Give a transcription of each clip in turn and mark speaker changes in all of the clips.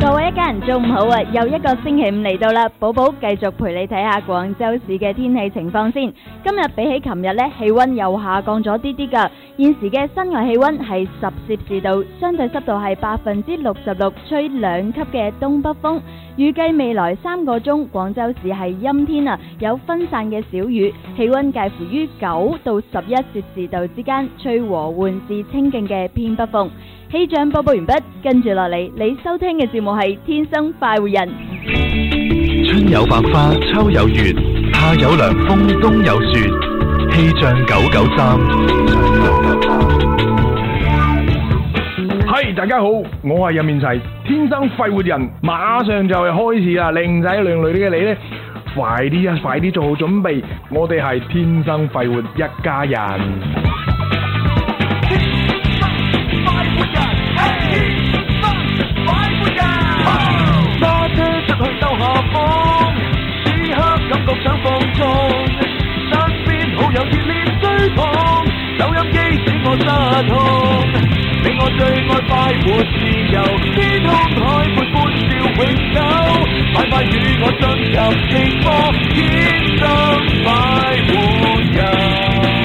Speaker 1: 各位一家人中午好啊！又一個星期五嚟到啦，寶寶繼續陪你睇下廣州市嘅天氣情況先。今日比起琴日呢，氣温又下降咗啲啲噶。現時嘅室外氣温係十攝氏度，相對濕度係百分之六十六，吹兩級嘅東北風。預計未來三個鐘，廣州市係陰天啊，有分散嘅小雨，氣温介乎於九到十一攝氏度之間，吹和緩至清勁嘅偏北風。氣象播報完畢，跟住落嚟，你收聽嘅節目係《天生快活人》。
Speaker 2: 春有百花，秋有月，夏有涼風，冬有雪。氣象九九三，
Speaker 3: 系大家好，我系任面齊，天生快活人，馬上就係開始啦！靚仔靚女嘅你呢，快啲啊，快啲做好準備，我哋係天生快活一家人。
Speaker 4: 揸車出去兜下風，此刻感覺想放縱。身邊好友熱烈追捧，抖音機使我失控。你我最愛快活自由，天空海闊歡笑永久。快快與我進入直播，天生快活人。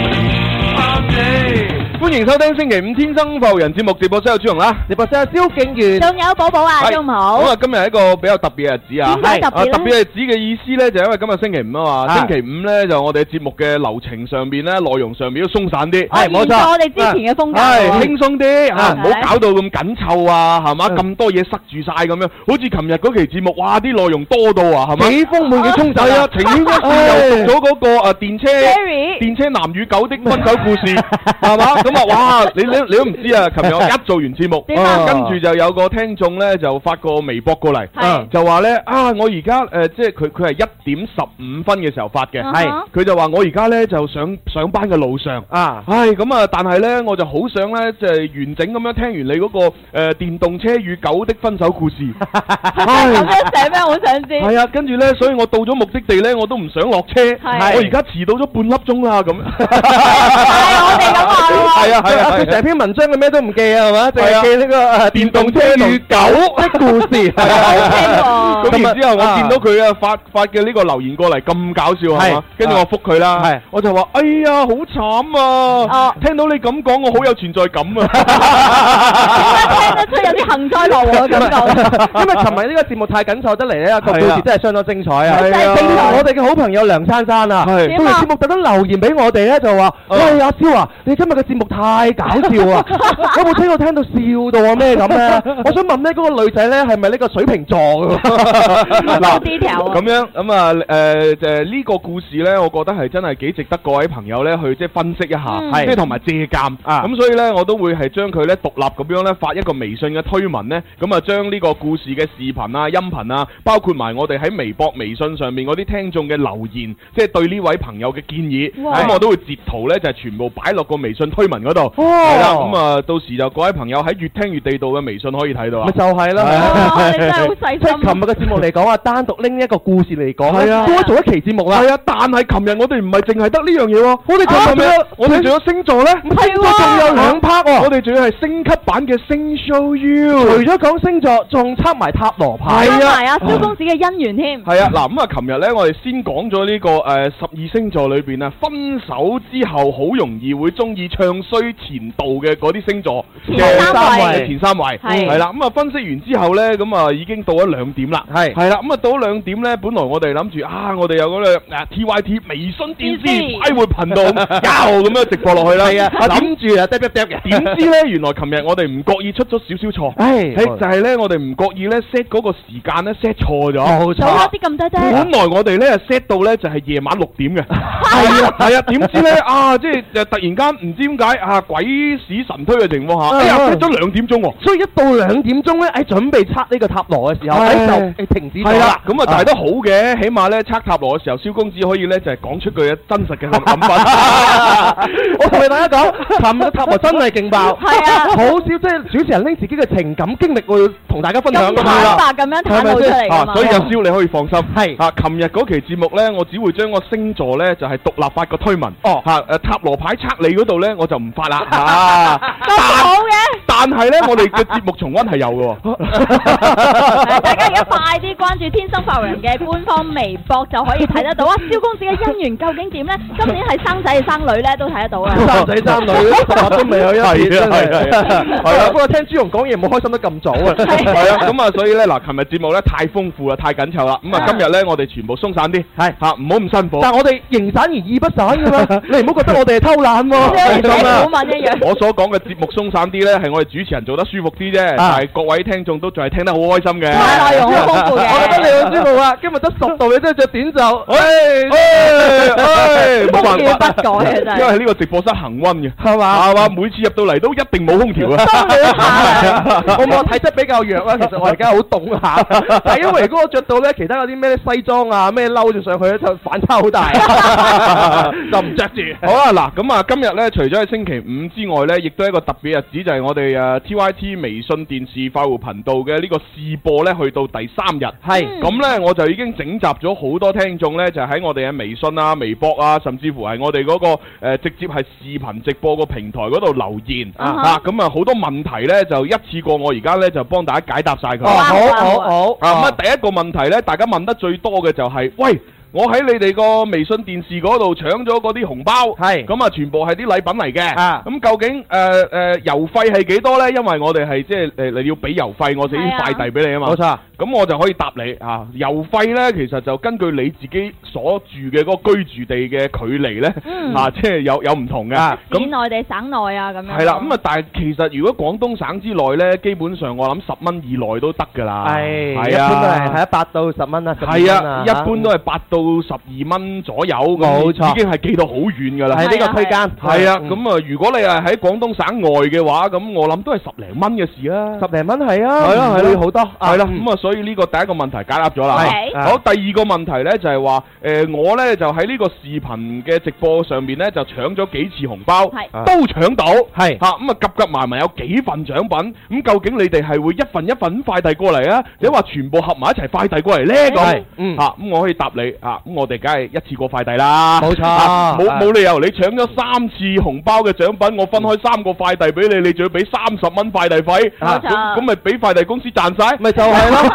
Speaker 4: 啱你。
Speaker 5: 欢迎收听星期五天生浮人节目直播室有朱容啦，直播室有萧敬元
Speaker 1: 仲有寶寶啊，
Speaker 5: 係
Speaker 1: 中午
Speaker 5: 好
Speaker 1: 好。
Speaker 5: 啊，今日係一個比較特別嘅日子啊，
Speaker 1: 點解特別咧
Speaker 5: 啊特別嘅日子嘅意思咧，就因為今日星期五啊嘛，星期五咧就我哋節目嘅流程上邊咧，內容上邊都鬆散啲，
Speaker 1: 啊
Speaker 5: 係
Speaker 1: 現在我哋之前嘅風格
Speaker 5: 係
Speaker 1: 喎
Speaker 5: 輕鬆啲啊，唔
Speaker 1: 係
Speaker 5: 好搞到咁緊湊啊，係嘛，咁多嘢塞住晒咁樣，好似琴日嗰期節目，哇，啲內容多到啊，係嘛，
Speaker 6: 幾豐滿嘅衝突啊
Speaker 5: 係啊，情 牽一線又讀咗嗰個誒電車
Speaker 1: Jerry
Speaker 5: 電車男與狗的分手故 事，係嘛，咁啊，哇，你你你都唔知啊，琴日我一做完節目，
Speaker 1: 點啊
Speaker 5: 跟住就有個聽眾咧就發個微博過嚟。
Speaker 1: 係
Speaker 5: 就話咧啊，我而家誒即係佢佢係一點十五分嘅時候發嘅，
Speaker 1: 啊哈
Speaker 5: 佢就話我而家咧就上上班嘅路上啊，唉咁啊，但係咧我就好想咧就係完整咁樣聽完你嗰呃個誒電動車與狗的分手 故事，
Speaker 1: 咁
Speaker 5: 唉。
Speaker 1: 樣寫咩？我想知。
Speaker 5: 係啊，跟住咧，所以我到咗目的地咧，我都唔想落車。
Speaker 1: 係
Speaker 5: 我而家遲到咗半粒鐘啦，咁。
Speaker 1: 我哋咁話喎
Speaker 5: 係啊係啊，
Speaker 6: 佢成篇文章佢咩都唔記啊，係嘛？淨係記呢個誒電動車與狗的故事。
Speaker 5: 係啊係啊
Speaker 1: 聽喎
Speaker 5: 啊咁然之後，我見到佢啊發發嘅呢個留言過嚟咁搞笑係嘛
Speaker 6: 係，
Speaker 5: 跟住我覆佢啦
Speaker 6: 係，
Speaker 5: 我就話：哎呀，好慘
Speaker 1: 哦
Speaker 5: 啊！聽到你咁講，我好有存在感
Speaker 1: 聽得
Speaker 5: 啊！
Speaker 1: 出有啲幸災樂禍嘅感覺。
Speaker 6: 因為琴日呢個節目太緊湊得嚟咧，個故事真係相當精彩啊！
Speaker 1: 係啊
Speaker 6: 正如我哋嘅好朋友梁珊珊啊，
Speaker 5: 係
Speaker 6: 今日節目特登留言俾我哋咧，就話：喂，阿蕭啊，你今日嘅節目太搞笑啊！有冇聽我聽到笑到啊咩咁咧？我想問咧，嗰個女仔咧係咪呢個水瓶座㗎？
Speaker 1: 多 detail 啊
Speaker 5: 咁樣咁啊誒誒呢個故事咧，我覺得係真係幾值得各位朋友咧去即係分析一下
Speaker 1: 嗯，
Speaker 5: 即係同埋借鑑啊。咁所以咧，我都會係將佢咧獨立咁樣咧發一個微信嘅推文咧，咁啊將呢個故事嘅視頻啊、音頻啊，包括埋我哋喺微博、微信上面嗰啲聽眾嘅留言，即係對呢位朋友嘅建議，
Speaker 1: 哇
Speaker 5: 咁我都會截圖咧就係全部擺落個微信推文嗰度。
Speaker 6: 哦
Speaker 5: 係啦，咁啊到時就各位朋友喺越聽越地道嘅微信可以睇到啊
Speaker 6: 咪。就係啦。
Speaker 1: 哇哦你真係好細
Speaker 6: 即係琴
Speaker 1: 心
Speaker 6: 日嘅節目嚟講啊，單獨拎一個故事嚟講，係
Speaker 1: 啊
Speaker 6: 都做一期節目啦。
Speaker 5: 係啊，但係琴日我哋唔係淨係得呢樣嘢喎，我哋
Speaker 6: 啊
Speaker 5: 琴日
Speaker 6: 仲有
Speaker 5: 我哋仲有星座咧，
Speaker 1: 係
Speaker 6: 都仲有兩 part 喎。
Speaker 5: 我哋仲要係升級版嘅星 show you。
Speaker 6: 除咗講星座，仲測埋塔羅牌。
Speaker 1: 加埋啊，蕭公子嘅姻緣添。
Speaker 5: 係啊，嗱咁啊，琴日咧，我哋先講咗呢個誒十二星座裏邊啊，分手之後好容易會中意唱衰前度嘅嗰啲星座
Speaker 1: 前
Speaker 5: 嘅
Speaker 1: 三位
Speaker 5: 嘅前三位
Speaker 1: 係
Speaker 5: 係啦。咁啊，分析完之後咧，咁啊已經到咗兩點啦，
Speaker 6: 係
Speaker 5: 係啦。咁啊到咗兩點咧，本來我哋諗住啊，我哋有嗰個啊 T Y T 微信電視
Speaker 1: TYT
Speaker 5: 快活頻道，又咁樣直播落去啦。係啊
Speaker 6: 我諗住啊，嗒嗒嗒嘅。
Speaker 5: 點知咧，原來琴日我哋唔覺意出咗少少錯，
Speaker 6: 唉
Speaker 5: 係就係咧，我哋唔覺意咧 set 嗰個時間咧 set 錯咗。
Speaker 6: 冇
Speaker 1: 早咗
Speaker 6: 錯，
Speaker 1: 啲咁多啊啫
Speaker 5: 本。來我哋咧 set 到咧就係夜晚六點嘅，係啊係啊，點知咧啊即係就突然間唔知點解啊啊鬼使神推嘅情況下，
Speaker 6: 啊
Speaker 5: 哎呀
Speaker 6: 啊
Speaker 5: 踢咗兩點鐘喎。
Speaker 6: 所以一到兩點鐘咧，喺準備測呢個塔羅嘅時候，
Speaker 5: 唉
Speaker 6: 喺就誒停止咗
Speaker 5: 係啦，咁啊，但係都好嘅，起碼咧測塔羅嘅時候，蕭公子可以咧就係講出佢嘅真實嘅諗法。
Speaker 6: 我同你大家講，琴日嘅塔羅真係勁爆，
Speaker 4: 係啊
Speaker 6: 好少即係主持人拎自己嘅情感經歷去同大家分享
Speaker 4: 咁
Speaker 6: 㗎嘛。
Speaker 4: 坦白咁樣坦露出嚟㗎嘛
Speaker 5: 啊，所 以阿蕭你可以放心。
Speaker 6: 係
Speaker 5: 啊，琴日嗰期節目咧，我只會將個星座咧就係獨立發個推文。
Speaker 6: 哦
Speaker 5: 嚇誒塔羅牌測你嗰度咧，我就唔發啦。啊，
Speaker 4: 咁好
Speaker 5: 但
Speaker 4: 嘅，
Speaker 5: 但係咧，我哋嘅節目重温係有 嘅喎。
Speaker 4: 大家而家快啲關注天生發人嘅官方微博就可以睇得到啊！蕭公子嘅姻緣究竟點 咧？今年係生仔定生女咧都睇得到啊！
Speaker 6: 三仔三女，十八都未去啊！
Speaker 5: 係啊係啊係啊係啊
Speaker 6: 不過聽朱紅講嘢冇開心得咁早啊！
Speaker 5: 系啊，咁啊，所以咧嗱，琴日節目咧太豐富啦，太緊湊啦，咁啊，今日咧我哋全部鬆散啲，
Speaker 6: 係
Speaker 5: 吓，唔好咁辛苦。
Speaker 6: 但係我哋形散而意不散㗎嘛，你唔好覺得我哋係偷懶
Speaker 4: 即係
Speaker 6: 喎。
Speaker 4: 寫古文一樣
Speaker 5: 我所講嘅節目鬆散啲咧，係我哋主持人做得舒服啲啫，但係各位聽眾都仲係聽得好開心嘅。
Speaker 4: 係內 容好豐富嘅
Speaker 6: 我覺得你好舒服啊！今日得十度，你真係着短袖。
Speaker 5: 喂喂，冇辦法，
Speaker 4: 風 雨不改啊真係
Speaker 5: 因為呢個直播室恒温嘅，
Speaker 6: 係嘛
Speaker 5: 係嘛，每次入到嚟都一定冇空調啊。
Speaker 4: 當然 啦
Speaker 6: 我我體質比較弱啦，其實我而家好凍下，但係因為如果我着到咧，其他嗰啲咩西裝啊、咩褸着上去咧，就反差好大， 就唔着住。
Speaker 5: 好啦，嗱，咁啊，今日咧，除咗係星期五之外咧，亦都係一個特別日子，就係、我哋誒 T Y T 微信電視快活頻道嘅呢個試播咧，去到第三日。
Speaker 6: 係
Speaker 5: 咁咧，我就已經整集咗好多聽眾咧，就喺我哋嘅微信啊、微博啊，甚至乎係我哋嗰、個、呃、直接係視頻直播個平台嗰度留言
Speaker 4: 啊哈
Speaker 5: 啊，咁啊好多問題咧，就一次過我而家咧就幫大家解答晒佢。
Speaker 6: 哦，好好好。
Speaker 5: 啊，咁啊，第一個問題呢，大家問得最多嘅就係、喂。我喺你哋個微信電視嗰度搶咗嗰啲紅包，
Speaker 6: 係
Speaker 5: 咁啊，全部係啲禮品嚟嘅。咁、
Speaker 6: 啊
Speaker 5: 究竟誒誒、呃郵費係幾多呢？因為我哋係即係誒你要俾郵費，我先
Speaker 4: 係啊
Speaker 5: 快遞俾你啊嘛。
Speaker 6: 冇錯。
Speaker 5: 咁我就可以答你啊，郵費呢，其實就根據你自己所住嘅嗰個居住地嘅距離呢，
Speaker 4: 嗯
Speaker 5: 啊，即係有有唔同嘅。
Speaker 6: 啊
Speaker 4: 市內地省內啊咁樣。
Speaker 5: 係啦，咁啊，但係其實如果廣東省之內呢，基本上我諗十蚊以內都得㗎啦。
Speaker 6: 係，一
Speaker 5: 係啊，
Speaker 6: 般都係喺一百到十蚊啊，十
Speaker 5: 係啊，一
Speaker 6: 嚇
Speaker 5: 般都係八到十二蚊左右，咁
Speaker 6: 冇錯
Speaker 5: 已經係寄到好遠㗎啦。
Speaker 6: 係呢個區間。
Speaker 5: 係啊，
Speaker 6: 嗯
Speaker 5: 咁啊，如果你係喺廣東省外嘅話，咁我諗都係十零蚊嘅事啦。
Speaker 6: 十零蚊係啊，
Speaker 5: 係啦係啦
Speaker 6: 會好多
Speaker 5: 係啦，
Speaker 6: 嗯
Speaker 5: 咁啊，所以呢個第一個問題解答咗啦。
Speaker 4: 係
Speaker 5: 啊好，第二個問題呢，就係話，誒，我呢就喺呢個視頻嘅直播上面呢，就搶咗幾次紅包
Speaker 4: 係，
Speaker 5: 都搶到。
Speaker 6: 係
Speaker 5: 嚇咁啊，夾夾埋埋有幾份獎品，咁究竟你哋係會一份一份咁快遞過嚟啊？定話全部合埋一齊快遞過嚟呢？咁
Speaker 6: 係嗯
Speaker 5: 嚇咁我可以答你啊，咁我哋梗係一次過快遞啦，
Speaker 6: 冇錯
Speaker 5: 啊冇
Speaker 6: 係
Speaker 5: 冇理由你搶咗三次紅包嘅獎品，我分開三個快遞俾你，你仲要俾三十蚊快遞費，
Speaker 4: 冇
Speaker 5: 咁
Speaker 4: 錯
Speaker 5: 咁咪俾快遞公司賺晒？
Speaker 6: 咪就 係咯，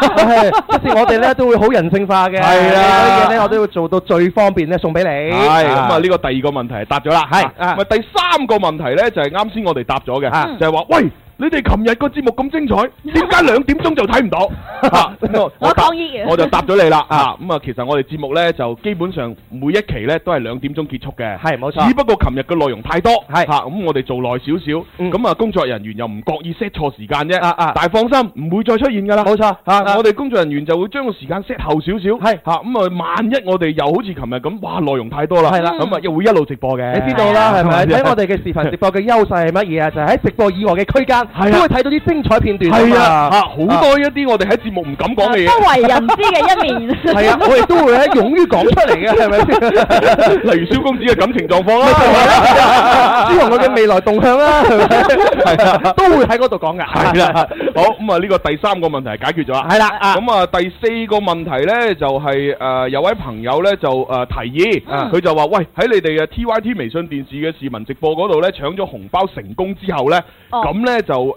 Speaker 6: 係即係我哋咧都會好人性化嘅，
Speaker 5: 係啊
Speaker 6: 所以咧我都會做到最方便咧送俾你。
Speaker 5: 係咁啊！呢個第二個問題答咗啦，
Speaker 6: 係
Speaker 5: 啊
Speaker 6: 啊
Speaker 5: 咪第三個問題咧就係啱先我哋答咗嘅
Speaker 6: 啊，
Speaker 5: 就係話喂。你哋琴日個節目咁精彩，點解兩點鐘就睇唔到？啊咁我
Speaker 4: 我
Speaker 5: 答
Speaker 4: 抗議
Speaker 5: 我就答咗你啦。啊，咁啊，其實我哋節目呢，就基本上每一期呢都係兩點鐘結束嘅，
Speaker 6: 係冇錯
Speaker 5: 只不過琴日嘅內容太多，
Speaker 6: 係
Speaker 5: 嚇咁我哋做耐少少，
Speaker 6: 嗯
Speaker 5: 咁啊工作人員又唔覺意 set 錯時間啫。
Speaker 6: 啊啊
Speaker 5: 但係放心，唔會再出現㗎啦。
Speaker 6: 冇錯
Speaker 5: 啊
Speaker 6: 啊
Speaker 5: 我哋工作人員就會將個時間 set 後少少，
Speaker 6: 係
Speaker 5: 嚇咁啊，萬一我哋又好似琴日咁，哇內容太多啦，
Speaker 6: 係啦
Speaker 5: 咁啊又會一路直播嘅，啊
Speaker 6: 你知道啦，係咪？睇我
Speaker 5: 哋。
Speaker 6: 哋嘅視頻直播嘅優勢係乜嘢啊？就係喺直播以外嘅區間，
Speaker 5: 係啊
Speaker 6: 都會睇到啲精彩片段㗎
Speaker 5: 係
Speaker 6: 嘛
Speaker 5: 啊，嚇好多一啲我哋喺節目唔敢講嘅嘢，
Speaker 4: 不為人知嘅一面。
Speaker 6: 係啊， 我亦都會喺勇於講出嚟嘅，係咪先？
Speaker 5: 例如蕭公子嘅感情狀況
Speaker 6: 咪就係啦
Speaker 5: 啦，
Speaker 6: 朱紅佢嘅未來動向啦，係咪？
Speaker 5: 係啊
Speaker 6: 都會喺嗰度講㗎。
Speaker 5: 係啦， 好咁啊！呢個第三個問題解決咗啦。
Speaker 6: 係啦啊
Speaker 5: 咁啊，第四個問題呢，就係誒有位朋友呢，就誒提議，
Speaker 6: 嗯
Speaker 5: 佢就話：喂，喺你哋嘅 T Y T 微信電視嘅視頻直播嗰度呢，搶咗紅包成功之後呢，
Speaker 4: 哦
Speaker 5: 咁呢就誒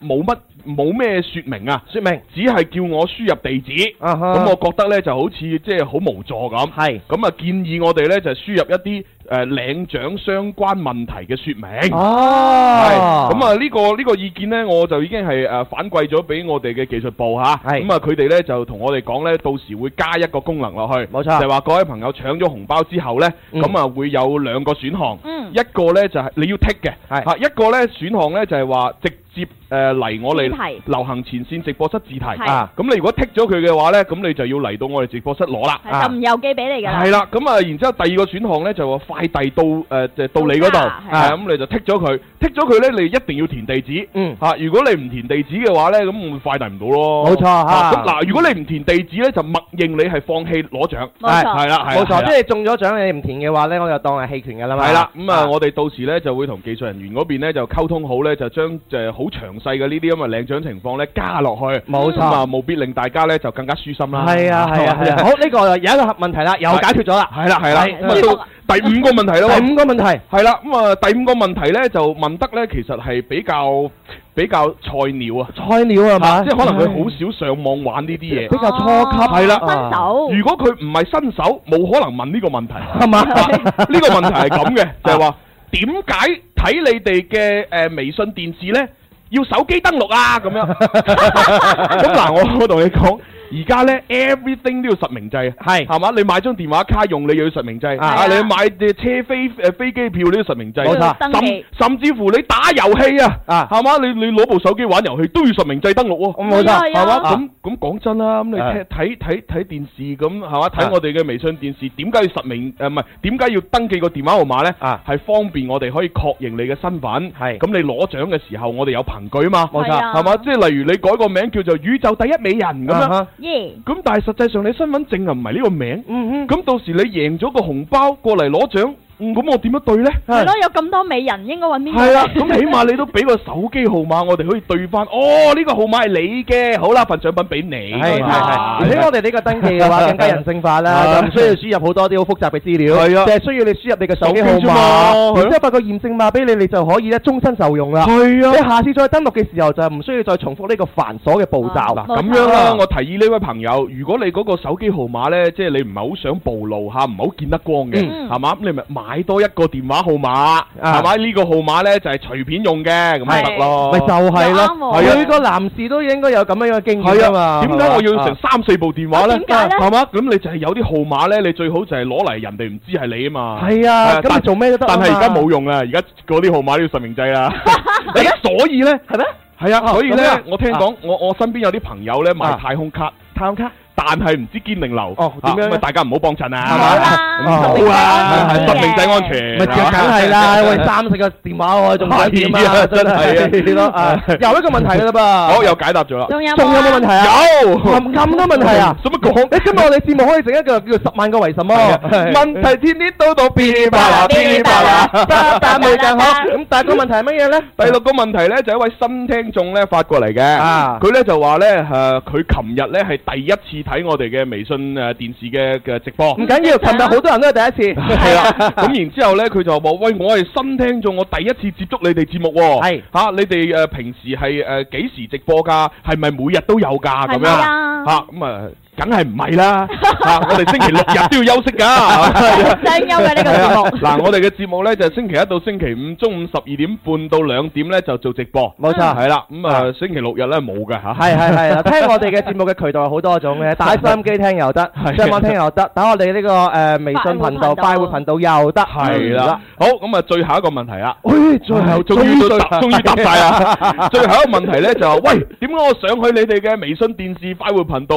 Speaker 5: 冇乜冇咩説明啊，
Speaker 6: 説明
Speaker 5: 只係叫我輸入地址。
Speaker 6: 啊哈
Speaker 5: 咁我覺得呢就好似即係好無助咁。
Speaker 6: 係
Speaker 5: 咁啊，建議我哋呢，就輸入一啲誒領獎相關問題嘅説明。係
Speaker 6: 哦，
Speaker 5: 咁啊，呢個呢個意見呢，我就已經係誒反饋咗俾我哋嘅技術部嚇。
Speaker 6: 係
Speaker 5: 咁啊，佢哋呢就同我哋講呢，到時會加一個功能落去，
Speaker 6: 冇錯
Speaker 5: 就係話各位朋友搶咗紅包之後呢，
Speaker 6: 嗯
Speaker 5: 咁啊會有兩個選項，
Speaker 4: 嗯
Speaker 5: 一個呢就係你要剔嘅，
Speaker 6: 係
Speaker 5: 嚇一個呢選項呢就係話直接誒嚟我
Speaker 4: 自
Speaker 5: 哋
Speaker 4: 提
Speaker 5: 流行前線直播室自提
Speaker 4: 係
Speaker 5: 啊。咁你如果剔咗佢嘅話呢，咁你就要嚟到我哋直播室攞啦。
Speaker 4: 係就唔郵寄俾你㗎啦。
Speaker 5: 係啦，咁啊，然之後第二個選項呢，就話快快遞到誒就到你嗰度，
Speaker 4: 到家係
Speaker 5: 係咁你就剔咗佢，剔咗佢咧你一定要填地址，
Speaker 6: 嗯
Speaker 5: 嚇如果你唔填地址嘅話咧，咁會快遞唔到咯，
Speaker 6: 冇錯嚇
Speaker 5: 啊咁嗱，如果你唔填地址咧，就默認你係放棄攞獎，
Speaker 4: 冇錯
Speaker 5: 係啦，係啦
Speaker 6: 冇
Speaker 5: 係
Speaker 6: 錯，
Speaker 5: 啦
Speaker 6: 即係中咗獎你唔填嘅話咧，我就當係棄權㗎啦嘛。
Speaker 5: 系啦，咁啊，我哋到時咧就會同技術人員嗰邊咧就溝通好咧，就將誒好詳細嘅呢啲咁嘅領獎情況咧加落去，
Speaker 6: 冇錯
Speaker 5: 咁啊，務必令大家咧就更加舒心啦。
Speaker 6: 係啊係啊係啊，好呢個有一個問題啦，又解決咗啦。
Speaker 5: 係啦係啦，
Speaker 6: 係
Speaker 5: 咁啊到第五個問題啦喎，
Speaker 6: 第五個問題，
Speaker 5: 係啦，咁啊第五個問題咧就問得咧其實係比較比較菜鳥啊，
Speaker 6: 菜鳥係嘛？
Speaker 5: 即係可能佢好少上網玩呢啲嘢。
Speaker 6: 比較初級
Speaker 4: 哦
Speaker 5: 係啦
Speaker 4: 新手
Speaker 5: 如果佢唔係新手，冇可能問呢個 問題。
Speaker 6: 係嘛？
Speaker 5: 呢個問題係咁嘅，就係
Speaker 6: 啊
Speaker 5: 話點解睇你哋嘅誒微信電視呢？要手機登錄啊咁 樣。咁嗱，我我同你講，而家呢 everything 都要實名制啊。
Speaker 6: 係
Speaker 5: 係嘛？你買張電話卡用，你又要實名制
Speaker 6: 啊
Speaker 5: 啊！你買隻車飛誒飛機票，你都要實名制。
Speaker 6: 冇錯
Speaker 4: 登
Speaker 5: 甚
Speaker 4: 記
Speaker 5: 甚至乎你打遊戲啊，
Speaker 6: 啊
Speaker 5: 係嘛？你你攞部手機玩遊戲都要實名制登錄喎。
Speaker 6: 冇錯，
Speaker 4: 係啊
Speaker 5: 係嘛？
Speaker 4: 啊
Speaker 5: 咁咁講真啦，咁你
Speaker 6: 啊
Speaker 5: 睇睇睇睇電視咁係嘛？
Speaker 6: 啊
Speaker 5: 睇我哋嘅微信電視，點解要實名呃誒唔係？點解要登記個電話號碼咧？
Speaker 6: 啊
Speaker 5: 係方便我哋可以確認你嘅身份。
Speaker 6: 係
Speaker 5: 咁你攞獎嘅時候，我哋有憑據啊嘛。
Speaker 6: 冇錯
Speaker 4: 係啊
Speaker 5: 係嘛？即係例如你改個名叫做宇宙第一美人咁
Speaker 6: 啊
Speaker 5: 樣，
Speaker 6: 哈
Speaker 4: 耶，
Speaker 5: 咁但係實際上你身份證啊唔係呢個名。
Speaker 6: 嗯
Speaker 5: 咁到時你贏咗個紅包過嚟攞獎，嗯咁我點樣對咧？
Speaker 4: 係咯，有咁多美人，應該揾邊個
Speaker 5: 係啦，
Speaker 4: 咧
Speaker 5: 啊咁起碼你都俾個手機號碼，我哋可以對翻。哦，呢個號碼係你嘅，好啦，份獎品俾你。
Speaker 6: 哼，係係
Speaker 5: 咁啊
Speaker 6: 係。而且我哋呢個登記嘅話更加人性化 啦，就唔需要輸入好多啲好複雜嘅資料，
Speaker 5: 係啊
Speaker 6: 就係需要你輸入你嘅手機號
Speaker 5: 手機啫嘛
Speaker 6: 碼，
Speaker 5: 係
Speaker 6: 然
Speaker 5: 咯
Speaker 6: 之後發個驗證碼俾你，你就可以咧終身受用啦。
Speaker 5: 係
Speaker 6: 你
Speaker 5: 啊。
Speaker 6: 下次再登錄嘅時候就唔需要再重複呢個繁瑣嘅步驟啦。
Speaker 4: 冇錯
Speaker 5: 咁樣啦，
Speaker 6: 啊
Speaker 5: 我提議呢位朋友，如果你嗰個手機號碼呢，即係你唔係好想暴露嚇，唔係好見得光嘅，
Speaker 4: 嗯
Speaker 5: 係嘛？咁你咪買多一個電話號碼，
Speaker 6: 啊
Speaker 5: 係嘛？呢個號碼呢，就係隨便用嘅，咁咪得咯。啊
Speaker 6: 咪就係
Speaker 4: 又啱
Speaker 6: 咯，
Speaker 4: 喎
Speaker 6: 每個男士都應該有咁樣嘅經驗
Speaker 5: 係啊
Speaker 6: 啊嘛。啊
Speaker 5: 點解我要
Speaker 6: 係
Speaker 5: 成
Speaker 6: 嘛
Speaker 5: 三四部電話呢？
Speaker 4: 啊點解呢
Speaker 5: 係嘛？咁你就係有啲號碼呢，你最好就係攞嚟人哋唔知係你啊嘛。
Speaker 6: 係啊，咁
Speaker 5: 但
Speaker 6: 你做咩都得啊
Speaker 5: 但
Speaker 6: 嘛。
Speaker 5: 係而家冇用啦，而家嗰啲號碼都要實名制 啦。咁啊所以咧，
Speaker 6: 係咩？
Speaker 5: 係啊，所以
Speaker 6: 咁
Speaker 5: 咧
Speaker 6: 啊，
Speaker 5: 我聽講我我身邊有啲朋友咧買
Speaker 6: 啊
Speaker 5: 太空卡，
Speaker 6: 探卡
Speaker 5: 但係唔知堅定流。
Speaker 6: 哦
Speaker 5: 啊
Speaker 6: 點樣咧
Speaker 5: 咁啊大家唔好幫襯啊，
Speaker 4: 好
Speaker 5: 咁好啊，係實
Speaker 4: 啦名制安全啲
Speaker 6: 實
Speaker 5: 名制
Speaker 4: 嘅
Speaker 5: 安全。
Speaker 6: 咪就梗 係啦，
Speaker 5: 係
Speaker 6: 喂三十個電話我仲想點
Speaker 5: 係
Speaker 6: 啊？
Speaker 5: 啊
Speaker 6: 真係
Speaker 5: 真係
Speaker 6: 咯，
Speaker 5: 啊
Speaker 6: 啊又一個問題㗎啦噃。
Speaker 5: 好，又解答咗啦。
Speaker 4: 仲有
Speaker 6: 仲有
Speaker 4: 啊
Speaker 6: 冇問題啊？
Speaker 5: 有
Speaker 6: 咁咁多問題啊？
Speaker 5: 做乜講
Speaker 6: 你今日我哋節目可以整一個叫做十萬個為什 麼
Speaker 5: 係啊
Speaker 6: 問題，天天都到噼里
Speaker 4: 啪啦噼里啪
Speaker 5: à.
Speaker 4: 啦
Speaker 6: 答答未更好。咁但係個問題係乜嘢咧？
Speaker 5: 第六個問題咧就係一位新聽眾咧發過嚟嘅
Speaker 6: 啊，
Speaker 5: 佢咧就話咧誒，佢琴日咧係第一次睇我哋嘅微信誒電視嘅嘅直播
Speaker 6: 唔。緊要，琴日好多人都係第一次。
Speaker 5: 係啦， 咁然之後咧，佢就話：喂，我係新聽眾，我第一次接觸你哋節目喎。
Speaker 6: 係
Speaker 5: 嚇，你哋誒平時係誒幾時直播㗎？係咪每日都有㗎？咁
Speaker 4: 係
Speaker 5: 樣
Speaker 4: 咪啊
Speaker 5: 嚇，咁啊，梗係唔係啦？嚇，我哋星期六日都要休息㗎。
Speaker 4: 雙休嘅呢個
Speaker 5: 係啊
Speaker 4: 節目，
Speaker 5: 嗱，我哋嘅節目咧就星期一到星期五中午十二點半到兩點咧就做直播。
Speaker 6: 冇錯
Speaker 5: 係啦，咁啊星期六日咧冇嘅嚇。
Speaker 6: 係係係啦，聽我哋嘅節目嘅渠道有好多種嘅，打收音機聽又得，上網聽又得，打我哋呢個誒微信頻道、快
Speaker 4: 快
Speaker 6: 活
Speaker 4: 活頻
Speaker 6: 頻道又得，
Speaker 5: 係啦，，好咁啊，最後一個問題啦。
Speaker 6: 誒最
Speaker 5: 唉
Speaker 6: 後
Speaker 5: 終於都
Speaker 6: 最
Speaker 5: 答，終 啊於答晒啦。最後一個問題呢，就係、喂，點解我上去你哋嘅微信電視快活頻道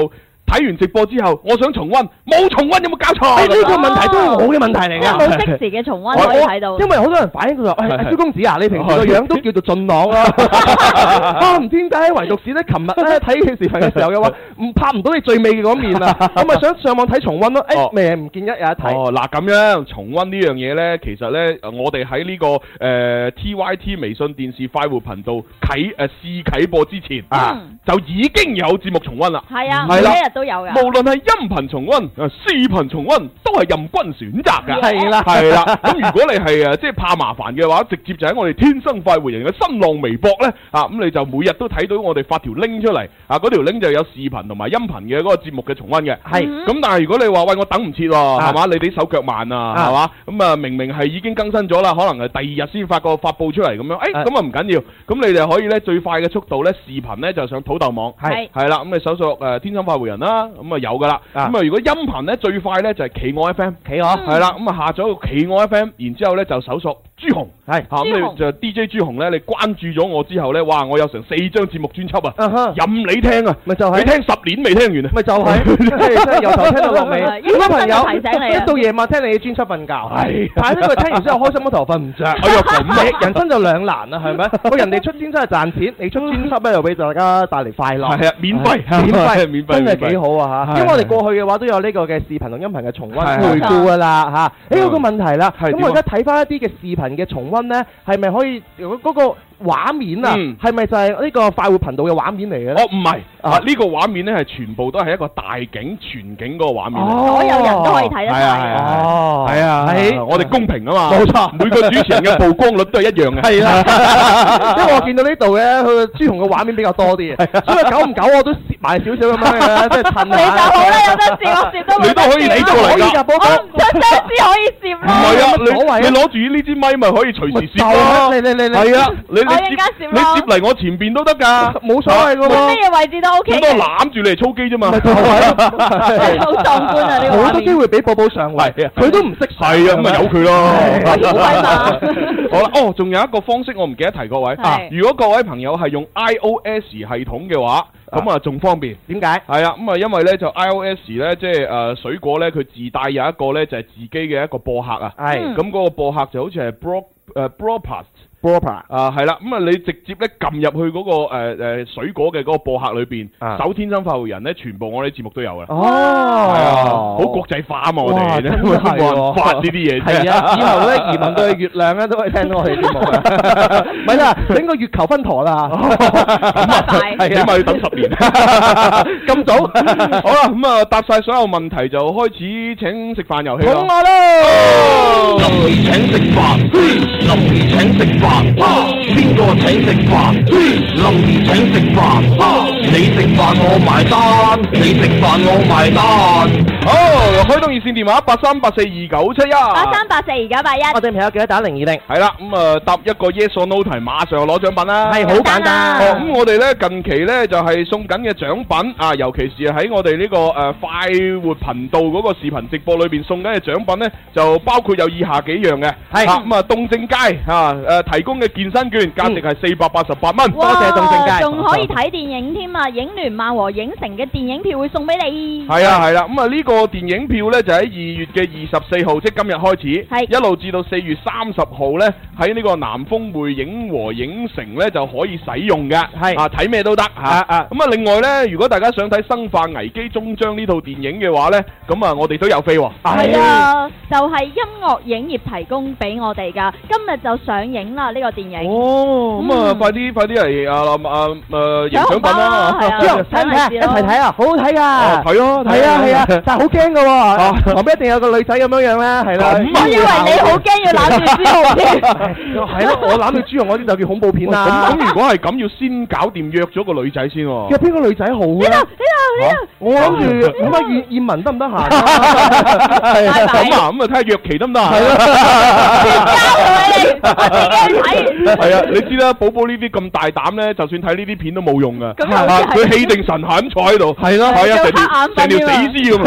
Speaker 5: 睇完直播之後，我想重温，冇重温有冇搞錯？啊
Speaker 6: 誒呢個問題都係我嘅問題嚟
Speaker 4: 因 為冇
Speaker 6: 㗎。
Speaker 4: 即時嘅重温可以睇到
Speaker 6: 因。為好多人反映佢話：，
Speaker 5: 係
Speaker 6: 誒
Speaker 5: 係
Speaker 6: 蕭公子啊，你平時個樣都叫做俊朗啦， 啊唔知點解唯獨是咧，琴日
Speaker 5: 哦
Speaker 6: 咧睇嘅視頻嘅時候嘅話，唔拍唔到你最美嘅嗰面 啊，我咪想上網睇重温咯，
Speaker 5: 哦
Speaker 6: 誒咩唔見一有一睇，
Speaker 5: 哦，嗱咁樣重温呢樣嘢呢，其實呢，我哋喺呢個誒、呃 TYT 微信電視快活頻道啟誒、呃、試啟播之前啊，
Speaker 4: 嗯
Speaker 5: 就已經有節目重温啦。
Speaker 4: 係啊，每
Speaker 5: 係啦
Speaker 4: 一日都有㗎。
Speaker 5: 無論係音頻重温、呃視頻重温，都係任君選擇㗎。
Speaker 6: 係啦，
Speaker 5: 系啦，咁如果你係诶即係怕麻煩嘅話，直接就喺我哋天生快活人嘅新浪微博咧，啊咁你就每日都睇到我哋發條 link 出嚟，啊嗰條 link 就有視頻同埋音頻嘅嗰個節目嘅重温嘅。
Speaker 6: 係。
Speaker 5: 咁但係如果你話喂我等唔切喎，
Speaker 6: 啊
Speaker 5: 係嘛？你哋手腳慢啊，
Speaker 6: 啊
Speaker 5: 係嘛？咁啊明明係已經更新咗啦，可能係第二日先發個發布出嚟咁樣，誒
Speaker 6: 啊
Speaker 5: 咁啊唔緊要，咁你哋可以咧最快嘅速度咧視頻咧就上土豆網。
Speaker 6: 係
Speaker 5: 係啦，咁你搜索誒天生快活人啦，咁啊有噶啦。咁
Speaker 6: 啊
Speaker 5: 啊如果音頻咧最快咧就係企鵝 FM。
Speaker 6: 企鵝
Speaker 5: 係啦，咁啊下咗個企鵝 FM，然之後咧就搜索朱紅係嚇
Speaker 4: 朱
Speaker 5: 咁
Speaker 4: 紅
Speaker 5: 你就 DJ 朱紅咧，你關注咗我之後咧，哇！我有成四張節目專輯啊，
Speaker 6: 啊哈，
Speaker 5: 任你聽啊，
Speaker 6: 咪就係
Speaker 5: 你聽十年未聽完啊！
Speaker 6: 咪就係，真係由頭聽到落 尾。
Speaker 4: 應
Speaker 6: 好
Speaker 4: 該
Speaker 6: 多朋友
Speaker 4: 真係提醒你啊
Speaker 6: 啊 一到夜晚聽你嘅專輯瞓覺，
Speaker 5: 係
Speaker 6: 但啊係呢佢聽完之後開心嗰頭瞓唔 着。
Speaker 5: 哎呀咁啊
Speaker 6: 人生就兩難啦，係咪？喂，人哋出專輯係賺錢，你出專輯咧又俾大家帶嚟快樂。
Speaker 5: 係啊免費
Speaker 6: 係 免
Speaker 5: 免
Speaker 6: 費，
Speaker 5: 費
Speaker 6: 真
Speaker 5: 免費
Speaker 6: 係幾啊好啊嚇！
Speaker 5: 係
Speaker 6: 因為我哋過去嘅話都有呢個嘅視頻同音頻嘅重温
Speaker 5: 係係
Speaker 6: 回顧㗎啦嚇。誒有個問題啦，
Speaker 5: 係
Speaker 6: 咁
Speaker 5: 點啊
Speaker 6: 我而家睇翻一啲嘅視頻嘅重温咧，係咪可以嗰個畫面啊
Speaker 5: 嗯？
Speaker 6: 係咪就係呢個快活頻道嘅畫面嚟嘅
Speaker 5: 哦
Speaker 6: 咧？，
Speaker 5: 唔係
Speaker 6: 啊
Speaker 5: 啊！呢個畫面咧係全部都係一個大景全景嗰個畫面嚟。
Speaker 4: 所有人都可以睇得
Speaker 5: 係啊係
Speaker 4: 晒。
Speaker 5: 啊
Speaker 6: 哦，
Speaker 5: 係啊，係啊我哋公平啊嘛，
Speaker 6: 冇錯
Speaker 5: 每個主持人嘅曝光率都係一樣嘅。
Speaker 6: 係啦，因為我見到呢度咧，佢朱紅嘅畫面比較多啲嘅，所以久唔久我都攝埋少少咁 樣嘅，即係襯
Speaker 4: 你就
Speaker 6: 下。
Speaker 4: 好啦，有得攝我 攝都冇得攝啦
Speaker 5: 你都可以理過嚟㗎
Speaker 6: 可以㗎，寶
Speaker 4: 我
Speaker 6: 寶。
Speaker 4: 唔出聲先可以攝
Speaker 5: 唔
Speaker 4: 啦。
Speaker 5: 係啊，
Speaker 6: 有乜所謂啊
Speaker 5: 你你攞住呢支咪咪可以隨時
Speaker 6: 就
Speaker 5: 攝咯。
Speaker 6: 係你你你你
Speaker 5: 係啊，你你
Speaker 4: 我一陣間
Speaker 5: 接
Speaker 4: 攝
Speaker 5: 你
Speaker 4: 啦
Speaker 5: 接嚟我前邊都得㗎，
Speaker 6: 冇所謂㗎
Speaker 5: 啊
Speaker 6: 喎
Speaker 4: 咩嘢位置都 OK
Speaker 5: 最多
Speaker 4: 嘅，
Speaker 5: 攬住你嚟操機啫嘛。
Speaker 6: 咪就啊 係
Speaker 4: 好壯觀啊！呢個
Speaker 6: 好
Speaker 4: 畫
Speaker 6: 多
Speaker 4: 面
Speaker 6: 機。會俾寶寶 上位，
Speaker 5: 係啊
Speaker 6: 佢都唔識上
Speaker 5: 係啊，咁咪由佢咯。
Speaker 4: 係 好
Speaker 5: 好啦，哦，仲有一個方式我唔記得提各位。
Speaker 4: 係
Speaker 5: 啊如果各位朋友係用 iOS 系統嘅話，咁啊仲方便。
Speaker 6: 點解？
Speaker 5: 係啊，咁啊，因為咧就 iOS 咧，即係誒水果咧，佢自帶有一個咧就係自己嘅一個播客啊。
Speaker 6: 係
Speaker 5: 咁嗰個播客就好似係 Bro 呃誒 Broadcast
Speaker 6: proper
Speaker 5: 啊，係啦，咁啊你直接咧撳入去嗰個誒誒水果嘅嗰個播客裏邊，
Speaker 6: 啊
Speaker 5: 搜天生發育人咧，全部我哋節目都有嘅。係啊，
Speaker 6: 哦，
Speaker 5: 好國際化啊嘛，我
Speaker 6: 哇
Speaker 5: 哋
Speaker 6: 真
Speaker 5: 咧
Speaker 6: 係
Speaker 5: 冇人
Speaker 6: 喎
Speaker 5: 發呢啲嘢啫。
Speaker 6: 係啊，以後咧移民到去月亮咧都可以聽到我 哋節目啊，咪啦，整個月球分陀啦，
Speaker 4: 拜拜
Speaker 5: 起碼要等十年。
Speaker 6: 啊咁早，
Speaker 5: 好啦，咁啊答晒所有問題就開始請食飯遊戲
Speaker 6: 好
Speaker 5: 啦。
Speaker 6: 我咯。
Speaker 7: 請食飯，林兒請食飯，邊個請食飯？林兒請食飯，你食飯我埋單，你食飯我埋單。
Speaker 5: 好，開通熱線電話八三八四二九七一。
Speaker 4: 八三八四而家八一，
Speaker 6: 我哋朋友記得打零二零，
Speaker 5: 系啦，咁啊答一個 yes or no 題，馬上就攞獎品啦。
Speaker 6: 係好簡
Speaker 5: 哦，
Speaker 6: 單。
Speaker 5: 咁我哋咧近期咧就係送緊嘅獎品啊，尤其是喺我哋呢個誒快活頻道嗰個視頻直播裏邊送緊嘅獎品咧，就包括有以下幾樣嘅。
Speaker 6: 係
Speaker 5: 啊咁啊，東正街啊誒提供嘅健身券，價值係四百八十八蚊。
Speaker 6: 多謝董正佳
Speaker 4: 仲可以睇電影添啊！影聯漫和影城嘅電影票會送俾你。
Speaker 5: 係啊係啦，咁啊呢個電影票呢，就喺二月嘅二十四號，即係今日開始，
Speaker 4: 係
Speaker 5: 一路至到四月三十號呢，喺呢個南豐匯影和影城呢，就可以使用嘅，
Speaker 6: 係
Speaker 5: 啊睇咩都得吓。
Speaker 6: 啊啊
Speaker 5: 咁啊另外呢，如果大家想睇《生化危機終章》呢套電影嘅話呢，咁啊我哋都有飛喎。
Speaker 4: 係啊，就係音樂影業提供俾我哋噶，今日就上映啦呢個電影。
Speaker 5: 哦，咁啊
Speaker 4: 嗯
Speaker 5: 快啲快啲嚟啊啊誒影
Speaker 4: 獎
Speaker 5: 獎
Speaker 4: 品
Speaker 5: 品
Speaker 4: 啦
Speaker 5: 啦，
Speaker 4: 係啊
Speaker 6: 之 後睇唔睇啊？一齊睇啊，好好睇
Speaker 5: 哦
Speaker 6: 噶。
Speaker 5: 睇咯
Speaker 6: 係啊係啊，但係好驚噶
Speaker 5: 啊
Speaker 6: 喎，旁邊一定有個女仔咁樣樣咧，係啦。
Speaker 5: 咁啊
Speaker 4: 我以為你好驚要攬住朱 紅添。
Speaker 6: 係咯，我 攬住朱紅嗰啲就叫恐怖片
Speaker 5: 咁
Speaker 6: 啦。
Speaker 5: 咁如果係咁，要先搞掂約咗個女仔先喎。啊
Speaker 6: 約邊個女仔好
Speaker 4: 呢
Speaker 6: 咧
Speaker 4: 度？呢度呢度，
Speaker 6: 哎我諗住諗下燕燕文得唔得閒啊？係啊
Speaker 4: 拜拜
Speaker 5: 咁啊，咁啊睇下約期得唔得啊？
Speaker 4: 交俾你，我自己去睇。
Speaker 5: 係啊，你知啦，寶寶呢啲咁大膽咧，就算睇呢啲片都冇用噶。
Speaker 4: 咁又
Speaker 5: 啊
Speaker 4: 係
Speaker 5: 佢氣定神閒咁坐喺度。係
Speaker 6: 咯
Speaker 5: 係
Speaker 4: 又
Speaker 5: 啊，
Speaker 4: 黑眼
Speaker 5: 成條成條死
Speaker 4: 瞓
Speaker 5: 屍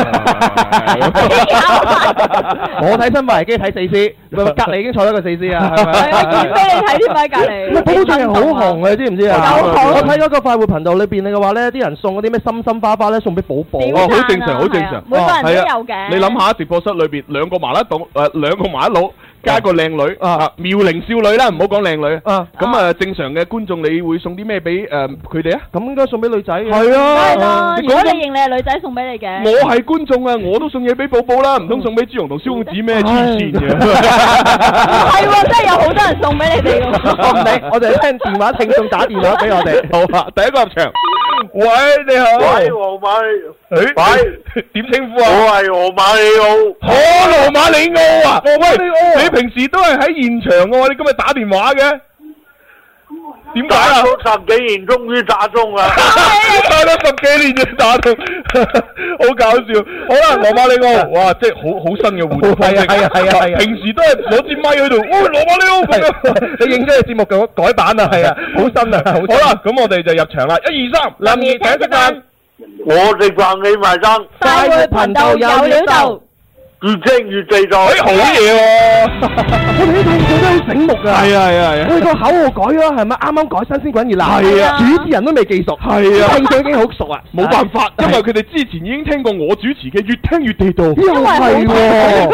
Speaker 5: 咁啊。
Speaker 6: 我睇新聞機 睇四 C，隔離已經坐咗個四 C 啊，係咪？
Speaker 4: 係啊，演俾你睇添喺隔離。
Speaker 6: 喂，寶寶最近好紅嘅，你知唔知啊？
Speaker 5: 有紅
Speaker 6: 我睇嗰個快活頻道裏邊嘅話咧，啲人送嗰啲咩心心花花咧，送俾寶寶。
Speaker 4: 點
Speaker 5: 哦
Speaker 4: 讚啊
Speaker 5: 好正常好正常
Speaker 4: 係啊每個人都有嘅。
Speaker 5: 你諗下，直播室裏邊兩個麻甩佬，誒兩個麻甩佬加一個靚女，
Speaker 6: 啊
Speaker 5: 啊妙齡少女啦，唔好講靚女。
Speaker 6: 啊，
Speaker 5: 咁啊，正常嘅觀眾，你會送啲咩俾誒佢哋啊？
Speaker 6: 咁應該送俾女仔嘅。
Speaker 5: 係
Speaker 4: 梗係
Speaker 5: 啊
Speaker 4: 啦，
Speaker 5: 你
Speaker 4: 如果
Speaker 5: 講
Speaker 4: 你
Speaker 5: 緊
Speaker 4: 認你係女仔，送俾你嘅。
Speaker 5: 我係觀眾啊，我都送嘢俾寶寶啦，唔通送俾朱紅同蕭公子
Speaker 6: 嗯
Speaker 5: 咩黐線嘅？
Speaker 4: 係喎，真係有好多人送俾你哋㗎
Speaker 6: 我唔理，我哋聽電話聽眾打電話俾我哋。
Speaker 5: 好啊，第一個入場。喂，你好。
Speaker 8: 喂，黄米，
Speaker 5: 喂，點稱呼啊？
Speaker 8: 我系黄马里奥。
Speaker 5: 可羅馬里奧啊！喂，
Speaker 6: 奧
Speaker 5: 你平時都係喺現場嘅喎，你今日打電話嘅，點解啊
Speaker 8: 打？咗十幾年，終於打啊中 啦！
Speaker 5: 打咗十幾年就打到， 好搞笑。好啦，羅馬里奧，哇，即係好好新嘅互動方式。
Speaker 6: 係啊係啊係啊係啊
Speaker 5: 平時都係攞支咪喺度，喂，羅馬里奧咁樣。
Speaker 6: 你認真嘅節目改改版 啊，係啊，好新啊，好
Speaker 5: 好啦，咁我哋就入場啦，一二三，林怡請食飯。
Speaker 8: 我食飯你埋單，
Speaker 4: 快活頻道有料到。
Speaker 8: 越精越地道。
Speaker 5: 哎，好嘢喎！
Speaker 6: 我哋啲聽眾都好醒目㗎。
Speaker 5: 係啊係啊係啊
Speaker 6: 我哋個口號改咗係咪？啱啱改新鮮滾熱辣。
Speaker 5: 係
Speaker 4: 啊
Speaker 6: 主持人都未記熟。
Speaker 5: 係啊
Speaker 6: 聽眾已經好 熟啊。
Speaker 5: 冇辦法，因為佢哋之前已經聽過我主持嘅，越聽越地道。
Speaker 6: 又係喎。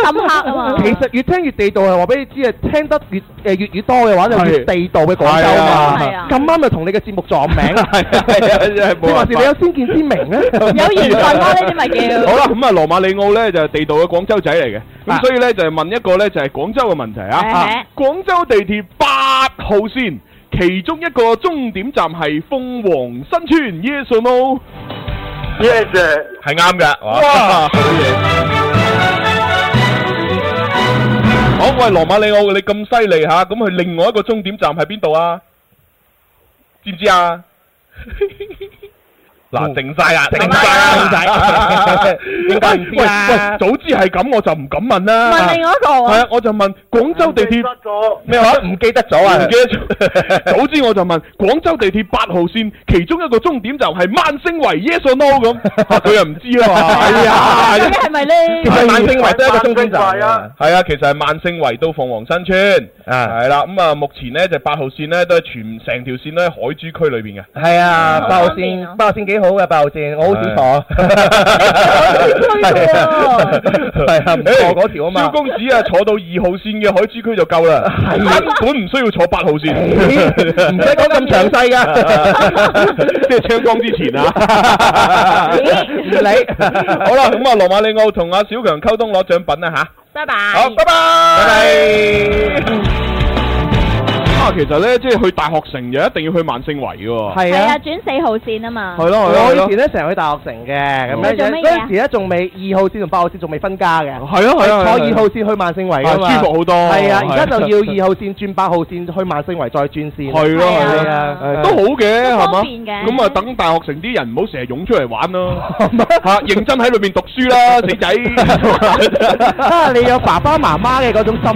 Speaker 4: 暗黑啊嘛。
Speaker 6: 其實越聽越地道係話俾你知啊，聽得越誒粵語多嘅話就越
Speaker 5: 係
Speaker 6: 地道嘅廣州嘛
Speaker 4: 係啊。
Speaker 6: 咁啱就同你嘅節目撞名。
Speaker 5: 係啊係啊真係冇辦法
Speaker 6: 你話是你有先見之明啊咧？
Speaker 4: 有緣分 咯，呢啲咪 叫。
Speaker 5: 好啦，咁啊，羅馬里奧咧就係地道嘅廣州仔嚟嘅，咁所以咧就係問一個咧就係廣州嘅問題啊
Speaker 4: 誒。
Speaker 5: 廣州地鐵八號線，其中一個終點站係鳳凰新村，yes or no？
Speaker 8: Yes sir，
Speaker 5: 係啱㗎，
Speaker 8: 哇
Speaker 5: 好嘢！ 好，喂，羅馬里奧，你咁犀利吓，咁佢另外一個終點站係邊度啊？知唔知啊？嗱，定晒啦，定晒啦，定晒，
Speaker 6: 點解唔知啊
Speaker 5: 喂喂，早知係咁，我就唔敢問啦。
Speaker 4: 問另外一個喎
Speaker 5: 係啊，我就問廣州地鐵
Speaker 8: 失咗。
Speaker 5: 咩話？唔記得咗啊！唔記得咗。 早知我就問廣州地鐵八號線其中一個終點站係萬星圍 yes or no 咁，啊佢又唔知啊嘛。係啊
Speaker 4: 究竟係咪咧？
Speaker 5: 其實萬星
Speaker 8: 圍都係一個中間站嚟㗎
Speaker 5: 係啊，其實係萬星圍到鳳凰新村，
Speaker 6: 啊
Speaker 5: 係啦。咁啊，目前咧就八號線咧都係全成條線都喺海珠區裏 邊嘅。
Speaker 6: 係啊，八號
Speaker 4: 方便啊
Speaker 6: 線八號線幾好嘅八號線，我好少坐。
Speaker 4: 係啊
Speaker 6: 係啊，唔錯嗰條啊
Speaker 5: 蕭
Speaker 6: 嘛。
Speaker 5: 公子啊，坐到二號線嘅海珠區就夠啦， 根本唔需要坐八號線，
Speaker 6: 唔使講咁詳細㗎，
Speaker 5: 即係槍 光之前 啊。
Speaker 6: 唔理。
Speaker 5: 好啦，咁啊，羅馬里奧同阿小強溝通攞獎品啦啊吓。
Speaker 4: 拜拜。
Speaker 5: 好，拜拜，拜拜。啊，其實咧，即係去大學城就一定要去萬盛圍嘅喎。
Speaker 6: 係
Speaker 4: 係
Speaker 6: 啊
Speaker 4: 啊，。轉四號線啊嘛。
Speaker 5: 係咯，係咯，
Speaker 6: 我
Speaker 5: 係
Speaker 6: 以
Speaker 5: 咯
Speaker 6: 前。咧成日去大學城嘅，咁
Speaker 4: 你做
Speaker 6: 樣
Speaker 4: 乜嘢啊
Speaker 6: 嗰陣時咧仲未二號線同八號線仲未分家嘅，
Speaker 5: 係咯，係
Speaker 6: 坐
Speaker 5: 啊，
Speaker 6: 二號線去萬勝圍㗎嘛，
Speaker 5: 啊舒服好多
Speaker 6: 係啊，
Speaker 5: 係啊
Speaker 6: 而家就要二號線轉八號線去萬勝圍再轉線。
Speaker 5: 係咯，係
Speaker 6: 係
Speaker 5: 咯。
Speaker 6: 啊，係啊
Speaker 5: 都好嘅，
Speaker 4: 都
Speaker 5: 係嘛
Speaker 4: 方便？嘅
Speaker 5: 咁啊，等大學城啲人唔好成日湧出嚟玩 咯，嚇認真喺裏邊讀書啦，死仔！
Speaker 6: 啊！你有爸爸媽媽嘅嗰種心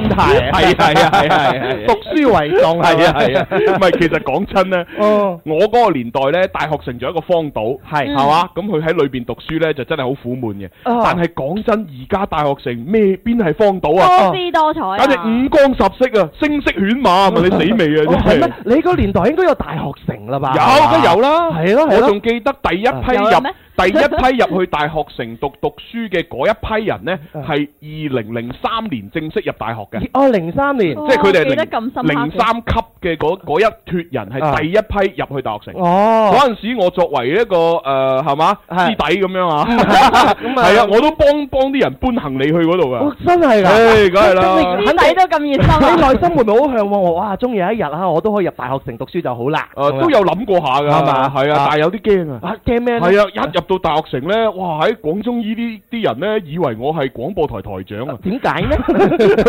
Speaker 5: 係
Speaker 6: 態，
Speaker 5: 啊係啊係啊係啊
Speaker 6: 讀書為重
Speaker 5: 係啊係啊，唔係其實講真咧，
Speaker 6: 哦
Speaker 5: 我嗰個年代咧，大學城仲有一個荒島，
Speaker 6: 係
Speaker 5: 係嘛？咁佢喺裏邊讀書咧就真係好苦悶嘅。
Speaker 6: 啊
Speaker 5: 但係講真，而家大學城咩邊係荒島啊？
Speaker 6: 哦
Speaker 4: 多姿多彩啊。
Speaker 5: 簡直五光十色啊，聲色犬馬，問你死未
Speaker 6: 哦
Speaker 5: 啊？
Speaker 6: 係
Speaker 5: 真係
Speaker 6: 咩？你嗰年代應該有大學城啦吧？
Speaker 5: 有梗有啦，
Speaker 6: 係咯係啊
Speaker 5: 我
Speaker 6: 咯
Speaker 5: 仲記得第一批
Speaker 4: 有啦咩
Speaker 5: 入第一批入去大學城讀讀書嘅嗰一批人呢，
Speaker 6: 啊
Speaker 5: 係二零零三年正式入大學嘅，
Speaker 6: 哦，零三年。
Speaker 4: 哦
Speaker 5: 即係佢哋係
Speaker 4: 記得咁深刻
Speaker 5: 零零三級嘅嗰嗰一脱人係
Speaker 6: 啊
Speaker 5: 第一批入去大學城。
Speaker 6: 哦
Speaker 5: 嗰陣時，我作為一個誒係嘛
Speaker 6: 係
Speaker 5: 師弟咁樣啊，
Speaker 6: 咁啊
Speaker 5: 係啊，我都幫幫啲人搬行李去嗰度
Speaker 6: 哦
Speaker 5: 噶。
Speaker 6: 真係㗎。
Speaker 5: 唉，梗係啦。
Speaker 4: 師弟都咁熱心
Speaker 6: 你
Speaker 4: 啊。
Speaker 6: 內心會唔會好向往我？哇！終有一日啊，我都可以入大學城讀書就好啦。
Speaker 5: 誒都有諗過下㗎，
Speaker 6: 係嘛
Speaker 5: 係啊
Speaker 6: 啊，
Speaker 5: 但係有啲驚啊。
Speaker 6: 啊驚咩咧？，
Speaker 5: 係啊，一入到大學城咧，哇！喺廣中醫呢啲人咧，以為我係廣播台台長啊
Speaker 6: 點解呢？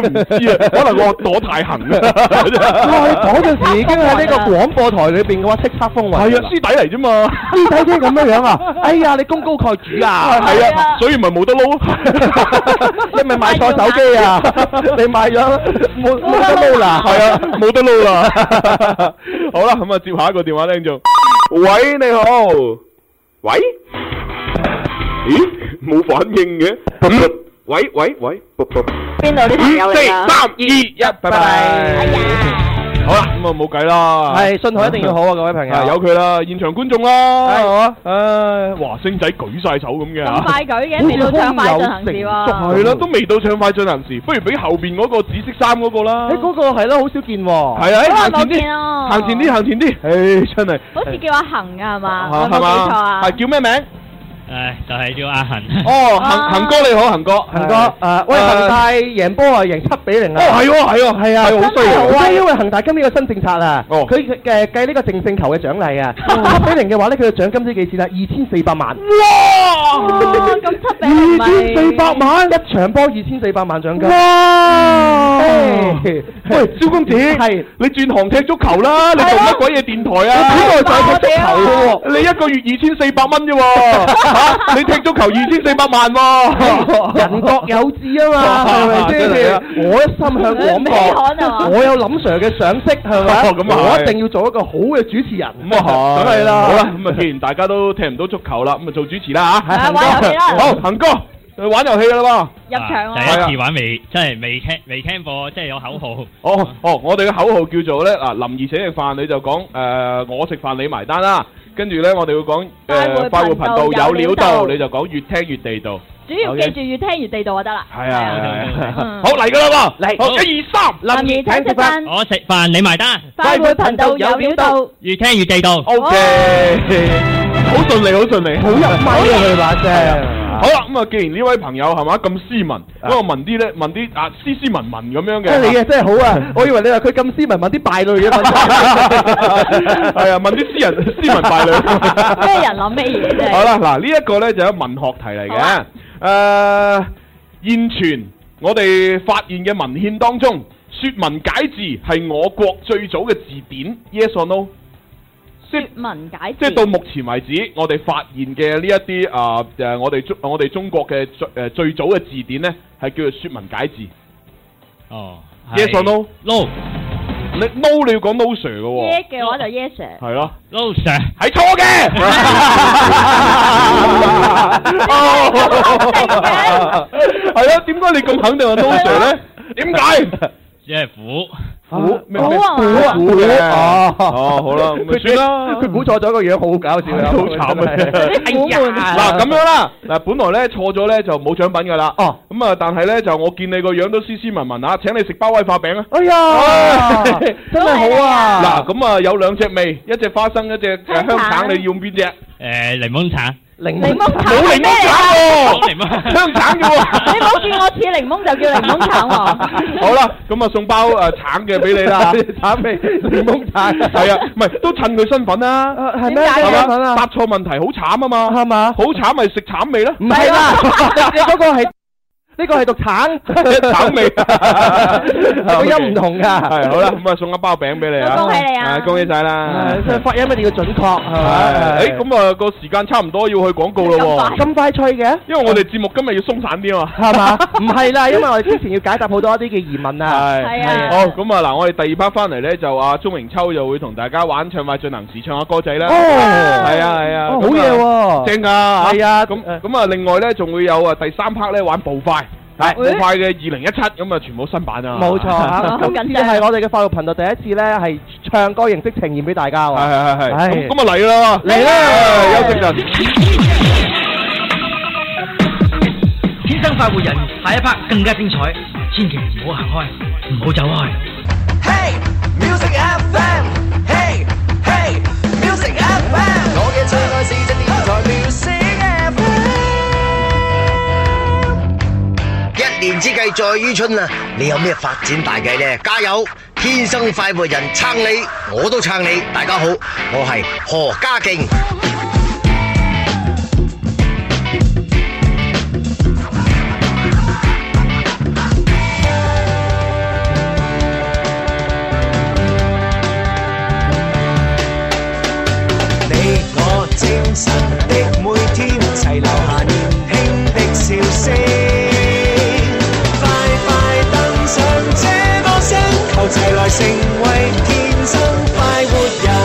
Speaker 5: 唔知啊，可能我躲太行啊，
Speaker 6: 哇！你嗰陣時已經喺呢個廣播台裏邊嘅話叱咤風雲。
Speaker 5: 係啊，師弟嚟啫嘛，
Speaker 6: 師弟姐咁樣樣啊！哎呀，你功高蓋主啊！
Speaker 5: 係
Speaker 4: 係啊
Speaker 5: 啊，所以咪冇得撈咯，
Speaker 6: 你咪買錯手機啊！你買咗冇冇得撈啦？
Speaker 5: 係啊，冇得撈啦。好啦，咁啊，接下一個電話聽眾，喂，你好，喂，咦，冇反應嘅，喂喂喂，
Speaker 4: 邊度啲朋友
Speaker 5: 五四
Speaker 4: 嚟㗎？
Speaker 5: 三二一，拜
Speaker 4: 哎
Speaker 5: 拜。
Speaker 4: 呀！
Speaker 5: 好啦，咁啊冇計啦，
Speaker 6: 係信號一定要好啊，各位朋友。
Speaker 5: 啊，有佢啦，現場觀眾啦，
Speaker 6: 係啊
Speaker 5: 嘛？唉，哇，星仔舉晒手咁嘅
Speaker 4: 咁
Speaker 5: 嚇，
Speaker 4: 快舉嘅，未到唱快進行時喎。
Speaker 5: 啊係啦，都未到唱快進行時，不如俾後邊嗰個紫色衫嗰個啦
Speaker 6: 你，嗰個係咯，好少見喎。
Speaker 5: 係啊，
Speaker 4: 好
Speaker 5: 哎
Speaker 4: 耐
Speaker 5: 行
Speaker 4: 冇
Speaker 5: 前
Speaker 4: 見
Speaker 5: 啲，
Speaker 4: 咯，
Speaker 5: 行前啲，行前啲，唉，真係，
Speaker 4: 好似叫阿恒㗎係嘛？
Speaker 5: 啊
Speaker 4: 有冇記錯啊啊？
Speaker 5: 係叫咩名？
Speaker 9: 唉，就係叫阿恒。
Speaker 5: 哦，
Speaker 4: 啊
Speaker 5: 恒恒哥你好，恒哥，
Speaker 6: 恒哥，誒，喂，
Speaker 5: 誒
Speaker 6: 恒大贏波啊，贏七比零
Speaker 5: 哦，
Speaker 6: 啊！
Speaker 5: 係喎，係喎，
Speaker 6: 係啊，
Speaker 5: 係好
Speaker 4: 真係
Speaker 5: 衰
Speaker 4: 好
Speaker 5: 喎
Speaker 6: 好啊，因為恒大今年嘅新政策啊，
Speaker 5: 哦
Speaker 6: 佢嘅計呢個淨勝球嘅獎勵啊，七比零嘅話咧，佢嘅獎金知幾錢啊？二千四百萬。
Speaker 4: 哦，咁七比零咪
Speaker 6: 二千四百萬，一場波二千四百萬獎金。
Speaker 5: 哇
Speaker 6: 嘿
Speaker 5: 喂，蕭公子，
Speaker 6: 係
Speaker 5: 你轉行踢足球啦，你做乜鬼嘢電台啊？
Speaker 6: 你本來就係踢足球嘅喎
Speaker 5: 你一個月二千四百蚊啫喎，嚇你踢足球二千四百萬喎，
Speaker 6: 人各有志啊嘛， 係咪
Speaker 5: 真係啊
Speaker 6: 先？我一心向廣
Speaker 4: 你可能啊
Speaker 6: 播，我有林 Sir 嘅賞識，係咪？
Speaker 5: 哦咁啊
Speaker 6: 我
Speaker 5: 係
Speaker 6: 一定要做一個好嘅主持人。
Speaker 5: 咁啊係，
Speaker 6: 梗係啦
Speaker 5: 好啦，咁啊既然大家都踢唔到足球啦，咁啊做主持啦嚇，
Speaker 4: 啊玩遊戲啦
Speaker 5: 好，恒哥，去玩遊戲㗎啦
Speaker 4: 入場
Speaker 5: 係啊
Speaker 9: 第一次玩未，真係未 can 未 can 過，即係有口號。
Speaker 5: 喎。哦哦，我哋嘅口號叫做咧啊，林兒請食飯你就講誒、呃我食飯你埋單啦。跟住咧，我哋會講誒
Speaker 4: 快
Speaker 5: 快活
Speaker 4: 活頻
Speaker 5: 頻
Speaker 4: 道
Speaker 5: 道有料
Speaker 4: 有料到
Speaker 5: 到，你就講越聽越地道。
Speaker 4: 主要
Speaker 5: OK
Speaker 4: 記住越聽越地道就得啦。
Speaker 5: 係啊，係啊
Speaker 4: 嗯
Speaker 5: 好嚟㗎啦喎，
Speaker 6: 嚟
Speaker 5: 好一二三。
Speaker 4: 林怡請食飯，
Speaker 9: 我食飯你埋單，
Speaker 4: 快活頻道有料到。
Speaker 9: 越聽越地道。
Speaker 5: O K，好順利，好順利，好入
Speaker 6: 咪啊佢把聲。啊
Speaker 5: 好啦，咁啊，既然呢位朋友係嘛咁斯文，咁我問啲咧，問啲啊斯斯文文咁樣嘅，
Speaker 6: 真係你嘅真係 好啊！我以為你話佢咁斯文問啲敗類嘅問題，
Speaker 5: 係啊，問啲私人斯文敗類。
Speaker 4: 咩人諗咩嘢啫？
Speaker 5: 好啦，嗱呢一個咧就係文學題嚟
Speaker 4: 好
Speaker 5: 嘅
Speaker 4: 啊，
Speaker 5: 誒現存我哋發現嘅文獻當中，《説文解字》係我國最早嘅字典，yes or no？即係
Speaker 4: 文解字
Speaker 5: 即係到目前為止，我哋發現嘅呢一啲啊誒，我哋中我哋中國嘅最誒、最早嘅字典呢，係叫做《説文解字》。
Speaker 9: 哦
Speaker 5: Yes or no？
Speaker 9: no
Speaker 5: 你 no 你要講 no sir 嘅喎、
Speaker 4: yes 嘅話就 yes sir。
Speaker 5: 係咯，
Speaker 9: no sir，
Speaker 5: 係錯哦嘅。哦 係咯，點解你咁肯定係 no sir 呢？點解？
Speaker 9: 即係苦。
Speaker 5: 估咩
Speaker 4: 估
Speaker 5: 咩
Speaker 4: 啊
Speaker 6: 估
Speaker 5: 估 嘅
Speaker 6: 哦
Speaker 5: 哦，好啦，
Speaker 9: 啊
Speaker 5: 咁咪算啦。
Speaker 6: 佢估錯咗個樣，好搞笑啊！
Speaker 5: 好慘啊
Speaker 6: 真係
Speaker 4: 啲苦悶
Speaker 5: 嗱咁樣啦，嗱本來咧錯咗咧就冇獎品噶啦，
Speaker 6: 哦，
Speaker 5: 咁啊但係咧就我見你個樣都斯斯文文啊，請你食包威化餅啊！
Speaker 6: 哎呀
Speaker 5: 哎，
Speaker 6: 真係好啊！
Speaker 5: 嗱，咁啊有兩隻味，一隻花生，一隻呃
Speaker 4: 香橙
Speaker 5: 香橙，你要邊隻？
Speaker 9: 誒檸檬橙，
Speaker 6: 檸
Speaker 4: 檸檬橙
Speaker 5: 冇
Speaker 4: 係
Speaker 5: 檸
Speaker 4: 咩嚟㗎？
Speaker 9: 冇檸
Speaker 5: 檬
Speaker 9: 檬
Speaker 5: 橙喎，香橙嘅
Speaker 4: 你
Speaker 5: 喎。
Speaker 4: 冇見我似檸檬就叫檸檬 橙喎。
Speaker 5: 好啦，咁啊送包誒橙嘅俾你啦，
Speaker 6: 橙味檸檬橙
Speaker 5: 係啊，唔係都襯佢身份啦，
Speaker 6: 啊係咩？
Speaker 4: 點解嘅
Speaker 6: 係
Speaker 5: 係
Speaker 6: 咪
Speaker 5: 嘛？
Speaker 6: 啊？
Speaker 5: 答錯問題好慘啊嘛，
Speaker 6: 係嘛
Speaker 5: 好慘咪食橙味啦。
Speaker 6: 唔係啦，你你嗰個係呢個係讀橙，
Speaker 5: 橙味啊
Speaker 6: 個音唔同㗎。
Speaker 5: 係好啦，咁啊送一包餅俾你啊！
Speaker 4: 恭喜你啊
Speaker 5: 係恭喜晒啦！
Speaker 6: 誒，即係發音一定要準確。
Speaker 5: 係，誒
Speaker 6: 係
Speaker 5: 咁啊個時間差唔多要去廣告
Speaker 4: 咁
Speaker 5: 咯
Speaker 4: 快
Speaker 5: 喎，
Speaker 6: 咁快脆嘅。
Speaker 5: 因為我哋節目今日要鬆散啲啊嘛。
Speaker 6: 係嘛？唔係啦，因為我哋之前要解答好多一啲嘅疑問啊。
Speaker 5: 係
Speaker 4: 係啊
Speaker 5: 好咁啊嗱，我哋第二 part 翻嚟咧就阿鐘明秋就會同大家玩唱快進行時唱下歌仔啦。
Speaker 6: 哦
Speaker 5: 係啊係啊，
Speaker 6: 哦
Speaker 5: 咁啊
Speaker 6: 好嘢喎
Speaker 5: 正啊，
Speaker 6: 係啊
Speaker 5: 咁
Speaker 6: 誒
Speaker 5: 咁啊另外咧仲會有啊第三 part 咧玩步快，係步
Speaker 4: 喂
Speaker 5: 快嘅二零一七咁啊全部新版啊。
Speaker 6: 冇錯
Speaker 4: 好
Speaker 6: 啊！今
Speaker 4: 緊
Speaker 6: 次
Speaker 4: 張
Speaker 6: 係我哋嘅教育頻道第一次咧，係唱歌形式呈現俾大家
Speaker 5: 係係係
Speaker 6: 喎。
Speaker 5: 係，
Speaker 6: 係
Speaker 5: 咁咁啊嚟啦，
Speaker 6: 嚟啦
Speaker 5: 唉休息陣。
Speaker 7: 天生快活人，下一 part 更加精彩，千祈唔好行開，唔好走開。Hey Music FM，Hey Hey Music FM，我嘅最愛是只電台 Music FM。一年之計在於春啊！你有咩發展大計呢？加油！天生快活人撐你，我都撐你。大家好，我係何家勁。
Speaker 10: 你我精神的每天，齊留下年輕的笑聲。快快登上這個星球，齊來成為天生快活人。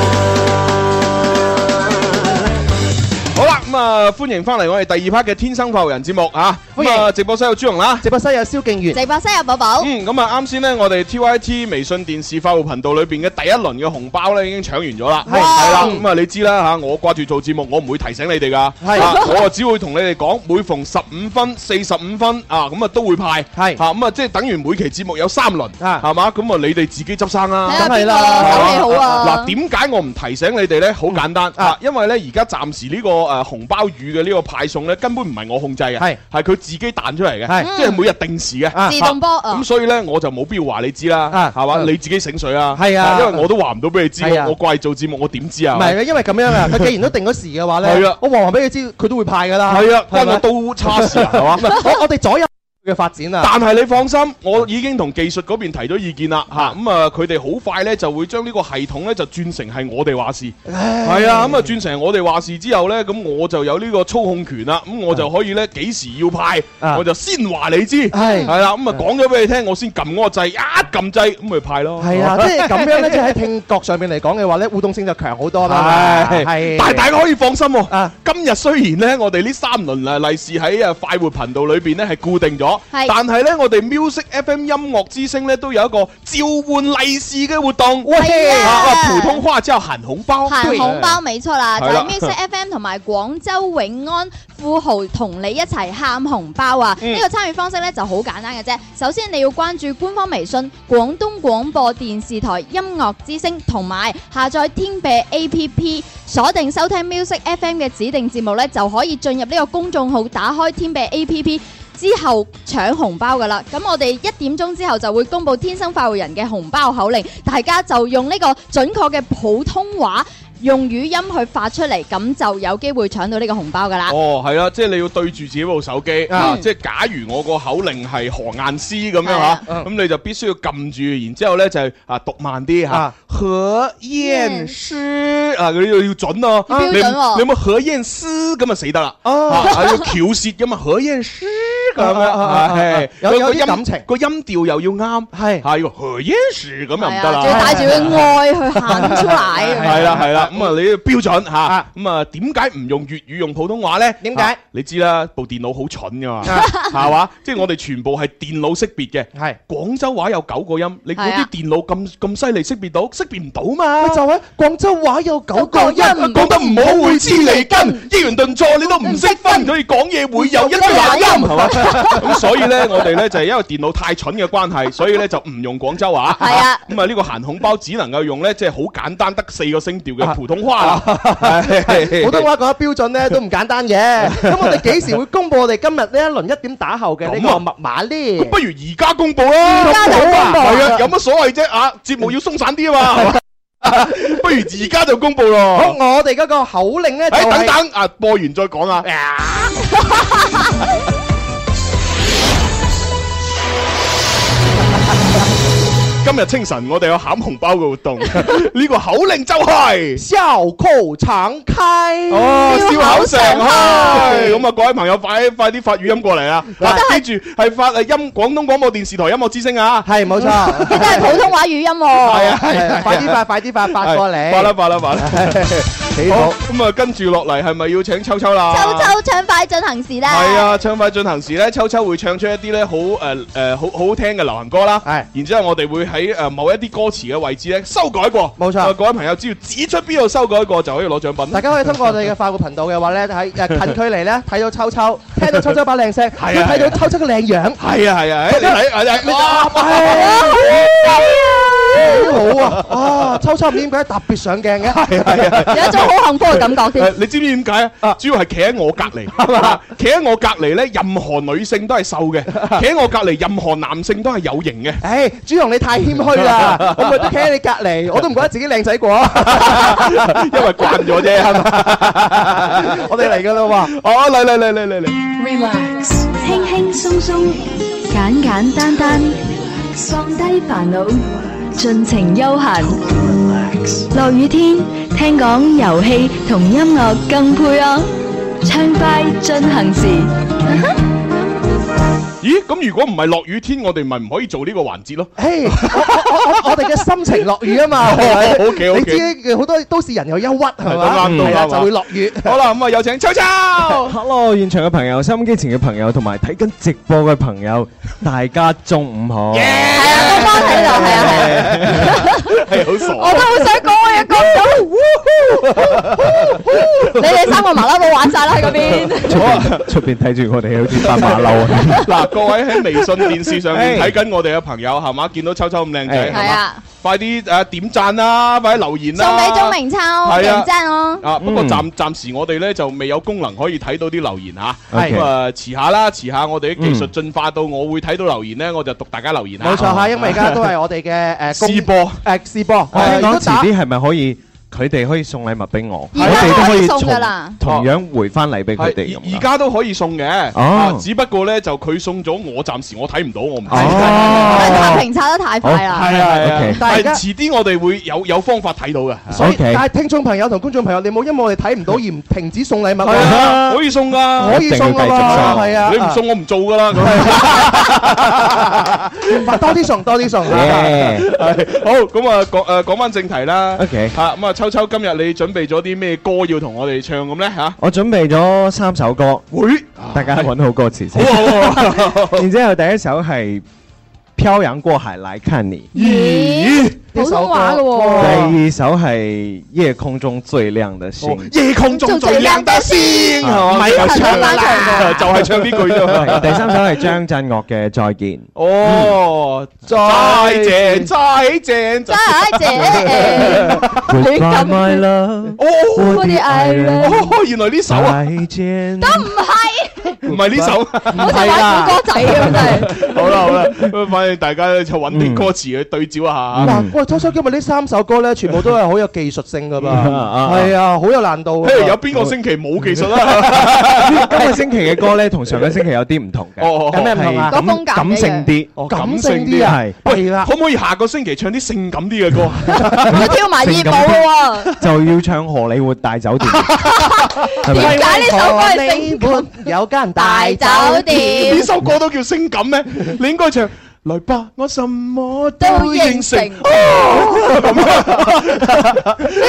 Speaker 5: 好啦，咁啊，歡迎翻嚟我哋第二 part 嘅《天生快活人》節目啊！咁啊，直播室有朱紅啦。
Speaker 6: 直播室有蕭敬元，
Speaker 1: 直播室有寶寶，
Speaker 5: 嗯，咁啊，啱先呢，我哋 T Y T 微信電視快活頻道裏邊嘅第一輪嘅紅包咧，已經搶完咗啦。係係啦，咁啊，你知啦嚇，我掛住做節目，我唔會提醒你 哋噶。
Speaker 6: 係
Speaker 5: 啊我啊只會同你哋講，每逢十五分、四十五分啊，咁啊都會派。
Speaker 6: 係
Speaker 5: 嚇，咁啊，即係等於每期節目有三輪，
Speaker 6: 啊
Speaker 5: 係嘛？咁啊，你哋自己執生啦
Speaker 1: 睇。下
Speaker 6: 真係
Speaker 1: 邊個
Speaker 6: 啦
Speaker 1: 手氣好
Speaker 5: 嗱，
Speaker 1: 啊！
Speaker 5: 點解我唔提醒你哋呢？好簡單啊，因為呢而家暫時呢個誒紅包雨嘅呢個派送呢，根本唔係我控制嘅，
Speaker 6: 係
Speaker 5: 係佢自己彈出嚟嘅，
Speaker 6: 係
Speaker 5: 即係每日定時嘅。
Speaker 6: 啊
Speaker 1: 自動波啊
Speaker 5: 咁！所以呢，我就冇必要話你知啦
Speaker 6: 啊，
Speaker 5: 係嘛？
Speaker 6: 嗯
Speaker 5: 你自己醒水啊，
Speaker 6: 係啊
Speaker 5: 因為我都話唔到俾你知，
Speaker 6: 係啊
Speaker 5: 我我怪做節目，我點知
Speaker 6: 唔
Speaker 5: 啊？
Speaker 6: 係因為咁樣啊，佢既然都定咗時嘅話咧
Speaker 5: 係啊，
Speaker 6: 我話話俾佢知，佢都會派㗎啦。
Speaker 5: 係啊，關
Speaker 6: 係咪
Speaker 5: 我都差事啊，係嘛？
Speaker 6: 我我哋左右。嘅發展啊。
Speaker 5: 但係你放心，我已經同技術嗰邊提咗意見啦，吓咁啊，佢哋好快呢就會將呢個系統呢就轉成係我哋話事，
Speaker 6: 唉
Speaker 5: 係啊，咁啊轉成我哋話事之後呢，咁我就有呢個操控權啦，咁我
Speaker 6: 啊
Speaker 5: 就可以呢幾時要派，我就先話你知，
Speaker 6: 係
Speaker 5: 係啦，咁啊講咗俾你聽，我先撳嗰個掣，一撳掣咁咪派咯，
Speaker 6: 係啊，即係咁樣咧，即係喺聽覺上面嚟講嘅話咧，互動性就強好多啦。
Speaker 5: 哎係，啊但係大家可以放心喎。今日雖然咧，我哋呢三輪啊利是喺啊快活頻道裏邊咧係固定咗，
Speaker 1: 係
Speaker 5: 但係咧我哋 Music FM 音樂之聲咧都有一個召喚利是嘅活動。
Speaker 1: 係啊
Speaker 5: 啊，普通話之後行紅包，
Speaker 1: 行紅包未錯 啦，就
Speaker 5: 係啦
Speaker 1: 係 Music FM 同埋廣州永安富豪同你一齊喊紅包啊！
Speaker 5: 嗯
Speaker 1: 呢個參與方式咧就好簡單嘅啫，首先你要關注官方微信廣東廣播電視台音樂之聲，同埋下載天幣 A P P，鎖定收聽 Music FM 嘅指定節目咧，就可以進入呢個公眾號，打開天幣 A P P。之後搶紅包噶啦，咁我哋一點鐘之後就會公布天生快活人嘅紅包口令，大家就用呢個準確嘅普通話用語音去發出嚟，咁就有機會搶到呢個紅包噶啦。
Speaker 5: 哦，係啦，即係你要對住自己部手機啊！
Speaker 1: 嗯
Speaker 5: 即係假如我個口令係何雁詩咁樣
Speaker 1: 係
Speaker 5: 嚇
Speaker 1: 啊，
Speaker 5: 咁你就必須要撳住，然之後咧就係啊讀慢啲嚇
Speaker 6: 啊。
Speaker 5: 何雁詩啊，你要要準咯，
Speaker 1: 要標準
Speaker 5: 你唔
Speaker 1: 喎
Speaker 5: 你冇何雁詩咁啊死得啦，啊要翹舌咁啊何雁詩咁
Speaker 6: 啊啊
Speaker 5: 樣，
Speaker 6: 啊啊
Speaker 5: 係
Speaker 6: 有
Speaker 5: 個
Speaker 6: 有
Speaker 5: 個
Speaker 6: 啲
Speaker 5: 音
Speaker 6: 感情
Speaker 5: 個音調又要啱，
Speaker 6: 係
Speaker 5: 係要何雁詩咁又唔
Speaker 1: 係
Speaker 5: 得
Speaker 1: 啊，
Speaker 5: 啦，
Speaker 1: 仲要帶住佢愛去喊出嚟。
Speaker 5: 係啦係啦，咁啊你要標準嚇，咁啊點解唔用粵語用普通話咧？
Speaker 6: 點解
Speaker 5: 啊你知啦，部電腦好蠢噶嘛，係嘛？即係我哋全部係電腦識別嘅。
Speaker 6: 係
Speaker 5: 廣州話有九個音，你嗰
Speaker 1: 係
Speaker 5: 啲
Speaker 1: 啊
Speaker 5: 電腦咁咁犀利識別到，識別唔到嘛
Speaker 6: 咪？就係廣州話有九個音，
Speaker 5: 講得唔好會黐脷根，抑揚頓挫你都唔識分，所以講嘢會有一堆懶音，係嘛？ 咁所以咧，我哋咧就係因為電腦太蠢嘅關係，所以咧就唔用廣州話。
Speaker 1: 係啊
Speaker 5: 咁啊呢個閒孔包只能夠用咧，即係好簡單得四個聲調嘅普通話啦。啊 係
Speaker 6: 普通話講得標準咧都唔簡單嘅。咁我哋幾時會公佈我哋今日呢一輪一點打後嘅呢
Speaker 5: 咁啊
Speaker 6: 個密碼呢？
Speaker 5: 不如而家公佈啦，
Speaker 6: 而家就公佈
Speaker 5: 係啊，有乜所謂啫？啊，節目要鬆散啲啊 嘛，係嘛不如而家就公佈
Speaker 6: 好，
Speaker 5: 咯。
Speaker 6: 我哋嗰個口令咧就
Speaker 5: 誒，等
Speaker 6: 係
Speaker 5: 等啊，播完再講 啊。今日清晨我哋有冚紅包嘅活動， 呢個口令就係、
Speaker 6: 笑口常開。
Speaker 5: 哦，笑口常開，咁啊，各位朋友快快啲發語音過嚟啊！嗱，記住係發誒音廣東廣播電視台音樂之聲啊！
Speaker 6: 係冇錯，
Speaker 1: 佢都係普通話語音
Speaker 5: 係
Speaker 1: 喎。
Speaker 5: 啊，係啊
Speaker 6: 快啲發，快啲發，發過嚟。哎
Speaker 5: 發啦，發啦，發啦！
Speaker 6: 幾
Speaker 5: 好
Speaker 6: 好。，
Speaker 5: 咁啊，跟住落嚟係咪要請秋秋啦？
Speaker 1: 秋秋唱快進行時啦。
Speaker 5: 係啊，唱快進行時咧，秋秋會唱出一啲咧好誒誒好好好聽嘅流行歌啦。
Speaker 6: 係
Speaker 5: 然之後我哋會喺誒某一啲歌詞嘅位置咧修改過。
Speaker 6: 冇錯
Speaker 5: 啊各位朋友只要指出邊度修改過就可以攞獎品。
Speaker 6: 大家可以通過我哋嘅快活頻道嘅話咧，喺誒近距離咧睇到秋秋，聽到秋秋把靚聲，
Speaker 5: 係啊
Speaker 6: 睇到秋秋嘅靚樣，
Speaker 5: 係啊係啊，誒你睇啊你睇
Speaker 6: 係
Speaker 5: 哇！
Speaker 6: 啊，好 啊！哇，秋秋唔知點解特別上鏡嘅，
Speaker 5: 係啊。
Speaker 1: 有一種好幸福嘅感覺
Speaker 5: 誒
Speaker 1: 添。
Speaker 5: 你知唔知點解啊？主要係企喺我隔離，企喺我隔離咧，任何女性都係瘦嘅；企喺我隔離，任何男性都係有型嘅。
Speaker 6: 誒，朱紅你太謙虛啦，我咪都企喺你隔 離，我都唔覺得自己靚仔過。
Speaker 5: 因為慣咗啫，係嘛？
Speaker 6: 我哋嚟㗎啦喎，
Speaker 5: 哦，嚟嚟嚟嚟嚟嚟，
Speaker 11: Relax，輕輕鬆鬆，簡簡單單，放低煩惱，盡情休閒。落雨天，聽講遊戲同音樂更配哦。暢快進行時。
Speaker 5: 咦？咁如果唔係落雨天，我哋咪唔可以做呢個環節咯？
Speaker 6: 誒，我我我我哋嘅心情落雨啊 嘛，
Speaker 5: 好嘅好
Speaker 6: 你
Speaker 5: 嘅，
Speaker 6: 知好多都市人有憂鬱係
Speaker 5: 係
Speaker 6: 嘛，
Speaker 5: 都啱都
Speaker 6: 係啊
Speaker 5: 啱
Speaker 6: 就會落雨。
Speaker 5: 好啦，咁啊有請秋秋。
Speaker 12: Hello，現場嘅朋友、收音機前嘅朋友同埋睇緊直播嘅朋 友，大家中午好。
Speaker 1: 係啊，我幫睇到，係啊，係啊。
Speaker 5: 係好傻，
Speaker 1: 我都好想講我嘅歌手。你哋三個麻甩佬玩晒啦喺嗰邊。
Speaker 12: 出邊出邊睇住我哋好似發馬 騮啊！
Speaker 5: 嗱，各位喺微信電視上面睇緊我哋嘅朋友係嘛？見到秋秋咁靚仔，係
Speaker 12: 係
Speaker 1: 係
Speaker 5: 嘛？
Speaker 1: 啊，
Speaker 5: 快啲誒點讚啦，快啲留言
Speaker 1: 送
Speaker 5: 啦。
Speaker 1: 俾鍾明秋，
Speaker 5: à.
Speaker 1: 認真哦。
Speaker 5: 啊，不過
Speaker 12: 嗯
Speaker 5: 暫暫時我哋咧就未有功能可以睇到啲留言嚇，
Speaker 12: OK
Speaker 5: 咁啊遲下啦，遲下我哋啲技術
Speaker 12: 嗯
Speaker 5: 進化到我會睇到留言咧，我就讀大家留言嚇。
Speaker 6: à, 冇錯嚇，因為而家都係我哋嘅誒公
Speaker 5: 試播
Speaker 6: 誒試播，
Speaker 12: 我聽
Speaker 6: 誒
Speaker 12: 講
Speaker 6: 都
Speaker 12: 遲
Speaker 6: 打
Speaker 12: 啲係咪可以佢哋可以送禮物俾我，
Speaker 1: 而
Speaker 12: 我
Speaker 1: 家
Speaker 12: 哋都可以
Speaker 1: 可以送
Speaker 12: 同
Speaker 1: 㗎啦
Speaker 12: 同樣回翻禮俾佢哋咁
Speaker 5: 而而家都可以送嘅，
Speaker 12: 哦
Speaker 5: 啊只不過咧就佢送咗我，暫時我睇唔到，我唔知。
Speaker 1: 刷屏刷得太快啦。
Speaker 5: 係啊係啊
Speaker 6: OK，
Speaker 5: 但係
Speaker 6: 但係而家
Speaker 5: 遲啲我哋會有有方法睇到嘅。
Speaker 6: 所以但係聽眾朋友同觀眾朋友，你冇因為我哋睇唔到而唔停止送禮物喎。
Speaker 5: 係啊可以送噶，
Speaker 6: 可以送㗎嘛，係啊。
Speaker 5: 你唔送我唔做噶啦。咁
Speaker 6: 啊多啲送，多啲送。
Speaker 5: 係好咁啊，講誒講翻正題啦。
Speaker 12: OK
Speaker 5: 嚇咁啊，秋秋今日你準備咗啲咩歌要同我哋唱咁咧嚇？
Speaker 12: 我準備咗三首歌，大家揾好歌詞先。 然之後第一首係《漂洋過海來看你》，
Speaker 1: 咦，普通話嘅喎。
Speaker 12: 第二首係《夜空中最亮的星》。
Speaker 5: 夜空中最亮的星，係
Speaker 4: Ờ,
Speaker 5: 嘛
Speaker 12: 唔係咁
Speaker 5: 就
Speaker 12: 唱 Ờ,
Speaker 5: 啦，就係唱呢句啫。
Speaker 12: 係第三首係張震岳嘅《再見》。
Speaker 5: 哦，再見，再見，再
Speaker 1: 見。
Speaker 12: Goodbye my love，
Speaker 5: 哦，
Speaker 12: 我的愛人
Speaker 5: 哦，原來呢首啊，
Speaker 12: 再見。
Speaker 1: 都唔係，
Speaker 5: 唔係呢首，
Speaker 1: 好似玩古歌仔咁真係。
Speaker 5: 好啦好啦，反正大家就揾啲歌詞去對照一下嚇。
Speaker 6: 嗱，喂，秋秋今日呢三首歌咧，全部都係好有技術性噶嘛，
Speaker 12: 啊
Speaker 6: 係啊，好有難度㗎。
Speaker 5: 譬如有邊個星期冇技術啊 啦？
Speaker 12: 今個星期嘅歌咧，同上個星期有啲唔同嘅。
Speaker 5: 哦哦
Speaker 12: 咁
Speaker 5: 哦
Speaker 12: 咩
Speaker 5: 係
Speaker 12: 係
Speaker 5: 個風
Speaker 12: 感
Speaker 5: 格
Speaker 12: 感性啲，
Speaker 5: 感性啲啊
Speaker 12: 係
Speaker 5: 喂，可唔可以下個星期唱啲性感啲嘅歌？啊
Speaker 1: 佢跳埋熱舞嘅喎。
Speaker 12: 就要唱《荷里活大酒店》。係咪
Speaker 1: 點解呢首歌係性感？
Speaker 6: 有間
Speaker 1: 大酒店
Speaker 5: 呢首歌都叫性感咩？你應該唱。來吧，我什麼
Speaker 1: 都
Speaker 5: 都
Speaker 1: 應
Speaker 5: 應
Speaker 1: 承
Speaker 5: 承。哦咁
Speaker 1: 呢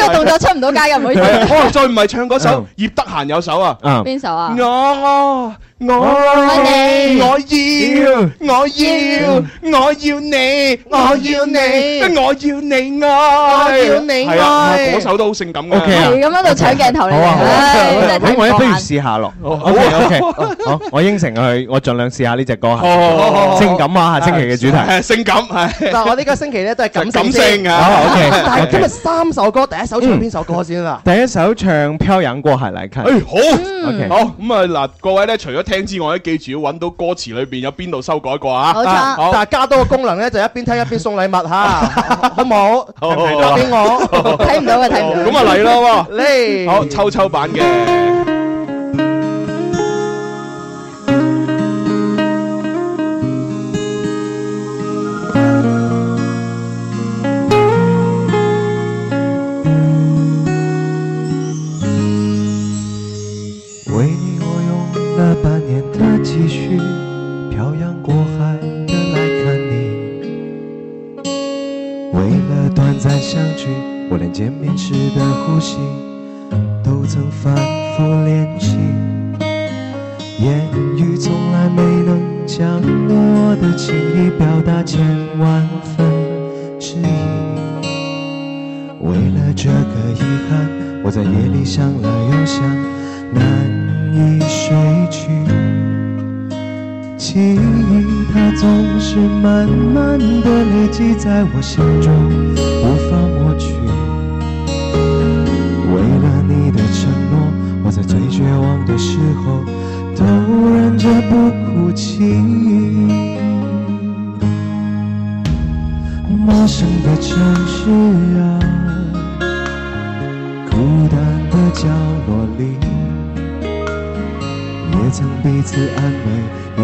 Speaker 1: 個動作出唔到街嘅，唔好意思。
Speaker 5: 哦，再唔係唱嗰首葉德嫻有首啊，
Speaker 1: 邊首啊？
Speaker 5: 我我愛你，我要我要我要你，我要你，我要你愛，
Speaker 1: 我要你愛
Speaker 5: 係啊嗰首都好性感嘅。
Speaker 12: OK 啊
Speaker 1: 係咁樣度搶鏡頭嚟
Speaker 12: 好啊
Speaker 1: 嘅，
Speaker 12: 好啊
Speaker 1: 唉，真係
Speaker 12: 咁
Speaker 1: 睇
Speaker 12: 我一
Speaker 1: 唔
Speaker 12: 不
Speaker 1: 過
Speaker 12: 如
Speaker 1: 眼。
Speaker 12: 試下咯。OK OK，好，我應承佢，我盡量試下呢只歌。性感啊，下星期嘅主題。
Speaker 5: 係性感 係。
Speaker 6: 嗱，我呢個星期咧都係感
Speaker 5: 感
Speaker 6: 先
Speaker 5: 性啊
Speaker 12: 好，OK，
Speaker 6: 但係今
Speaker 12: OK
Speaker 6: 日三首歌，第一首唱邊首歌先啦？
Speaker 12: 第一首唱《漂洋過海來看》。
Speaker 5: 誒好
Speaker 12: ，OK
Speaker 5: 好咁啊嗱，各位咧除咗聽之外咧，記住要揾到歌詞裏邊有邊度修改過啊。
Speaker 6: 啊
Speaker 5: 好
Speaker 6: 但係加多個功能咧，就一邊聽一邊送禮物嚇，好冇？
Speaker 5: 好好
Speaker 6: 交俾我，
Speaker 1: 睇唔到嘅，睇唔
Speaker 5: 咁啊嚟啦喎，
Speaker 6: 嚟
Speaker 5: 好秋秋版嘅。
Speaker 2: 为你我用了半年的积蓄，漂洋过海的来看你。为了短暂相聚，我连见面时的呼吸都曾反复练习。言语从来没能将我的情意表达千万分之一。为了这个遗憾，我在夜里想了又想，难以睡去。记忆它总是慢慢的累积在我心中，无法抹去。为了你的承诺，我在最绝望的时候都忍着不哭泣。陌生的城市啊，孤单的角落里，也曾彼此安慰，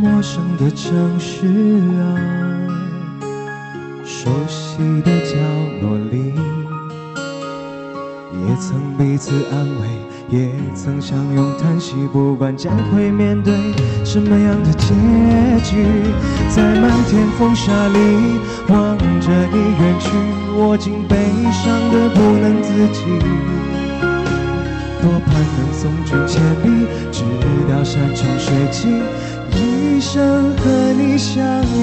Speaker 2: 陌生的城市啊，熟悉的角落里，也曾彼此安慰，也曾相拥叹息，不管将会面对什么样的结局，在漫天风沙里望着你远去，我竟悲伤的不能自己。多盼能送君铅笔，直到山穷水尽，一生和你相依，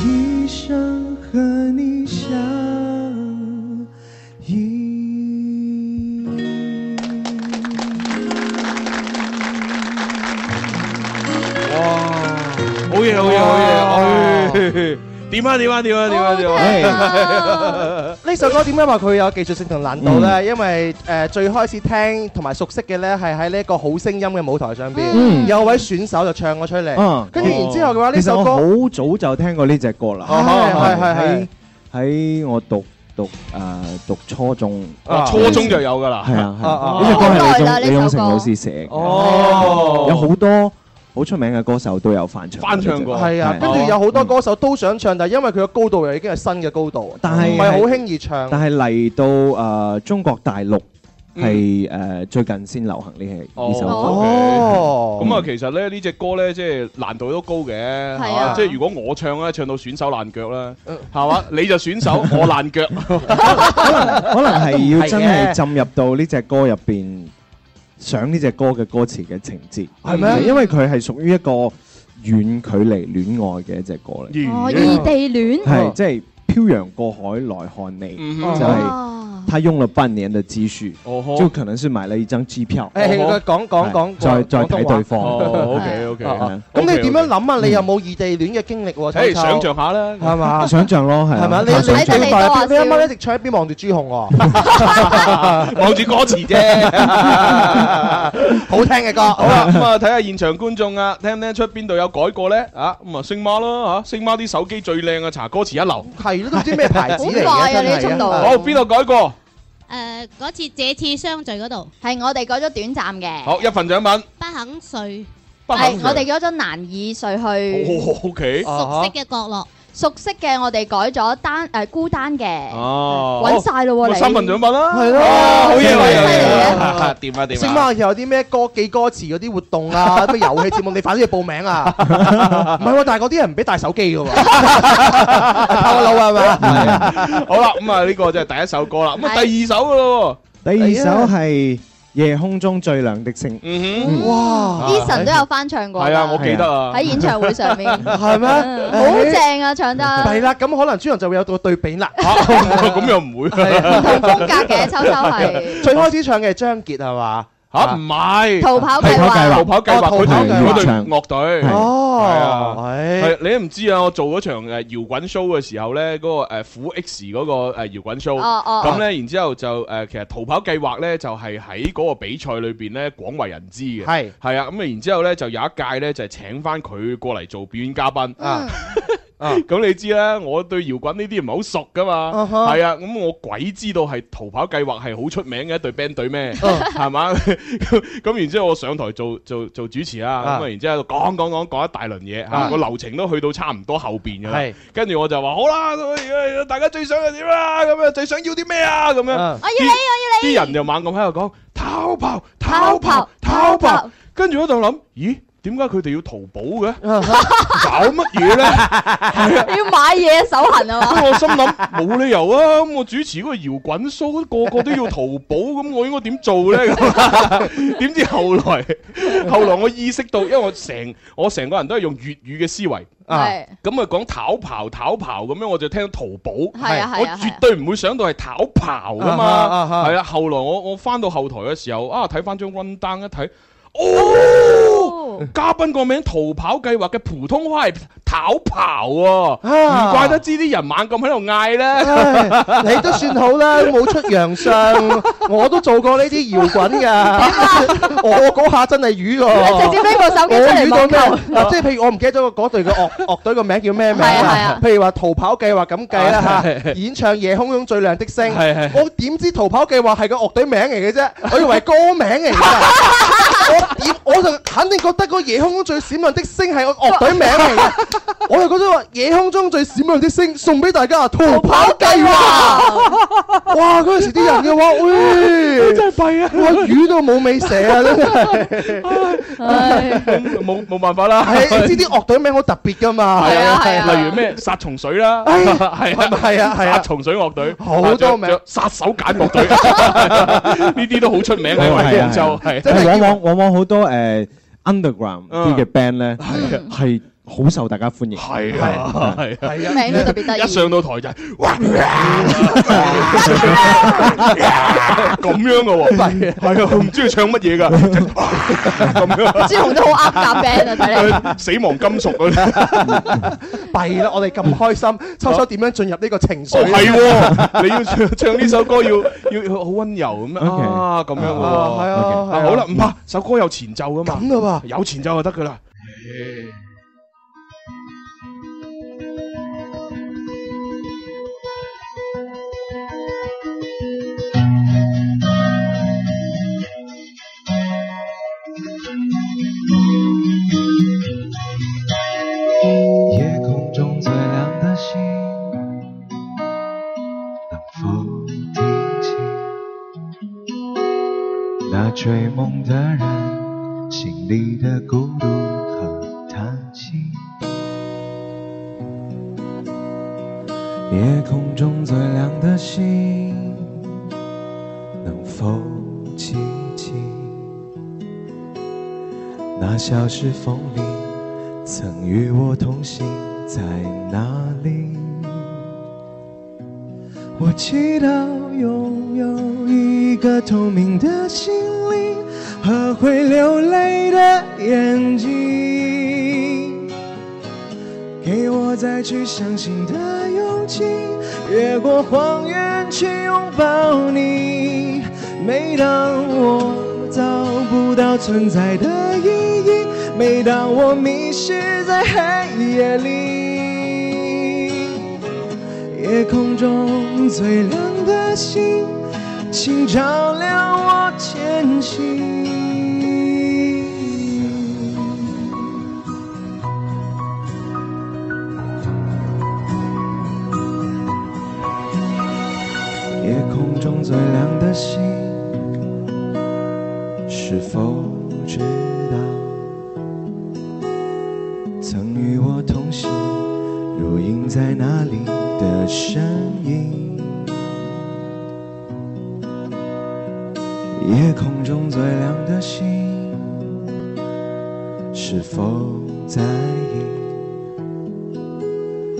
Speaker 2: 一生和你相依。
Speaker 13: 好嘢，好嘢，好
Speaker 5: 哎
Speaker 13: 嘢！唉點啊，點啊，點啊，點啊，點啊！
Speaker 6: 呢首歌點解話佢有技術性同難度呢？
Speaker 13: 嗯
Speaker 6: 因為誒最開始聽同埋熟悉嘅呢，係喺呢一個好聲音嘅舞台上邊，
Speaker 12: 嗯
Speaker 6: 有位選手就唱咗出嚟
Speaker 12: 嗯，，
Speaker 6: 跟住然之後嘅話呢
Speaker 12: 其實
Speaker 6: 首
Speaker 12: 我
Speaker 6: 歌
Speaker 12: 好早就聽過呢只歌啦，
Speaker 6: 係係係係
Speaker 12: 喺喺我讀讀誒讀初中
Speaker 5: 哦，，初中就有㗎啦
Speaker 12: 係啊，係
Speaker 5: 啊
Speaker 12: 啊
Speaker 5: 啊
Speaker 12: 呢只歌
Speaker 5: 好耐啦
Speaker 12: 係李宗
Speaker 5: 呢
Speaker 12: 李宗
Speaker 5: 首
Speaker 12: 盛
Speaker 5: 歌
Speaker 12: 老師寫嘅，
Speaker 6: 哦
Speaker 12: 有好多好出名嘅歌手都有翻唱，翻唱過呢隻
Speaker 6: 係啊，跟住有好多歌手都想唱，但係因為佢嘅高度又已經係新嘅高度，
Speaker 12: 但係
Speaker 6: 唔係好輕易唱。
Speaker 12: 但係嚟到誒中國大陸係誒最近先流行呢呢首歌。
Speaker 6: 哦
Speaker 5: 咁啊，其實咧呢只歌咧，即係難度都高嘅，係
Speaker 6: 啊
Speaker 5: 即係如果我唱咧，唱到選手爛腳啦，
Speaker 12: 嗯
Speaker 5: 係嘛？你就選 手，我爛腳。
Speaker 12: 可能 係要真係浸入到呢只歌入邊，想呢只歌嘅歌詞嘅情節，
Speaker 6: 係咩
Speaker 12: 因為佢係屬於一個遠距離戀愛嘅一隻歌嚟，
Speaker 1: 哦，異地戀，
Speaker 12: 係即係漂洋過海來看你，
Speaker 1: 嗯
Speaker 12: 就係他用了半年的積蓄，就可能是買了一張機票，
Speaker 6: 哦誒
Speaker 12: 哦
Speaker 6: 講講講
Speaker 12: 再
Speaker 6: 廣
Speaker 12: 再睇對方。
Speaker 6: 廣東話。係啊。咁
Speaker 12: 係
Speaker 6: 你點樣諗啊？
Speaker 12: 嗯
Speaker 6: 你有冇異地戀嘅經歷喎？
Speaker 12: 誒
Speaker 6: 秋秋
Speaker 12: 想像
Speaker 5: 下啦，
Speaker 6: 係嘛？
Speaker 12: 想像咯，係啊
Speaker 6: 係咪？你
Speaker 12: 想像
Speaker 6: 你你你啱啱一直唱一邊望住朱紅喎，
Speaker 5: 望住歌詞 啫，
Speaker 6: 好聽嘅歌。
Speaker 5: 好啦，咁啊睇下現場觀眾啊，聽唔聽出邊度有改過咧？啊，咁啊星媽咯嚇，星媽啲手機最靚啊，查歌詞一流。
Speaker 6: 係咯，都唔知咩牌
Speaker 1: 子嚟嘅好快啊真係你速度
Speaker 5: 好，邊度改過？
Speaker 1: 誒嗰次這次相聚嗰度係我哋改咗短暫嘅，
Speaker 5: 好，一份獎品。
Speaker 1: 不肯睡，
Speaker 5: 不肯
Speaker 1: 係
Speaker 5: 睡
Speaker 1: 我哋改咗難以睡去
Speaker 5: 哦，OK。
Speaker 1: 熟悉嘅角落，熟悉嘅我哋改咗單誒孤單嘅，
Speaker 5: 哦，
Speaker 1: 揾晒咯喎
Speaker 5: 咁啊
Speaker 1: 你
Speaker 5: 三份獎品啦，
Speaker 6: 係咯
Speaker 5: 啊好嘢，好嘢，
Speaker 6: 犀利啊
Speaker 5: 好嘢啊掂啊掂啊！
Speaker 6: 星媽又有啲咩歌記歌詞嗰啲活動啊， 咩遊戲節目，你快啲去報名啊！唔係喎，但係嗰啲人唔俾帶手機嘅喎，偷我腦啊係咪？
Speaker 5: 好啦，咁啊呢個就係第一首歌啦，咁啊第二首噶咯
Speaker 12: 第二
Speaker 6: 哎
Speaker 12: 首係夜空中最亮的星，
Speaker 5: 嗯
Speaker 6: 哇
Speaker 1: Eason 都有翻唱過㗎，
Speaker 12: 係啊我記得啊
Speaker 1: 喺演唱會上面
Speaker 6: 係咩
Speaker 1: 嗯 好正啊，唱
Speaker 5: Ờ.
Speaker 1: 得
Speaker 6: 係啦，咁可能朱紅就會有個對 比啦。
Speaker 5: 喎，咁又唔會
Speaker 1: 同風格嘅秋秋係。
Speaker 6: 最開始唱嘅係張傑係嘛？
Speaker 5: 嚇唔係
Speaker 1: 逃跑計劃
Speaker 5: 逃跑計劃佢
Speaker 6: 哦逃跑計劃
Speaker 5: 佢隊樂隊
Speaker 6: 哦
Speaker 5: 係啊，係你都唔知啊！我做嗰場誒搖滾 show 嘅時候咧，嗰個誒虎 X 嗰個誒搖滾 show，
Speaker 6: 哦哦
Speaker 5: 咁咧然之後就誒其實逃跑計劃咧就係喺嗰個比賽裏邊咧廣為人知嘅，
Speaker 6: 係
Speaker 5: 係啊，咁啊然之後咧就有一屆咧就係請翻佢過嚟做表演嘉賓
Speaker 6: 啊。
Speaker 5: 咁你知啦，我對搖滾呢啲唔係好熟噶嘛，
Speaker 6: 啊哈
Speaker 5: 係啊，咁我鬼知道係逃跑計劃係好出名嘅一隊 band 隊咩，
Speaker 6: 嗯
Speaker 5: 係嘛？咁然之後我上台做做做主持啦，
Speaker 6: 啊
Speaker 5: 咁啊然之後講講講講一大輪嘢嚇，
Speaker 6: 啊
Speaker 5: 個流程都去到差唔多後邊㗎啦
Speaker 6: 係，
Speaker 5: 跟住我就話好啦，咁啊大家最想係點啦，咁啊最想要啲咩啊咁樣，我
Speaker 6: 要
Speaker 1: 你我
Speaker 5: 要你，啲人就猛咁喺度講逃跑逃跑逃跑，跟住我就諗，咦點解佢哋要淘寶 嘅？搞乜嘢咧？
Speaker 1: 要買嘢手痕啊嘛！
Speaker 5: 咁我心諗冇理由啊！咁我主持嗰個搖滾 show，個個都要淘寶，咁我應該點做咧？ 咁點知後來 後來我意識到，因為我成我成個人都係用粵語嘅思維。
Speaker 6: 啊
Speaker 5: 咁啊講跑刨跑刨咁樣，我就聽到淘寶，
Speaker 6: 係啊係啊
Speaker 5: 我
Speaker 6: 係啊
Speaker 5: 絕對唔會想到係跑刨噶
Speaker 6: 啊哈啊
Speaker 5: 嘛，
Speaker 6: 哈
Speaker 5: 係啊。後來我我翻到後台嘅時候，啊睇翻張 run down 一睇，哦，嘉賓個名逃跑計劃嘅普通話係跑刨喎，
Speaker 6: 啊
Speaker 5: 唔怪得知啲人猛咁喺度嗌
Speaker 6: 唉
Speaker 5: 咧。
Speaker 6: 你都算好 啦，冇出洋相，我都做過呢啲搖滾㗎。我嗰下真係魚喎，
Speaker 1: 直接拎部手機出嚟
Speaker 6: 我
Speaker 1: 網
Speaker 6: 魚
Speaker 1: 購
Speaker 6: 到咩？嗱即係譬如我唔記得咗嗰隊嘅樂樂隊個名叫咩名
Speaker 1: 係啊係
Speaker 6: 啦
Speaker 1: 啊。
Speaker 6: 譬如話逃跑計劃咁 計啦嚇，
Speaker 5: 係
Speaker 6: 演唱夜空中最亮的星
Speaker 5: 係係。
Speaker 6: 我點知逃跑計劃係個樂隊名 嚟嘅啫？我以為歌名嚟㗎。 我點我就肯定覺得個夜空中最閃亮的星係個樂隊名嚟嘅。
Speaker 14: 我就覺得話夜空中最閃亮的星送俾大家逃跑計劃。哇！嗰陣時啲人嘅 話，喂，真係弊啊！哇，魚都冇尾蛇啊，真 係。
Speaker 5: 冇冇辦法啦。
Speaker 14: 係，你知啲樂隊名好特別㗎嘛？
Speaker 6: 啊
Speaker 5: 啊
Speaker 14: 啊
Speaker 5: 例如咩殺蟲水啦，
Speaker 14: 哎
Speaker 5: 係啊係
Speaker 14: 係啊係啊
Speaker 5: 殺蟲水樂隊，
Speaker 14: 好多
Speaker 5: 仲有
Speaker 14: 名
Speaker 5: 仲有殺手鐧樂隊， 呢啲都好出名喺廣州，係啊
Speaker 12: 往往往往好多誒 underground 啲嘅 band 咧，係好受大家歡迎。
Speaker 5: 係啊係啊，
Speaker 1: 名都特別得意
Speaker 5: 一上到台就係 哇咁樣嘅喎，係啊，唔知佢唱乜嘢㗎，咁 樣。
Speaker 1: 朱紅都好啱夾 band 啊睇嚟
Speaker 5: 死亡金屬嗰 啲。
Speaker 14: 弊啦！我哋咁開心，秋秋點樣進入呢個情緒？
Speaker 5: 哦，係喎，你 要唱唱呢首歌要要要好温柔咁樣
Speaker 14: OK
Speaker 5: 啊，咁樣嘅喎，
Speaker 14: 啊係啊
Speaker 5: OK
Speaker 14: 係啊
Speaker 5: 好啦，唔怕，首歌有前奏噶嘛，咁
Speaker 14: 啦
Speaker 5: 有前奏就得噶啦。
Speaker 2: 夜空中最亮的星，能否听清？那追梦的人心里的孤独和叹息。夜空中最亮的星，能否记起？那消失风铃曾与我同行在哪里？我祈祷拥有一个透明的心灵和会流泪的眼睛，给我再去相信的勇气，越过谎言去拥抱你。每当我找不到存在的意义，每当我迷失在黑夜里。夜空中最亮的星，请照亮我前行。夜空中最亮的星，是否知道，曾与我同行，如影在哪里的身影？夜空中最亮的星，是否在意？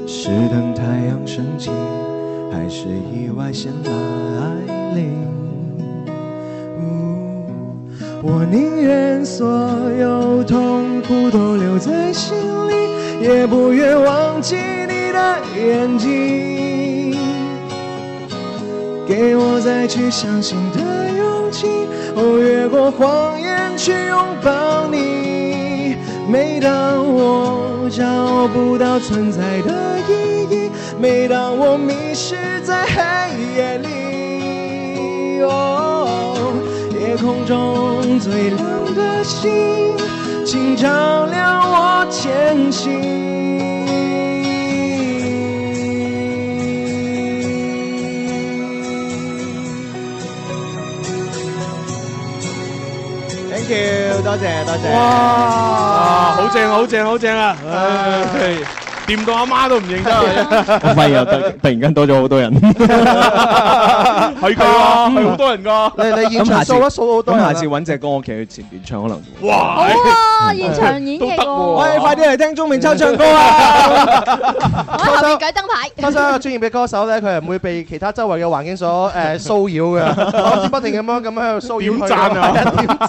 Speaker 2: 是等太阳升起，还是意外先来临？我宁愿所有痛苦都留在心里，也不愿忘记你的眼睛。给我再去相信的勇气，哦，越过谎言去拥抱你。每当我找不到存在的意义，每当我迷失在黑夜里，哦，夜空中最亮的星，请照亮我前行。
Speaker 14: Thank you，多謝多謝。
Speaker 5: 哇，好正好正好正啊！唉掂到阿媽都唔認 得啊，
Speaker 12: 咪又突突然間多咗好多人，
Speaker 5: 係佢
Speaker 12: Ờ,
Speaker 5: 啊，係好多人㗎。
Speaker 14: 你你現場數一數好多
Speaker 12: 咁
Speaker 14: 人
Speaker 12: 下
Speaker 14: 啊
Speaker 12: 次揾隻歌，我企去前邊唱可能。
Speaker 5: 哇！
Speaker 1: 哇！現場演繹喎，
Speaker 14: 快啲嚟聽鐘明秋唱歌 啊！
Speaker 1: 我喺 後面舉燈牌。
Speaker 14: 秋秋係專業嘅歌手咧，佢係唔會被其他周圍嘅環境所誒騷 擾嘅，我只不停咁樣咁樣喺度騷擾佢。
Speaker 5: 點讚啊
Speaker 14: 係點讚！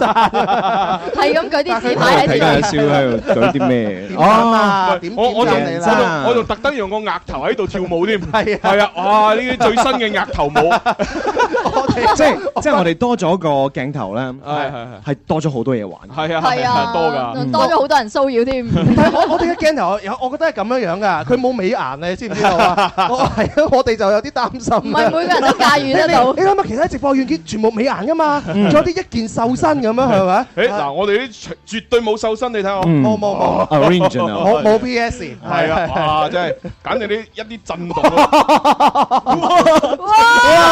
Speaker 1: 係咁舉啲紙牌
Speaker 12: 睇
Speaker 1: 喺
Speaker 5: Ờ.
Speaker 12: 緊
Speaker 1: 度。
Speaker 12: 阿蕭喺度做啲咩？
Speaker 14: 啊
Speaker 5: 喂我我仲
Speaker 14: 點讚你啦
Speaker 5: 我仲我仲特登用個額頭喺度跳舞添，
Speaker 14: 係啊
Speaker 5: 係啊，哇！呢啲最新嘅額頭舞，
Speaker 12: 即係即係我哋多咗個鏡頭咧，
Speaker 5: 係係
Speaker 12: 係多咗好多嘢玩。
Speaker 5: 係啊
Speaker 1: 係
Speaker 5: 係啊，
Speaker 1: 啊，
Speaker 5: 多㗎。
Speaker 1: 仲多咗好多人騷擾添。
Speaker 14: 但係 我我哋嘅鏡頭有，我覺得係咁樣樣噶，佢冇美顏你知唔知道 啊？我係啊，我哋就有啲擔心啊。
Speaker 1: 唔係每個人都駕馭得到
Speaker 14: 你你你諗下，其他直播軟件全部美顏噶嘛，仲
Speaker 5: 嗯
Speaker 14: 有啲一件瘦身咁樣
Speaker 6: Ờ,
Speaker 14: 係咪？
Speaker 5: 誒嗱，我哋啲絕絕對冇瘦身，你睇我，
Speaker 14: 冇冇冇冇
Speaker 12: ，original
Speaker 14: 冇 PS，
Speaker 5: 係啊係啊，哇！真係簡直啲一啲震動啊。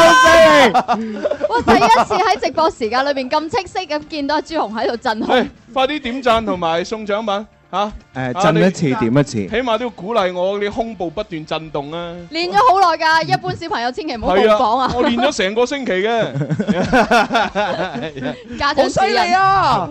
Speaker 1: 哇！第一次喺直播時間裏邊咁清晰咁見到阿朱紅喺度震撼
Speaker 5: 係，快啲點讚同埋送獎品嚇！
Speaker 12: 诶，
Speaker 5: 啊
Speaker 12: 震一
Speaker 5: 你
Speaker 12: 次點一次
Speaker 5: 起。碼都要鼓勵我，你胸部不斷震動啊！
Speaker 1: 練咗好耐㗎，一般小朋友千祈唔好模
Speaker 5: 嗯係
Speaker 1: 仿啊！
Speaker 5: 我練咗成個星期嘅。
Speaker 1: 家長指引
Speaker 14: 好犀利
Speaker 5: à?
Speaker 14: 啊！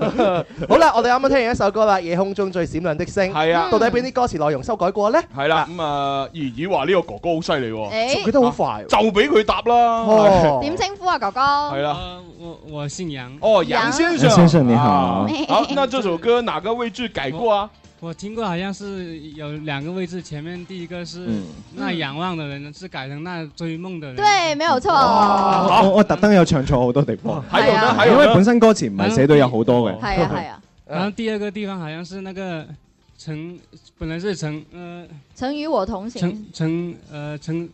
Speaker 14: 好啦，我哋啱啱聽完一首歌啦，《夜空中最閃亮的星》。
Speaker 5: 係啊
Speaker 14: 到底邊啲歌詞內容修改過呢？
Speaker 5: 係啦，咁啊，怡怡話呢個哥哥好犀利
Speaker 1: 誒
Speaker 5: 喎，
Speaker 14: 佢都好快，
Speaker 5: 就俾佢答啦。
Speaker 1: 點稱呼啊，哥哥？
Speaker 5: 係啦。
Speaker 9: 我我姓杨。
Speaker 5: 哦，杨先生，啊
Speaker 12: 楊先生你好
Speaker 5: 好，那这首歌哪个位置改过啊？
Speaker 9: 我听过，好像是有两个位置，前面第一个是
Speaker 12: 嗯
Speaker 9: 那仰望的人，是改成那追梦的人。
Speaker 1: 對，沒有錯。
Speaker 12: 我我特登有唱錯好多地方，
Speaker 9: 喺度呢喺度
Speaker 12: 因
Speaker 9: 呢
Speaker 12: 為本身歌詞唔係寫到有好多嘅，
Speaker 9: 係啊係
Speaker 1: 啊。
Speaker 5: 嗯
Speaker 9: 然后第二个地方好像是那个成，本来是成呃
Speaker 1: 成與我同行。
Speaker 9: 成成呃成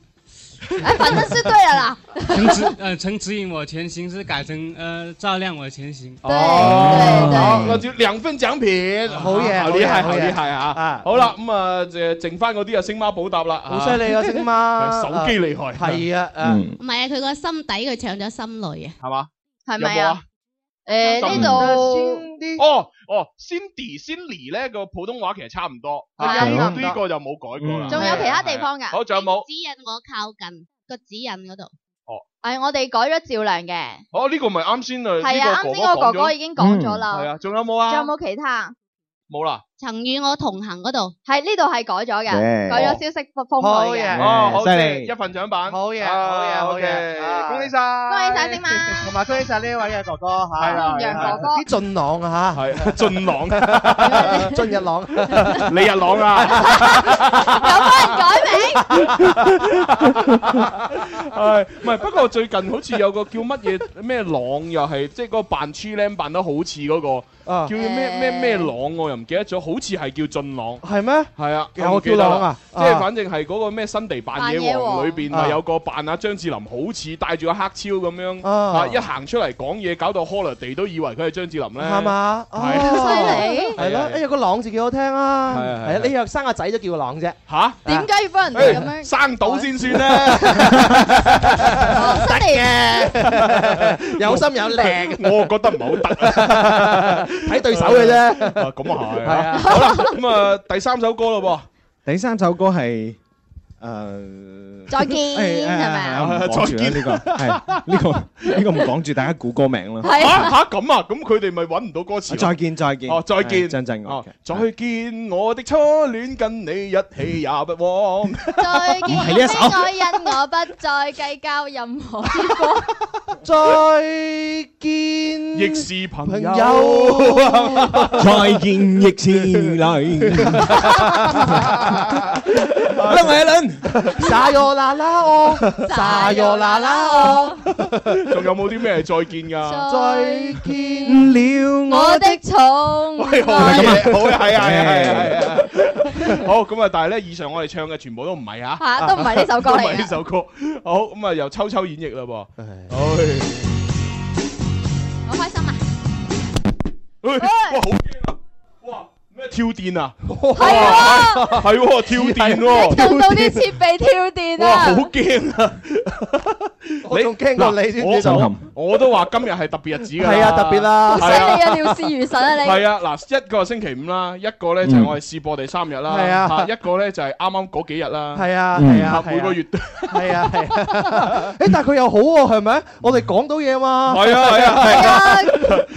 Speaker 1: 哎，反正是對了啦。
Speaker 9: 成指 呃成指引我前行是改成呃照亮我前行。
Speaker 5: 哦
Speaker 1: 对对
Speaker 5: 好，那就兩分獎品，
Speaker 9: 好嘢
Speaker 5: 好
Speaker 9: 好嘢
Speaker 5: 厲害，
Speaker 9: 好
Speaker 5: 好
Speaker 9: 嘢
Speaker 5: 厲害啊！好啦，咁啊，誒剩翻嗰啲啊，星媽補答啦，
Speaker 14: 好犀利啊，星媽，
Speaker 5: 手機厲害，
Speaker 14: 係啊，
Speaker 5: 嗯
Speaker 15: 唔係啊，佢個心底佢唱咗心累啊，
Speaker 5: 係嘛？
Speaker 1: 係
Speaker 5: 咪啊？
Speaker 1: 誒呢度
Speaker 5: 哦哦，Cindy Cindy 咧個普通話其實差唔多，
Speaker 15: 係
Speaker 5: 呢
Speaker 15: 差唔多
Speaker 5: 呢個就冇改過啦。
Speaker 1: 嗯仲有其他地方㗎
Speaker 5: 係啊好，仲有冇？
Speaker 1: 指引我靠近個指引嗰度。
Speaker 5: 哦，
Speaker 1: 係我哋改咗照亮嘅。
Speaker 5: 哦，呢個咪啱先啊，
Speaker 1: 係啊，啱先
Speaker 5: 呢
Speaker 1: 個哥哥已經講咗啦。
Speaker 5: 係啊，仲有冇
Speaker 1: 仲有
Speaker 5: 啊？
Speaker 1: 冇其他？
Speaker 5: 冇啦。
Speaker 1: 曾與我同行嗰度，係呢度係改咗嘅，
Speaker 5: Yeah
Speaker 1: 改咗消息封佢嘅。
Speaker 5: 哦，好
Speaker 12: 犀利
Speaker 5: 一份獎品，好
Speaker 14: 嘢
Speaker 5: 好
Speaker 14: 嘢好嘢啊
Speaker 5: 恭喜晒，
Speaker 1: 恭喜晒星媽，
Speaker 14: 同
Speaker 4: À,
Speaker 14: 埋恭喜晒呢位嘅哥哥嚇，
Speaker 5: 係啦係啦
Speaker 1: 楊哥哥
Speaker 14: 啲俊朗啊嚇，
Speaker 5: 係俊 朗，
Speaker 14: 俊日朗，
Speaker 5: 李日朗啊！唉，唔係，不過最近好似有個叫乜嘢 咩朗，又係即係嗰個扮 c h l a m 扮得好似嗰個，
Speaker 14: 啊
Speaker 5: 叫咩咩咩朗，我又唔記得咗，好似係叫俊朗。
Speaker 14: 係咩？
Speaker 5: 係啊，
Speaker 14: 有個
Speaker 5: 我唔記得
Speaker 14: 叫朗啊
Speaker 5: 啦即係
Speaker 14: 啊
Speaker 5: 反正係嗰個咩新地扮
Speaker 14: 扮
Speaker 5: 嘢
Speaker 14: 嘢
Speaker 5: 王
Speaker 14: 王
Speaker 5: 裏邊
Speaker 14: 啊
Speaker 5: 咪有個扮啊張智霖，好似戴住個黑超咁樣，
Speaker 14: 啊
Speaker 5: 啊一行出嚟講嘢，搞到 Holiday 都以為佢係張智霖咧，
Speaker 14: 係嘛？哦
Speaker 5: 係
Speaker 14: 係
Speaker 5: 係啊
Speaker 14: 咯，哎誒有個朗字幾好聽啊，
Speaker 5: 係啊係啊
Speaker 14: 係啊，你又生個仔都叫個朗啫，
Speaker 5: 嚇？
Speaker 1: 點解要幫人哋咁樣？
Speaker 5: 生到先算啦，
Speaker 1: 哦，得
Speaker 14: 嘅，
Speaker 6: Dạ,
Speaker 14: 有心有力，
Speaker 5: 我覺得唔係好得啊，
Speaker 14: 睇對手嘅啫。
Speaker 5: 啊咁啊係啊，好啦，咁啊第三首歌咯
Speaker 12: 第三首歌係誒
Speaker 1: 再見係咪啊
Speaker 12: 唔講住
Speaker 5: 再
Speaker 12: 啦
Speaker 5: 見
Speaker 12: 呢個係呢個呢個唔講住，大家估歌名啦。
Speaker 5: 喎，嚇嚇咁啊，咁佢哋咪揾唔到歌詞咯。
Speaker 12: 再見，再見。
Speaker 5: 哦再見
Speaker 12: 係真真
Speaker 5: Ờ,
Speaker 12: 我。
Speaker 5: 再見我的初戀，跟你一起也不枉。
Speaker 1: 再見，
Speaker 5: 係呢一首
Speaker 1: 我因我不再計較任 何之苦。
Speaker 14: 再見，
Speaker 5: 亦是朋
Speaker 14: 朋
Speaker 5: 友。
Speaker 12: 再見，亦是淚。
Speaker 5: Ờ.
Speaker 14: 另
Speaker 12: 外一輪，
Speaker 14: 撒喲啦啦哦，撒喲啦啦哦，
Speaker 5: 仲有冇啲咩再見㗎？
Speaker 14: 再
Speaker 12: 見了
Speaker 1: 我的寵
Speaker 5: 喂，好
Speaker 1: 愛
Speaker 5: 嘢，好嘢，係啊，係啊，係啊，係啊好咁啊！但係咧，以上我哋唱嘅全部都唔係啊，
Speaker 1: 嚇都唔係呢首歌嚟㗎
Speaker 5: 都唔係呢首歌。好咁啊，由秋秋演繹啦噃。
Speaker 1: 好開心啊！
Speaker 5: 唉，哇，好驚啊！哇，咩跳電啊？
Speaker 1: 係
Speaker 5: 喎， 係喎，跳電喎，
Speaker 1: 用到啲設備跳電
Speaker 5: 哇，好
Speaker 1: 啊！
Speaker 5: 驚啊！我仲
Speaker 14: 驚過你先知道
Speaker 5: 我我都話今日係特別日子㗎啦。
Speaker 14: 係啊特別啦
Speaker 1: 好犀利啊料事如神啊你
Speaker 5: 係啊，嗱，一個星期五啦，一個咧就係我哋試播第三日啦，
Speaker 14: 係啊
Speaker 5: 嚇一個咧就係啱啱嗰幾日啦。
Speaker 14: 係啊
Speaker 5: 嗯
Speaker 14: 係啊
Speaker 5: 每個月都
Speaker 14: 係啊係 啊，誒但係佢又好喎，係咪？我哋講到嘢嘛，
Speaker 5: 係啊 係啊係
Speaker 14: 啊，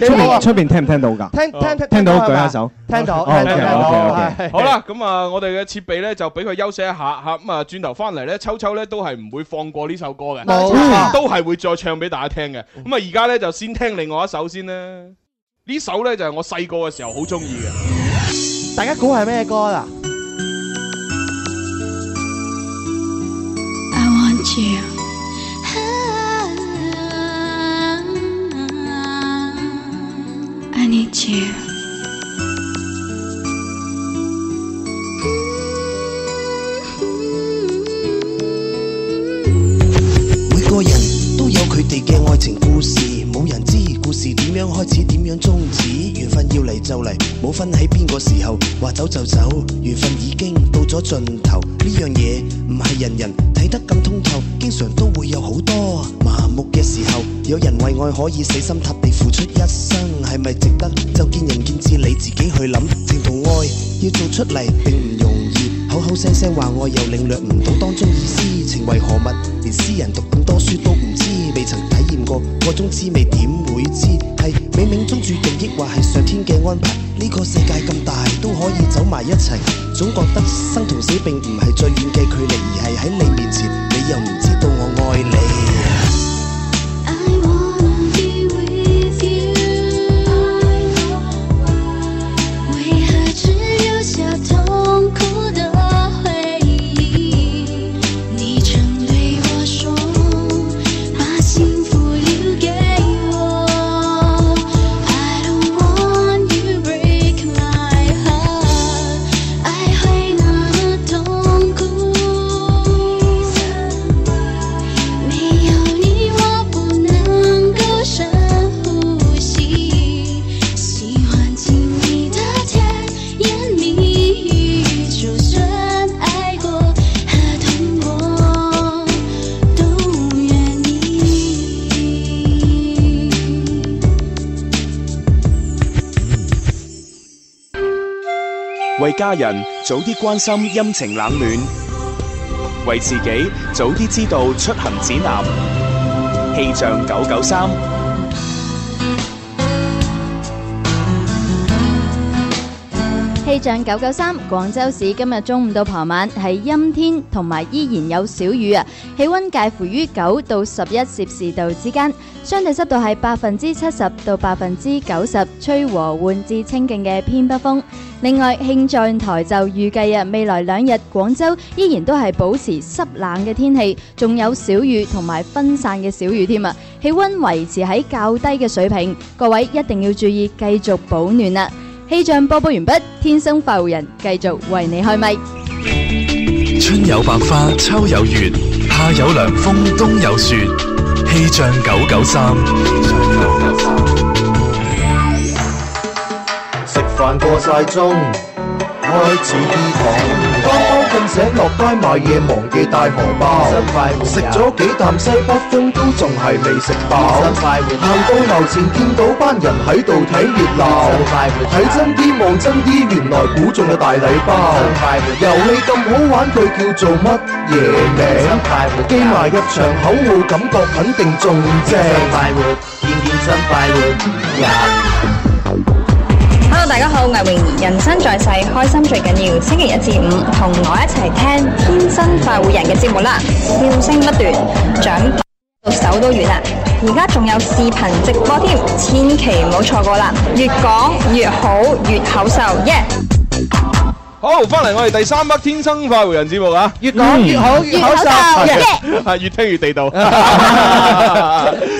Speaker 12: 出邊出邊聽唔聽到㗎？
Speaker 14: 聽聽聽
Speaker 12: 聽到
Speaker 14: 係
Speaker 12: 舉
Speaker 14: 嘛
Speaker 12: 下手。
Speaker 14: 聽到
Speaker 12: 哦
Speaker 14: 聽到
Speaker 12: ，OK，OK，OK
Speaker 14: 聽到係
Speaker 5: 好啦，咁啊，我哋嘅設備咧就俾佢休息一下嚇，咁啊轉頭翻嚟咧，秋秋咧都係唔會放過呢首歌嘅，
Speaker 14: 冇錯
Speaker 5: 都係會再唱俾大家聽嘅。咁啊，而家咧就先聽另外一首先啦。呢首咧就係我細個嘅時候好中意嘅，
Speaker 14: 大家估係咩歌啊啦？
Speaker 10: I want you.
Speaker 16: 每個人都有佢哋嘅愛情故事，冇人知故事事點樣開始，點樣終止，緣分要嚟就嚟，冇分喺邊個時候，話走就走，緣分已經到咗盡頭，呢樣嘢唔係人人睇得咁通透，經常都會有好多麻木嘅時候，有人為愛可以死心塌地付出一生，係咪值得就見仁見智，你自己去諗，情同愛要做出嚟並唔容易。口口聲聲話愛又領略唔到當中意思，情為何物？連詩人讀咁多書都唔知，未曾體驗過愛中滋味點會知？係冥冥中注定，抑或係上天嘅安排？呢、個世界咁大，都可以走埋一齊，總覺得生同死並唔係最遠嘅距離，而係喺你面前，你又唔知道我愛你。
Speaker 3: 为何只留下痛苦的回忆？你曾对我说，把幸福留给我。I don't want you break my heart，爱会那么痛苦。没有你，我不能够深呼吸。喜欢听你的甜言蜜语，就算爱过和痛过，都愿意。
Speaker 17: 为家人早啲关心阴晴冷暖，为自己早啲知道出行指南。气象九九三，
Speaker 1: 氣象九九三，廣州市今日中午到傍晚係陰天，同埋依然有小雨啊！氣温介乎於九到十一攝氏度之間，相對濕度係百分之七十到百分之九十，吹和緩至清勁嘅偏北風。另外，氣象台就預計啊，未來兩日廣州依然都係保持濕冷嘅天氣，仲有小雨同埋分散嘅小雨添啊！氣温維持喺較低嘅水平，各位一定要注意繼續保暖啦！氣象播報完畢，天生快活人繼續為你開咪。
Speaker 18: 春有百花，秋有月，夏有涼風，冬有雪。氣象九九三，
Speaker 19: 食飯過晒鐘，開始醫堂。剛剛瞓醒落街買嘢，忘記帶荷包。食咗幾啖西北風，都仲係未食飽。行到樓前見到班人喺度睇熱鬧。睇真啲望真啲，原來估中嘅大禮包。遊戲咁好玩，佢叫做乜嘢名？記埋入場口號，感覺肯定仲正。
Speaker 20: Hello，大家好，魏榮兒，人生在世，開心最緊要。星期一至五，同我一齊聽《天生快活人》嘅節目啦，笑聲不斷，獎品到手都軟啦。而家仲有視頻直播添，千祈唔好錯過啦！越講越好，越口秀，耶、
Speaker 5: 好，翻嚟我哋第三筆《天生快活人》節目啊，越
Speaker 20: 講越好越口秀
Speaker 5: 係越聽越 地道。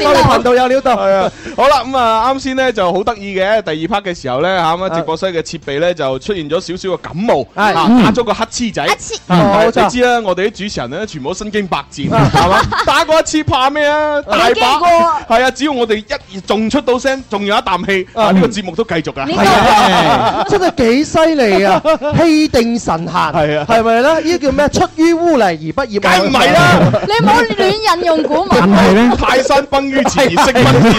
Speaker 5: 我哋頻道有料到。係啊， 好啦，咁啊，啱先咧就好得意嘅，第二 part 嘅時候咧嚇咁啊，直播室嘅設備咧就出現咗少少嘅感冒，啊
Speaker 6: 嗯
Speaker 5: 打咗個乞嗤仔。
Speaker 6: 冇
Speaker 5: 係
Speaker 6: 錯
Speaker 5: 你知啦，我哋啲主持人咧全部都身經百戰，係嘛？打過一次怕咩 啊？大
Speaker 6: 有經過
Speaker 5: 把係啊！只要我哋一仲出到聲，仲有一啖氣，啊呢個節目都繼續㗎。
Speaker 14: 係啊，真係幾犀利
Speaker 6: à.
Speaker 14: 啊！氣定神閒，係啊，係咪咧？呢啲叫咩？出於污泥而不染。梗唔係 啦，
Speaker 1: 你唔好亂引用古文。
Speaker 14: 但係呢
Speaker 5: 泰山崩於前而色崩於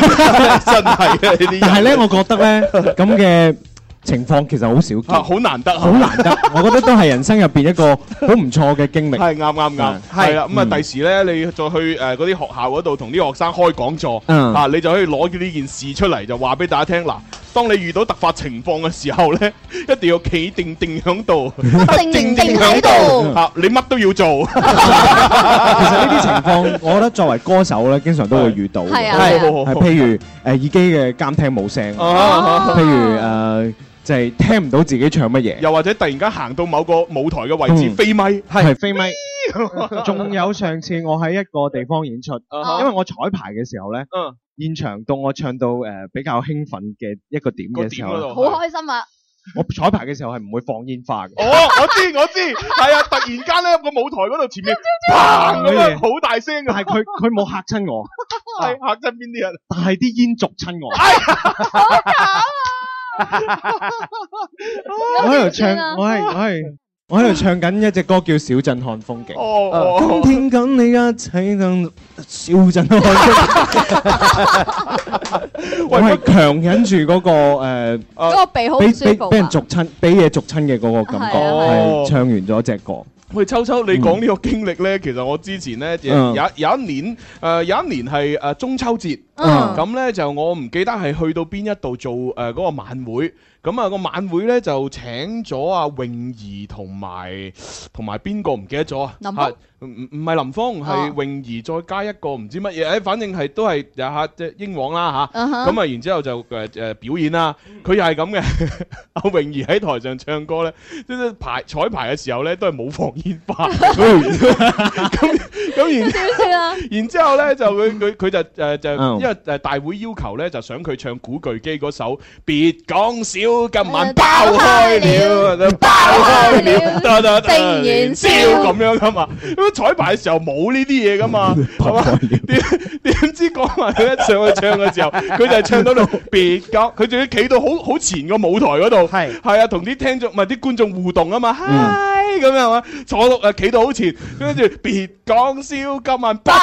Speaker 5: 真係嘅呢啲
Speaker 12: 但係咧，我覺得咧咁嘅情況其實好少
Speaker 5: 啊，
Speaker 12: 見，
Speaker 5: 好難得啊，
Speaker 12: 好難得。我覺得都係人生入邊一個好唔錯嘅經歷。
Speaker 5: 係啱啱啱，係啦，咁啊，第時咧，你再去誒呃嗰啲學校嗰度同啲學生開講座，
Speaker 12: 嗯
Speaker 5: 啊，你就可以攞呢件事出嚟，就話俾大家聽嗱。當你遇到突發情況嘅時候咧， 一定要企定定喺度，
Speaker 1: 定 定定喺度
Speaker 5: 嚇啊你乜都要做。
Speaker 12: 其實呢啲情況， 我覺得作為歌手咧，經常都會遇到嘅。
Speaker 5: 係啊係啊
Speaker 12: 係係譬如誒耳機嘅監聽冇聲，
Speaker 5: 哦
Speaker 12: 譬如誒就係聽唔到自己唱乜嘢。
Speaker 5: 又或者突然間行到某個舞台嘅位置
Speaker 12: 嗯
Speaker 5: 飛咪，
Speaker 12: 係飛咪。仲有上次我喺一個地方演出，因為我彩排嘅時候咧，現場到我唱到誒比較興奮嘅一個點嘅時候呢，
Speaker 1: 好開心啊！
Speaker 12: 我彩排嘅時候係唔會放煙花嘅。
Speaker 5: 哦，我知我知，係啊！突然間咧個舞台嗰度前面砰咁樣好大聲嘅，
Speaker 12: 但係佢佢冇嚇親我，
Speaker 21: 係嚇親邊 啲人？
Speaker 12: 但係啲煙逐親我。
Speaker 5: 哦
Speaker 12: 我喺度唱，我係我係我喺度唱緊一隻歌叫《小鎮看風景》。哦
Speaker 21: 今
Speaker 2: 天跟你一起等小鎮開
Speaker 12: 我係強忍住嗰個誒，
Speaker 1: 嗰個鼻好唔
Speaker 12: 俾
Speaker 1: 舒服
Speaker 12: 俾
Speaker 1: 啊
Speaker 12: 俾人逐親，俾嘢逐親嘅嗰個感覺，
Speaker 1: 係啊
Speaker 5: 係啊
Speaker 12: 係唱完咗隻歌。
Speaker 5: 喂，秋秋，你講呢個經歷呢，其實我之前呢，有
Speaker 12: 嗯
Speaker 5: 有有一年，誒有一年係誒中秋節，
Speaker 12: 嗯
Speaker 5: 咁呢，就我唔記得係去到邊一度做誒嗰個晚會，咁啊個晚會呢，就請咗阿泳兒同埋同埋邊個唔記得咗啊？
Speaker 21: 林峰
Speaker 5: 係唔唔唔係林峰，係
Speaker 21: 哦
Speaker 5: 泳兒再加一個唔知乜嘢，誒反正係都係有下即係英皇啦吓，
Speaker 21: 嗯哼
Speaker 5: 咁啊然之後就誒誒表演啦，佢又係咁嘅， 阿泳兒喺台上唱歌呢，即係排彩排嘅時候呢，都係冇放煙花。咁然然之後咧就佢佢佢就誒就
Speaker 21: 嗯
Speaker 5: 因為誒大會要求咧就想佢唱古巨基嗰首別講笑，今晚爆開了，哎爆開了，得得得
Speaker 21: 正燃燒
Speaker 5: 咁樣噶嘛。咁彩排嘅時候冇呢啲嘢噶嘛，係嘛？點點知講埋佢一上去唱嘅時候，佢就係唱到度別講，佢仲要企到好好前個舞台嗰度，係係啊，同啲聽眾唔係啲觀眾互動啊嘛。嗨咁樣係嘛，坐到誒企到好前，跟住別講笑，今晚爆。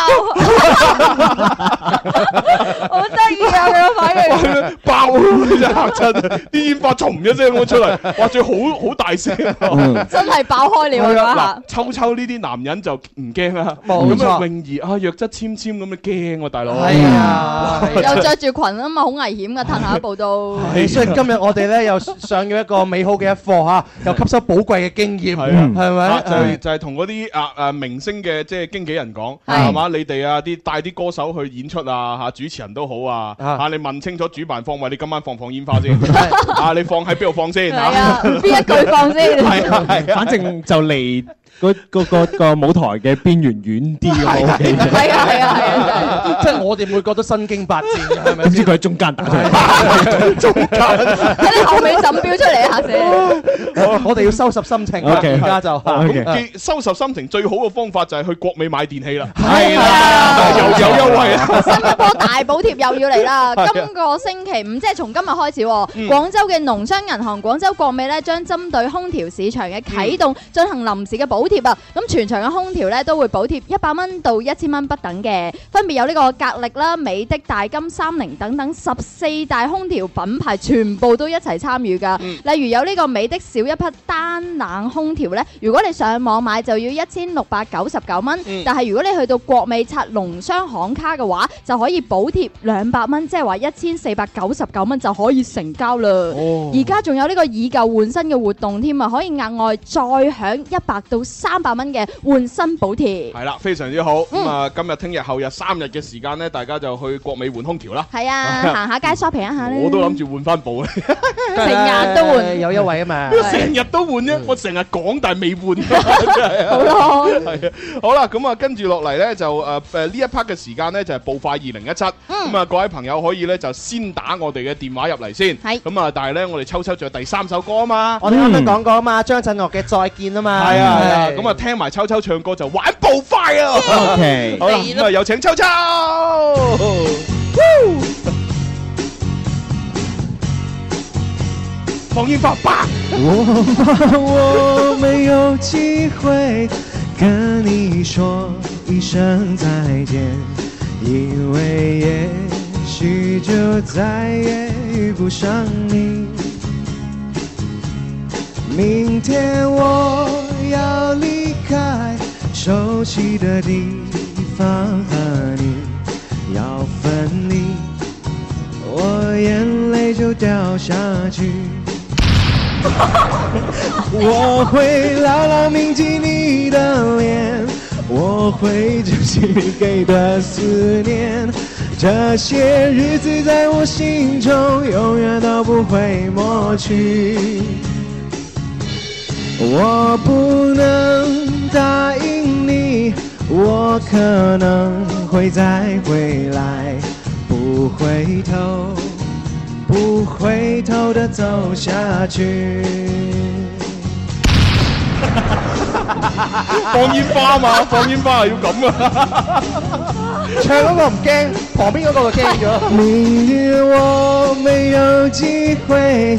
Speaker 1: 好得意啊！佢個反應。
Speaker 5: 爆真係嚇親啊！啲煙花嘭一聲咁出嚟，哇！最好好大聲啊，
Speaker 1: 真係爆開了啊
Speaker 5: 係
Speaker 1: 嗰
Speaker 5: 啊
Speaker 1: 下
Speaker 5: 嗱，秋秋呢啲男人就唔驚啦，
Speaker 1: 冇錯
Speaker 5: 咁啊泳兒啊弱質纖纖咁啊驚喎，大佬
Speaker 14: 係啊
Speaker 5: 哇
Speaker 1: 又着住裙啊嘛，好危險噶，褪下一步 都。
Speaker 14: 所以今日我哋咧又上咗一個美好嘅一課嚇，又吸收寶貴嘅經驗，
Speaker 5: 係
Speaker 6: 嗯
Speaker 5: 啊，
Speaker 14: 係
Speaker 5: 啊就係
Speaker 14: 咪？
Speaker 5: 就係同嗰啲啊啊明星嘅即係經紀人講，係嘛？你哋啊啲帶啲歌手去演出啊嚇，主持人都好啊嚇，你問清楚主辦方喂，你今晚放唔放煙花先 啊？你放喺邊度放先
Speaker 1: 係啊邊一句放 先
Speaker 5: 係啊係啊，
Speaker 12: 反正就離嗰嗰個個舞台嘅邊緣遠啲咯。
Speaker 6: Ờ.
Speaker 12: 我記
Speaker 6: à,
Speaker 12: 得
Speaker 1: 係啊係啊係啊！
Speaker 14: 即係我哋會覺得身經百戰嘅，係咪
Speaker 12: 點知佢喺中間打出嚟。
Speaker 1: 喺你後尾枕標出嚟啊嚇死你！
Speaker 14: 我我哋要收拾心情
Speaker 6: 啊
Speaker 14: 啦，而家就
Speaker 1: 哦
Speaker 5: 咁記收拾心情最好嘅方法就係去國美買電 器啦，係啦，又有優惠啊啦。
Speaker 1: 啊新加坡大補貼又要嚟啦！
Speaker 5: 係啊嗯
Speaker 1: 今個星期五即係從今日開始喎，廣州嘅農商銀行廣州國美咧將針對空調市場嘅
Speaker 5: 嗯
Speaker 1: 啟動進行臨時嘅補貼啊！咁全場嘅空調咧都會補貼一百蚊到一千蚊不等嘅，分別有呢個格力啦、美的、大金、三菱等等十四大空調品牌全部都一齊參與㗎。
Speaker 5: 嗯
Speaker 1: 例如有呢個美的小一匹單冷空調咧，如果你上網買就要一千六百九十九蚊，
Speaker 5: 嗯
Speaker 1: 但係如果你去到國美刷農商行卡嘅話，就可以補貼兩百蚊，即係話一千四百九十九蚊就可以成交啦。
Speaker 5: 哦
Speaker 1: 而家仲有呢個以舊換新嘅活動添啊，可以額外再享一百到三百蚊嘅換新補貼。
Speaker 5: 係啦，非常之好。咁
Speaker 1: 嗯
Speaker 5: 啊，今日、聽日、後日三日嘅時間呢，大家就去國美換空調啦。
Speaker 1: 係 啊，行下街 shopping 一下咧。
Speaker 5: 我都 諗住換翻部咧，
Speaker 1: 成日都 換
Speaker 14: 有優惠啊嘛。
Speaker 5: 成日都換啫，我成日講但係未 換，真係啊
Speaker 1: 好咯
Speaker 5: 係啊，好啦，咁啊，跟住落嚟咧就誒誒呢一 part 嘅時間咧就係報快二零一七，咁啊各位朋友可以咧就先打我哋嘅電話入嚟先，咁啊，但係咧我哋抽抽仲有第三首歌啊嘛，
Speaker 14: 我哋啱啱講過啊嘛，張震岳嘅《再見》啊嘛，
Speaker 5: 係啊係啊，咁啊聽埋秋秋唱歌就玩步快啊
Speaker 14: OK
Speaker 5: 好啦，咁啊有請秋秋。放烟花吧。
Speaker 2: 我怕我没有机会跟你说一声再见，因为也许就再也遇不上你。明天我要离开熟悉的地方和你要分离，我眼泪就掉下去。我会牢牢铭记你的脸，我会珍惜你给的思念。这些日子在我心中永远都不会抹去。我不能答应你，我可能会再回来，不回头，不回头的走下去。
Speaker 5: 啊放煙花嘛，放煙花係要咁噶。
Speaker 6: 唱嗰個唔驚，旁邊嗰個就驚咗。
Speaker 2: 明日我没有机会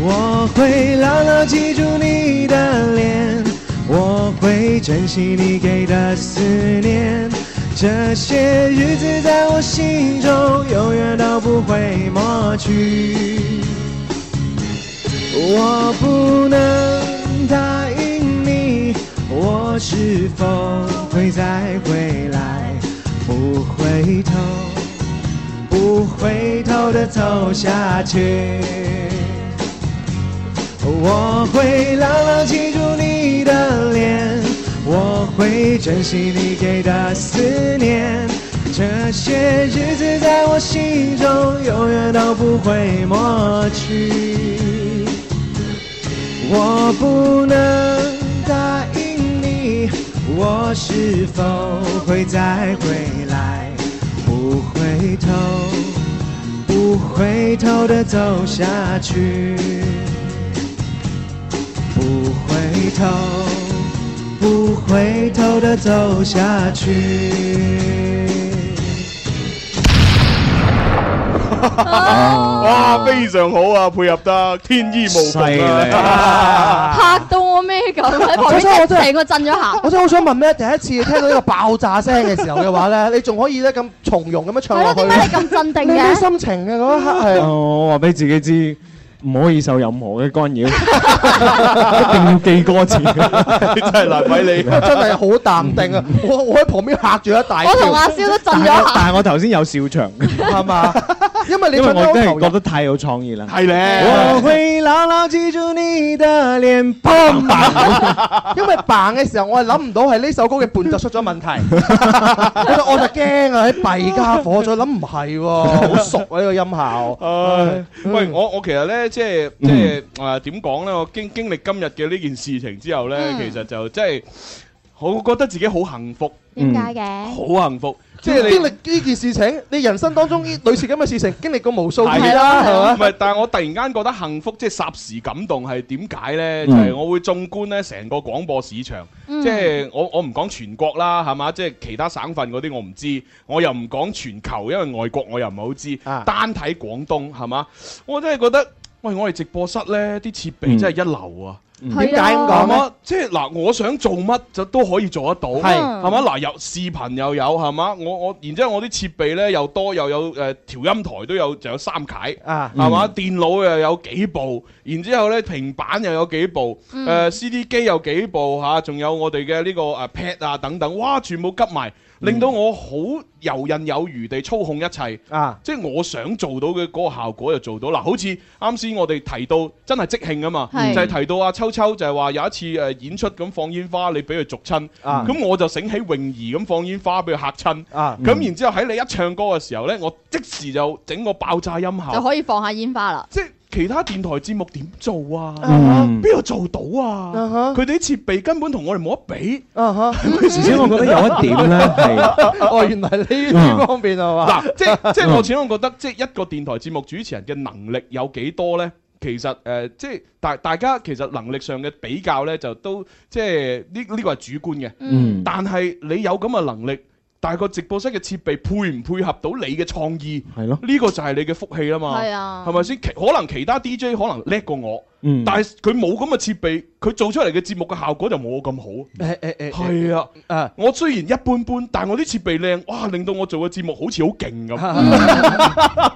Speaker 2: 我会牢牢记住你的脸，我会珍惜你给的思念。这些日子在我心中永远都不会抹去。我不能答应你，我是否会再回来？不回头，不回头的走下去。我会牢牢记住你的脸，我会珍惜你给的思念。这些日子在我心中永远都不会抹去。我不能答应你，我是否会再回来？不回头，不回头的走下去。不回头，不回头的走下去。
Speaker 5: 哇，非常好啊，配合得天衣無縫 啊！
Speaker 1: 嚇到我咩咁？喺旁
Speaker 6: 我真 係我
Speaker 1: 邊
Speaker 6: 真係
Speaker 1: 成個震咗下。
Speaker 6: 我真係好想問咧，第一次聽到呢個爆炸聲嘅時候嘅話 咧，你仲可以咧咁從容咁樣唱落去？
Speaker 1: 係咯點解你咁鎮定嘅嗯
Speaker 6: 你咩心情嘅嗰一刻係？
Speaker 12: 我話俾自己知，唔可以受任何嘅干擾，一定要記歌詞。真
Speaker 5: 係難為
Speaker 6: 真係好淡定啊！我我喺旁邊嚇住一大跳。
Speaker 1: 我同阿蕭都震咗一下
Speaker 12: 但係我頭先有笑場，
Speaker 6: 係嘛？ 因為你
Speaker 12: 因
Speaker 6: 唱
Speaker 12: 為
Speaker 6: 得
Speaker 12: 我
Speaker 6: 好
Speaker 12: 真
Speaker 6: 投
Speaker 12: 係
Speaker 6: 入
Speaker 12: 覺。得太有創意啦。
Speaker 5: 係
Speaker 12: 我會牢牢記住你的臉，砰
Speaker 6: 因為扮嘅時候，我係諗唔到係呢首歌嘅伴奏出咗問題，我就我就驚啊！喺弊家伙咗，諗唔係喎，好熟啊呢個音效。
Speaker 5: 唉，喂，我我其實咧，即係即係誒點講咧？我經經歷今日嘅呢件事情之後咧，
Speaker 1: 嗯
Speaker 5: 其實就即係我覺得自己好幸福，
Speaker 4: Ừ.
Speaker 1: 點解嘅？
Speaker 5: 好幸福，即
Speaker 6: 即
Speaker 5: 係
Speaker 6: 係
Speaker 5: 你
Speaker 6: 經歷呢件事情，你人生當中呢類似咁嘅事情經歷過無數次
Speaker 5: 係啊
Speaker 6: 啦，係
Speaker 5: 唔
Speaker 6: 嘛？
Speaker 5: 係，但係我突然間覺得幸福，即係霎時感動係點解呢？
Speaker 6: 嗯
Speaker 5: 就係我會縱觀呢成個廣播市場，
Speaker 6: 嗯
Speaker 5: 即係我我唔講全國啦，係嘛？即係其他省份嗰啲我唔知，我又唔講全球，因為外國我又唔係好知。
Speaker 6: 啊
Speaker 5: 單睇廣東係嘛？我真係覺得，喂，我哋直播室呢啲設備真係一流啊！
Speaker 6: 嗯點解咁
Speaker 5: 係
Speaker 6: 講呢
Speaker 5: 嘛即係嗱，我想做乜就都可以做得到，
Speaker 6: 係
Speaker 5: 係嘛？嗱，有視頻又有係嘛？我我然之後我啲設備咧又多又有誒調音台都有，就有三啟
Speaker 6: 啊
Speaker 5: 係嘛？電腦又有幾部，然之後咧平板又有幾部，誒
Speaker 6: 嗯
Speaker 5: CD 機有幾部嚇，仲有我哋嘅呢個誒 Pad 啊等等，哇！全部急埋，
Speaker 6: 嗯
Speaker 5: 令到我好游刃有餘地操控一切
Speaker 6: 啊！
Speaker 5: 即係我想做到嘅嗰個效果就做到啦。好似啱先我哋提到真係即興啊嘛，
Speaker 6: 係
Speaker 5: 就係提到阿秋秋就係話有一次誒演出咁放煙花，你俾佢逐親，
Speaker 6: 啊
Speaker 5: 咁我就醒起泳兒咁放煙花俾佢嚇親，
Speaker 1: 啊
Speaker 5: 咁然之後喺你一唱歌嘅時候呢，我即時就整個爆炸音
Speaker 1: 就
Speaker 5: 效。
Speaker 1: 可以放下煙花啦。
Speaker 5: 即係其他電台節目點做啊？
Speaker 12: 嗯
Speaker 5: 邊度做到啊？佢哋啲設備根本同我哋冇得比。
Speaker 12: 而且我覺得有一點咧 係。
Speaker 6: 哦，原來呢呢方面係嘛？
Speaker 5: 嗱，即係即係我始終覺得，即係一個電台節目主持人嘅能力有幾多呢？其實誒、呃即係大大家其實能力上嘅比較呢，就都即係呢呢個係主觀嘅。
Speaker 12: 嗯
Speaker 5: 但係你有咁嘅能力，但係個直播室嘅設備配唔配合到你嘅創意？
Speaker 12: 係咯，
Speaker 5: 呢個就係你嘅福氣啦嘛。
Speaker 1: 係啊
Speaker 5: 係咪先？其可能其他 DJ 可能叻過我，
Speaker 12: 嗯
Speaker 5: 但係佢冇咁嘅設備，佢做出嚟嘅節目嘅效果就冇我咁好。
Speaker 6: 誒誒誒，
Speaker 5: 係啊，我雖然一般般，但我啲設備靚，哇，令到我做嘅節目好似好勁咁。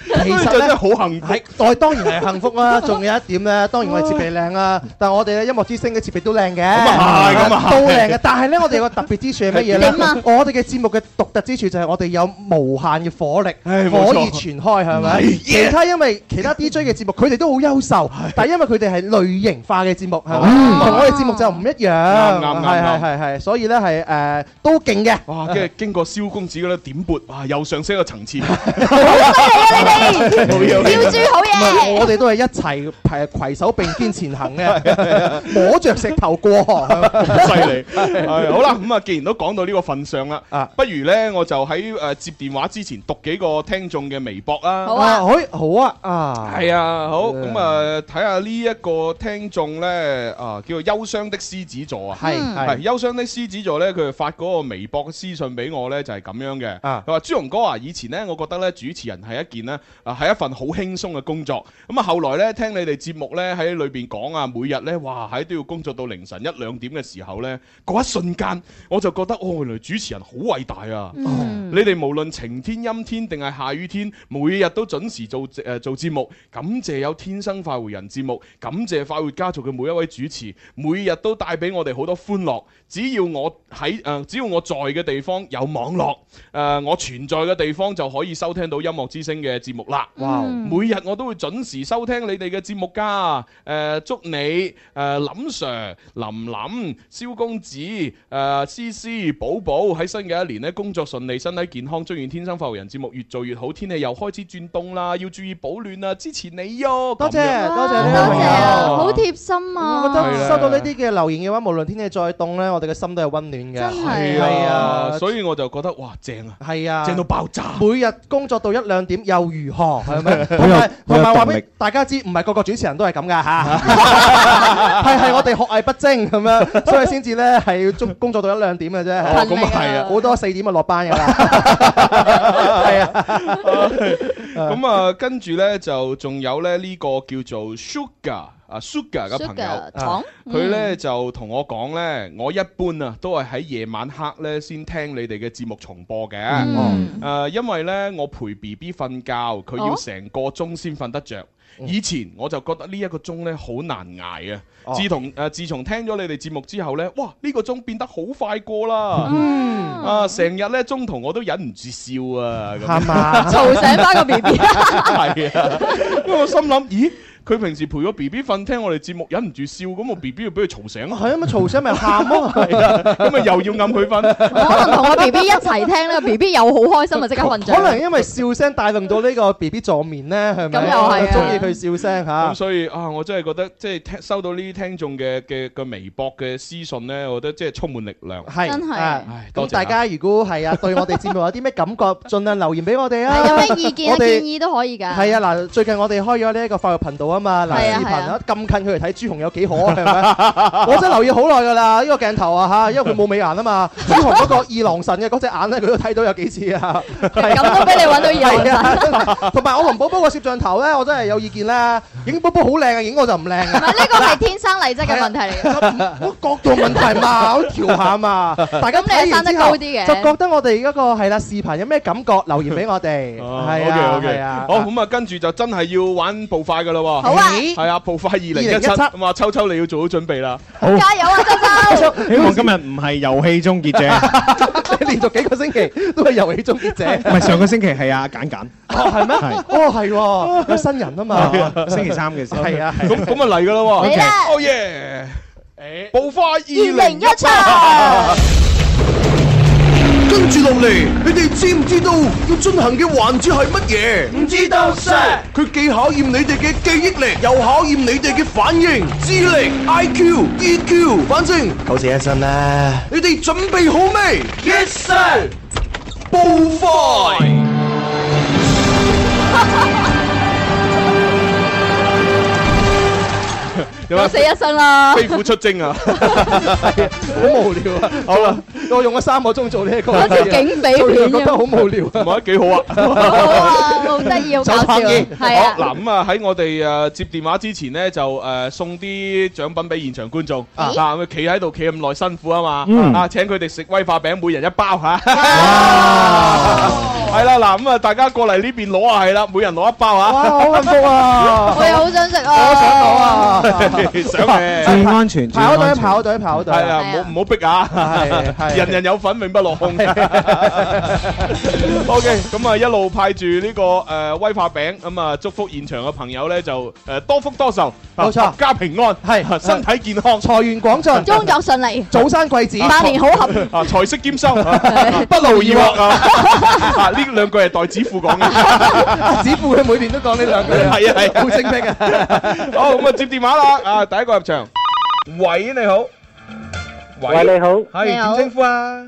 Speaker 6: 其實
Speaker 5: 就真係
Speaker 6: 好幸福。我當然係幸福 啦，仲有一點咧，當然我哋設備靚啦，但係我哋嘅音樂之星嘅設備都靚嘅，
Speaker 5: 啊係咁啊係
Speaker 6: 都靚嘅。但係咧，我哋有個特別之處係乜嘢咧
Speaker 5: 點啊？
Speaker 6: 我哋嘅節目嘅獨特之處就係我哋有無限嘅火力，
Speaker 5: 冇錯
Speaker 6: 可以傳開，係咪？
Speaker 5: 係
Speaker 6: 其他因為其他 DJ 嘅節目，佢哋都好優秀，但係因為佢哋係類型化嘅節目，係
Speaker 5: 嗯
Speaker 6: 咪？同我哋節目就唔一樣，
Speaker 5: 啱啱啱
Speaker 6: 係係
Speaker 5: 啱
Speaker 6: 係係，所以咧係誒都勁嘅。
Speaker 5: 哇！跟住經過蕭公子嗰啲點撥，哇！又上升一個層次。
Speaker 6: 啊冇
Speaker 5: 嘢冇嘢
Speaker 6: 標好嘢。我哋都係一齊誒攜手並肩前 行嘅，摸着石頭過河。
Speaker 5: 啊犀 利，係好啦，咁啊，既然都講到呢個份上啦，不如呢，我就喺誒接電話之前讀幾個聽眾嘅微博啦。
Speaker 6: 好好啊啊！
Speaker 5: 係啊，好咁啊，睇下呢一個聽眾呢，啊，叫做憂傷的獅子座啊，
Speaker 6: 係
Speaker 5: 嗯
Speaker 6: 係
Speaker 5: 係憂傷的獅子座呢，佢發嗰個微博嘅私信俾我呢，就係咁樣嘅，佢話朱紅哥啊，以前呢，我覺得呢主持人係一件呢，啊係一份好輕鬆嘅工作，咁啊後來呢，聽你哋節目呢，喺裏邊講啊，每日呢，哇喺都要工作到凌晨一兩點嘅時候呢，嗰一瞬間我就覺得哦原來主持人好偉大啊！你哋無論晴天、陰天定係下雨天，每日都準時做誒、呃做節目。感謝有《天生快活人》節目，感謝快活家族嘅每一位主持，每日都帶俾我哋好多歡樂。只要我喺誒、呃只要我在嘅地方有網絡，誒、呃我存在嘅地方就可以收聽到音樂之聲嘅節目啦。
Speaker 6: 哇
Speaker 5: 嗯每日我都會準時收聽你哋嘅節目㗎。誒、祝你誒、呃林 Sir、林林、蕭公子、誒、思思、寶寶喺新嘅一年咧工作順利、身體健康，祝願天生快活人節目越做越好。天氣又開始轉凍啦，要注意保暖啊！支持你喲。多
Speaker 6: 謝多謝呢位
Speaker 5: 多
Speaker 6: 朋友
Speaker 1: 好貼心啊！
Speaker 6: 我覺
Speaker 5: 係啦
Speaker 6: 得收到呢啲嘅留言嘅話，無論天氣再凍咧，我哋嘅心都係温暖嘅。真
Speaker 5: 係
Speaker 6: 係
Speaker 5: 啊，
Speaker 6: 啊，
Speaker 5: 所以我就覺得哇正啊！
Speaker 6: 係啊，
Speaker 5: 正到爆炸！
Speaker 6: 每日工作到一兩點又 如何？係咪？
Speaker 5: 好有
Speaker 6: 同埋
Speaker 5: 好有
Speaker 6: 同埋話
Speaker 5: 動
Speaker 6: 俾
Speaker 5: 力
Speaker 6: 大家知，唔係個個主持人都係咁 噶嚇，係係我哋學藝不精咁樣，所以先至咧係要工工作到一兩點嘅啫。
Speaker 5: 哦咁啊係啊
Speaker 6: 好多四點就落班 㗎啦。
Speaker 5: 咁啊，跟住呢，就仲有咧呢個叫做 Sugar 啊 Sugar 嘅朋
Speaker 1: Sugar，
Speaker 5: 友，
Speaker 1: 糖嗯
Speaker 5: 啊佢呢就同我講呢，我一般啊都係喺夜晚黑呢先聽你哋嘅節目重播嘅，
Speaker 1: 嗯
Speaker 5: 誒，因為呢，我陪 B B 瞓覺，佢要
Speaker 22: 哦
Speaker 5: 成個鐘先瞓得着。以前我就覺得呢一個鐘呢好難捱啊！自從誒自從聽咗你哋節目之後呢，哇！呢個鐘變得好快過啦，
Speaker 1: 嗯
Speaker 5: 啊成日呢中途我都忍唔住笑啊，咁
Speaker 6: 係嘛
Speaker 1: 嘈醒返個 BB
Speaker 5: 係啊，因為我心諗，咦，佢平時陪個 B B 瞓，聽我哋節目忍唔住笑，咁我 B B 要俾佢嘈醒，
Speaker 6: 係啊，咪嘈醒咪喊咯。 啊
Speaker 5: 係啊，咁咪又要暗佢 瞓。
Speaker 1: 可能同我 B B 一齊聽咧，B B 又好開心啊，即刻瞓
Speaker 6: 可能
Speaker 1: 着。
Speaker 6: 因為笑聲帶動到呢個 B B 助眠咧，係咪？
Speaker 1: 咁又係啊
Speaker 6: 中意佢笑聲嚇
Speaker 5: 咁。所以啊，我真係覺得即係聽收到呢啲聽眾嘅嘅嘅微博嘅私信咧，我覺得即係充滿力量。
Speaker 6: 係啊
Speaker 5: 唉多謝啊
Speaker 6: 咁大家如果係啊，對我哋節目有啲咩感覺，盡量留言俾我哋啊。
Speaker 1: 有咩意見啊
Speaker 6: 我哋
Speaker 1: 建議都可以㗎。
Speaker 6: 係啊，嗱，最近我哋開咗呢一個法律頻道啊嘛，嗱
Speaker 1: 係啊
Speaker 6: 視頻
Speaker 1: 係
Speaker 6: 啊，咁近佢嚟睇朱紅有幾可啊 係咪？我真係留意好耐㗎啦，呢個鏡頭啊嚇，因為佢冇美顏 啊嘛，朱紅嗰個二郎神嘅嗰隻眼咧，佢都睇到有幾次啊。
Speaker 1: 咁都俾你揾到二郎
Speaker 6: 神。同埋我同寶寶個攝像頭啊咧，我真係有意見啦。影寶寶好靚啊，影我就唔靚啊。
Speaker 1: 呢個係天生麗質嘅問題嚟嘅。
Speaker 6: 角度問題嘛，我調下 嘛。大家睇完
Speaker 1: 咁你
Speaker 6: 之後
Speaker 1: 係生得高啲嘅
Speaker 6: 就覺得我哋嗰個係啦視頻有咩感覺，留言俾我哋。
Speaker 12: 哦
Speaker 6: 係啊
Speaker 5: OK，OK
Speaker 6: 係啊，
Speaker 5: 好咁啊，跟住就真係要玩步快噶啦喎。
Speaker 6: 好啊
Speaker 5: 係啊，步快二零一七
Speaker 6: 2017
Speaker 5: 咁啊，秋秋你要做好準備啦。
Speaker 1: 加油啊，周周！
Speaker 12: 希望今日唔係遊戲終結者，
Speaker 6: 連續幾個星期都係遊戲終結者。
Speaker 12: 唔係上個星期係阿簡簡，
Speaker 6: 哦，係咩
Speaker 12: 係？
Speaker 6: 哦，係喎，有新人啊嘛
Speaker 12: 係啊。星期三嘅時候
Speaker 6: 係啊，係
Speaker 5: 咁
Speaker 6: 啊
Speaker 5: 咁啊嚟噶啦喎。
Speaker 6: 嚟啦
Speaker 5: ，Oh yeah！步快二零一七。
Speaker 2: 跟住落嚟，你哋知唔知道要進行嘅環節係乜嘢？唔知道 Sir。佢既考驗你哋嘅記憶力，又考驗你哋嘅反應、智力、IQ、EQ，反正
Speaker 23: 九死一生啦！
Speaker 2: 你哋準備好未？Yes Sir。步快。
Speaker 5: 有冇
Speaker 1: 九死一生啦
Speaker 5: 飛虎出征啊！
Speaker 6: 好無聊啊！好啦，我用咗三個鐘做呢一個，
Speaker 1: 好似警匪片
Speaker 6: 做完
Speaker 1: 咁
Speaker 6: 覺得好無聊。唔
Speaker 5: 係幾好
Speaker 1: 好
Speaker 5: 啊！
Speaker 1: 啊，好得意，好搞笑，係
Speaker 5: 好
Speaker 1: 啊。
Speaker 5: 嗱，咁啊喺我哋誒接電話之前咧，就誒送啲獎品俾現場觀眾啊，咁企喺度企咁 耐辛苦啊嘛，啊請佢哋食威化餅，每人一包嚇。系啦，嗱咁啊，大家過嚟呢邊攞啊，係啦，每人攞一包啊！
Speaker 6: 哇好幸福啊
Speaker 1: 我又好想食啊！
Speaker 6: 我想攞啊
Speaker 5: 想嘅，
Speaker 24: 最安全最
Speaker 6: 排
Speaker 24: 安
Speaker 6: 隊
Speaker 24: 全
Speaker 6: 排隊排隊，
Speaker 5: 係啊，唔好唔好逼啊！
Speaker 6: 係
Speaker 5: 人人有份，永不落空。OK，咁啊一路派住呢個誒威化餅，咁啊祝福現場嘅朋友咧就誒多福多壽，
Speaker 6: 冇錯
Speaker 5: 合家平安，係身體健康，
Speaker 6: 財源廣 進，
Speaker 1: 工作順利，
Speaker 6: 早生貴子，
Speaker 1: 百年好合。
Speaker 5: 啊財色 兼收，不勞而獲啊！ 啊呢兩句係代子富 講嘅。
Speaker 6: 子父佢每年都講呢兩 句，
Speaker 5: 係啊係啊
Speaker 6: 好精辟啊！
Speaker 5: 好，咁啊接電話啦，啊第一個入場，喂你好，
Speaker 8: 喂你好
Speaker 5: 係
Speaker 8: 你好
Speaker 5: 點稱呼啊？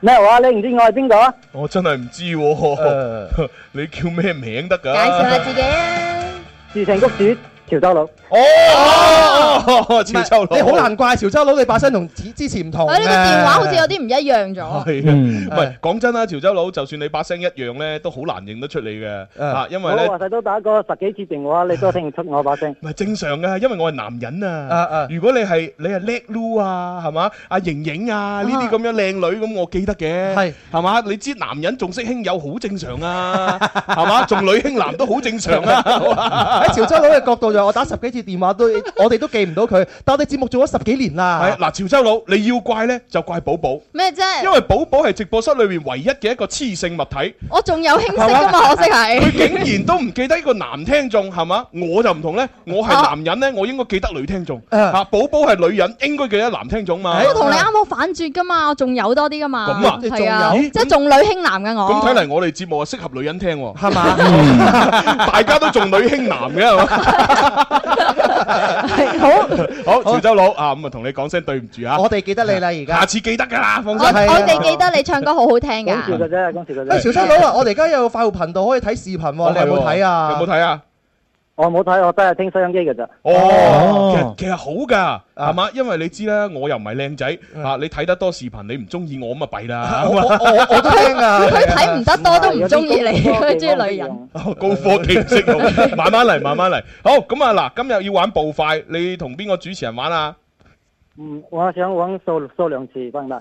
Speaker 8: 咩話？你唔知我係邊個啊？
Speaker 5: 我真係唔知喎， 你叫咩名得㗎？
Speaker 8: 己啊！自成谷主潮州佬。
Speaker 5: 哦，潮州佬，
Speaker 6: 你好難怪潮州佬，你把聲同之之前唔同。
Speaker 1: 佢呢個電話好似有啲唔一樣咗。
Speaker 5: 係啊，唔係講真啦，潮州佬就算你把聲一樣咧，都好難認得出你嘅嚇，因為咧
Speaker 8: 我話。細佬打過十幾次電話，你都聽唔出我把聲。
Speaker 5: 唔係正常嘅，因為我係男人啊。如果你係你係叻 Lu 啊，係嘛？阿盈盈啊，呢啲咁樣靚女咁，我記得嘅。係係嘛？你知男人重色輕友好正常啊， 係嘛？重女輕男都好正常 啊。
Speaker 6: 喺潮州佬嘅角度就，我打十幾次電話都，我哋都記唔到佢。但我哋節目做咗十幾年啦
Speaker 5: 係，嗱，潮州佬你要怪呢，就怪寶寶。
Speaker 1: 咩啫？
Speaker 5: 因為寶寶係直播室裏面唯一嘅一個雌性物體。
Speaker 1: 我仲有輕色噶嘛，可惜
Speaker 5: 佢
Speaker 1: 係。
Speaker 5: 竟然都唔記得一個男聽眾係嘛？我就唔同咧，我係男人咧，我應該記得女聽眾。嚇，寶寶係女人，應該記得男聽眾嘛。
Speaker 1: 我同你啱好反轉噶嘛，我仲有多啲噶嘛。
Speaker 5: 咁啊你仲
Speaker 1: 係啊，
Speaker 5: 有
Speaker 1: 即係重女輕男嘅我。
Speaker 5: 咁睇嚟，我哋節目啊適合女人聽喎，係
Speaker 6: 嘛？
Speaker 5: 大家都重女輕男嘅，係嘛？好， 好，潮州佬啊，咁啊，同你講聲對唔住啊！
Speaker 6: 我哋記得你啦，而家
Speaker 5: 下次記得㗎啦，放
Speaker 1: 我
Speaker 5: 心。
Speaker 1: 我哋記得你唱歌好好聽㗎。
Speaker 8: 嘅啫，講笑嘅
Speaker 6: 喂，
Speaker 8: 啫。
Speaker 6: 潮州佬啊，我哋而家有快活頻道可以睇視頻喎，你有冇睇啊？
Speaker 5: 有冇睇啊？
Speaker 8: 我冇睇，我都係聽收音機嘅咋。
Speaker 5: 哦，其實其實好㗎，係嘛？因為你知啦，我又唔係靚仔啊，你睇得多視頻，你唔中意我咁啊弊啦。
Speaker 6: 我我我都聽啊！
Speaker 1: 佢睇唔得多都唔中意你，佢中意女人。
Speaker 5: 高科技唔識用，慢慢嚟，慢慢嚟。好，咁啊嗱，今日要玩步快，你同邊個主持人玩啊？
Speaker 8: 嗯，我想揾數數量詞得唔得？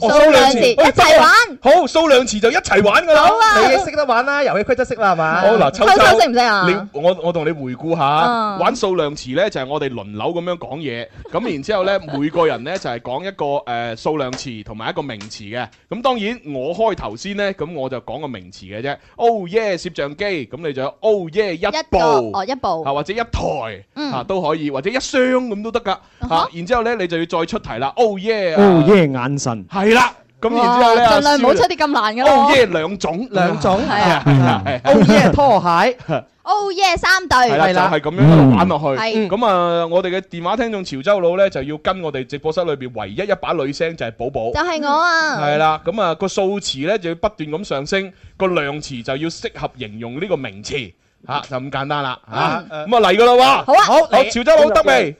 Speaker 5: 哦，
Speaker 8: 數兩次
Speaker 5: 數兩次，
Speaker 8: 一
Speaker 5: 哎，
Speaker 8: 齊
Speaker 5: 得啊。
Speaker 8: 玩。
Speaker 5: 好，數兩次就一齊玩㗎啦。
Speaker 6: 你識得玩啦，遊戲規則識啦，係嘛？
Speaker 5: 好，嗱，秋秋，
Speaker 1: 秋秋識唔識啊？
Speaker 5: 你-我-我同你回顧下，
Speaker 6: 啊。
Speaker 5: 玩數量詞呢，就係我哋輪流咁樣講嘢，咁然之後呢，每個人呢，就係講一個，呃，數量詞同埋一個名詞嘅。咁當然我開頭先呢，咁我就講個名詞嘅啫。Oh yeah，攝像機，咁你就有Oh yeah，一
Speaker 1: 個
Speaker 5: 部。
Speaker 1: 哦一部
Speaker 5: 啊，或者一台、
Speaker 1: 嗯
Speaker 5: 啊都可以，或者一箱咁都得噶嚇。然之後咧，你就要再出題啦。Oh yeah！
Speaker 24: 哦
Speaker 5: 啊
Speaker 24: 耶眼神，
Speaker 5: 係啦，咁然之後咧，
Speaker 1: 哇盡量唔好
Speaker 5: 阿蕭
Speaker 1: 出啲咁難嘅
Speaker 5: Oh
Speaker 1: 咯。
Speaker 5: yeah 兩種，
Speaker 6: 兩種
Speaker 1: 係啊
Speaker 5: 係
Speaker 6: Oh yeah 拖鞋，
Speaker 1: Oh yeah，三對。
Speaker 5: 係啦，就係咁樣一路玩落去。
Speaker 1: 係
Speaker 5: 咁啊，我哋嘅電話聽眾潮州佬咧，就要跟我哋直播室裏邊唯一一把女聲就係寶寶。
Speaker 1: 就係我啊。
Speaker 5: 係。啦，咁啊個數詞咧就要不斷咁上升，個量詞就要適合形容呢個名詞嚇，就咁簡單啦嚇。咁啊嚟噶啦喎，
Speaker 8: 好啊好
Speaker 5: 好
Speaker 8: 嚟
Speaker 5: 潮州佬得未？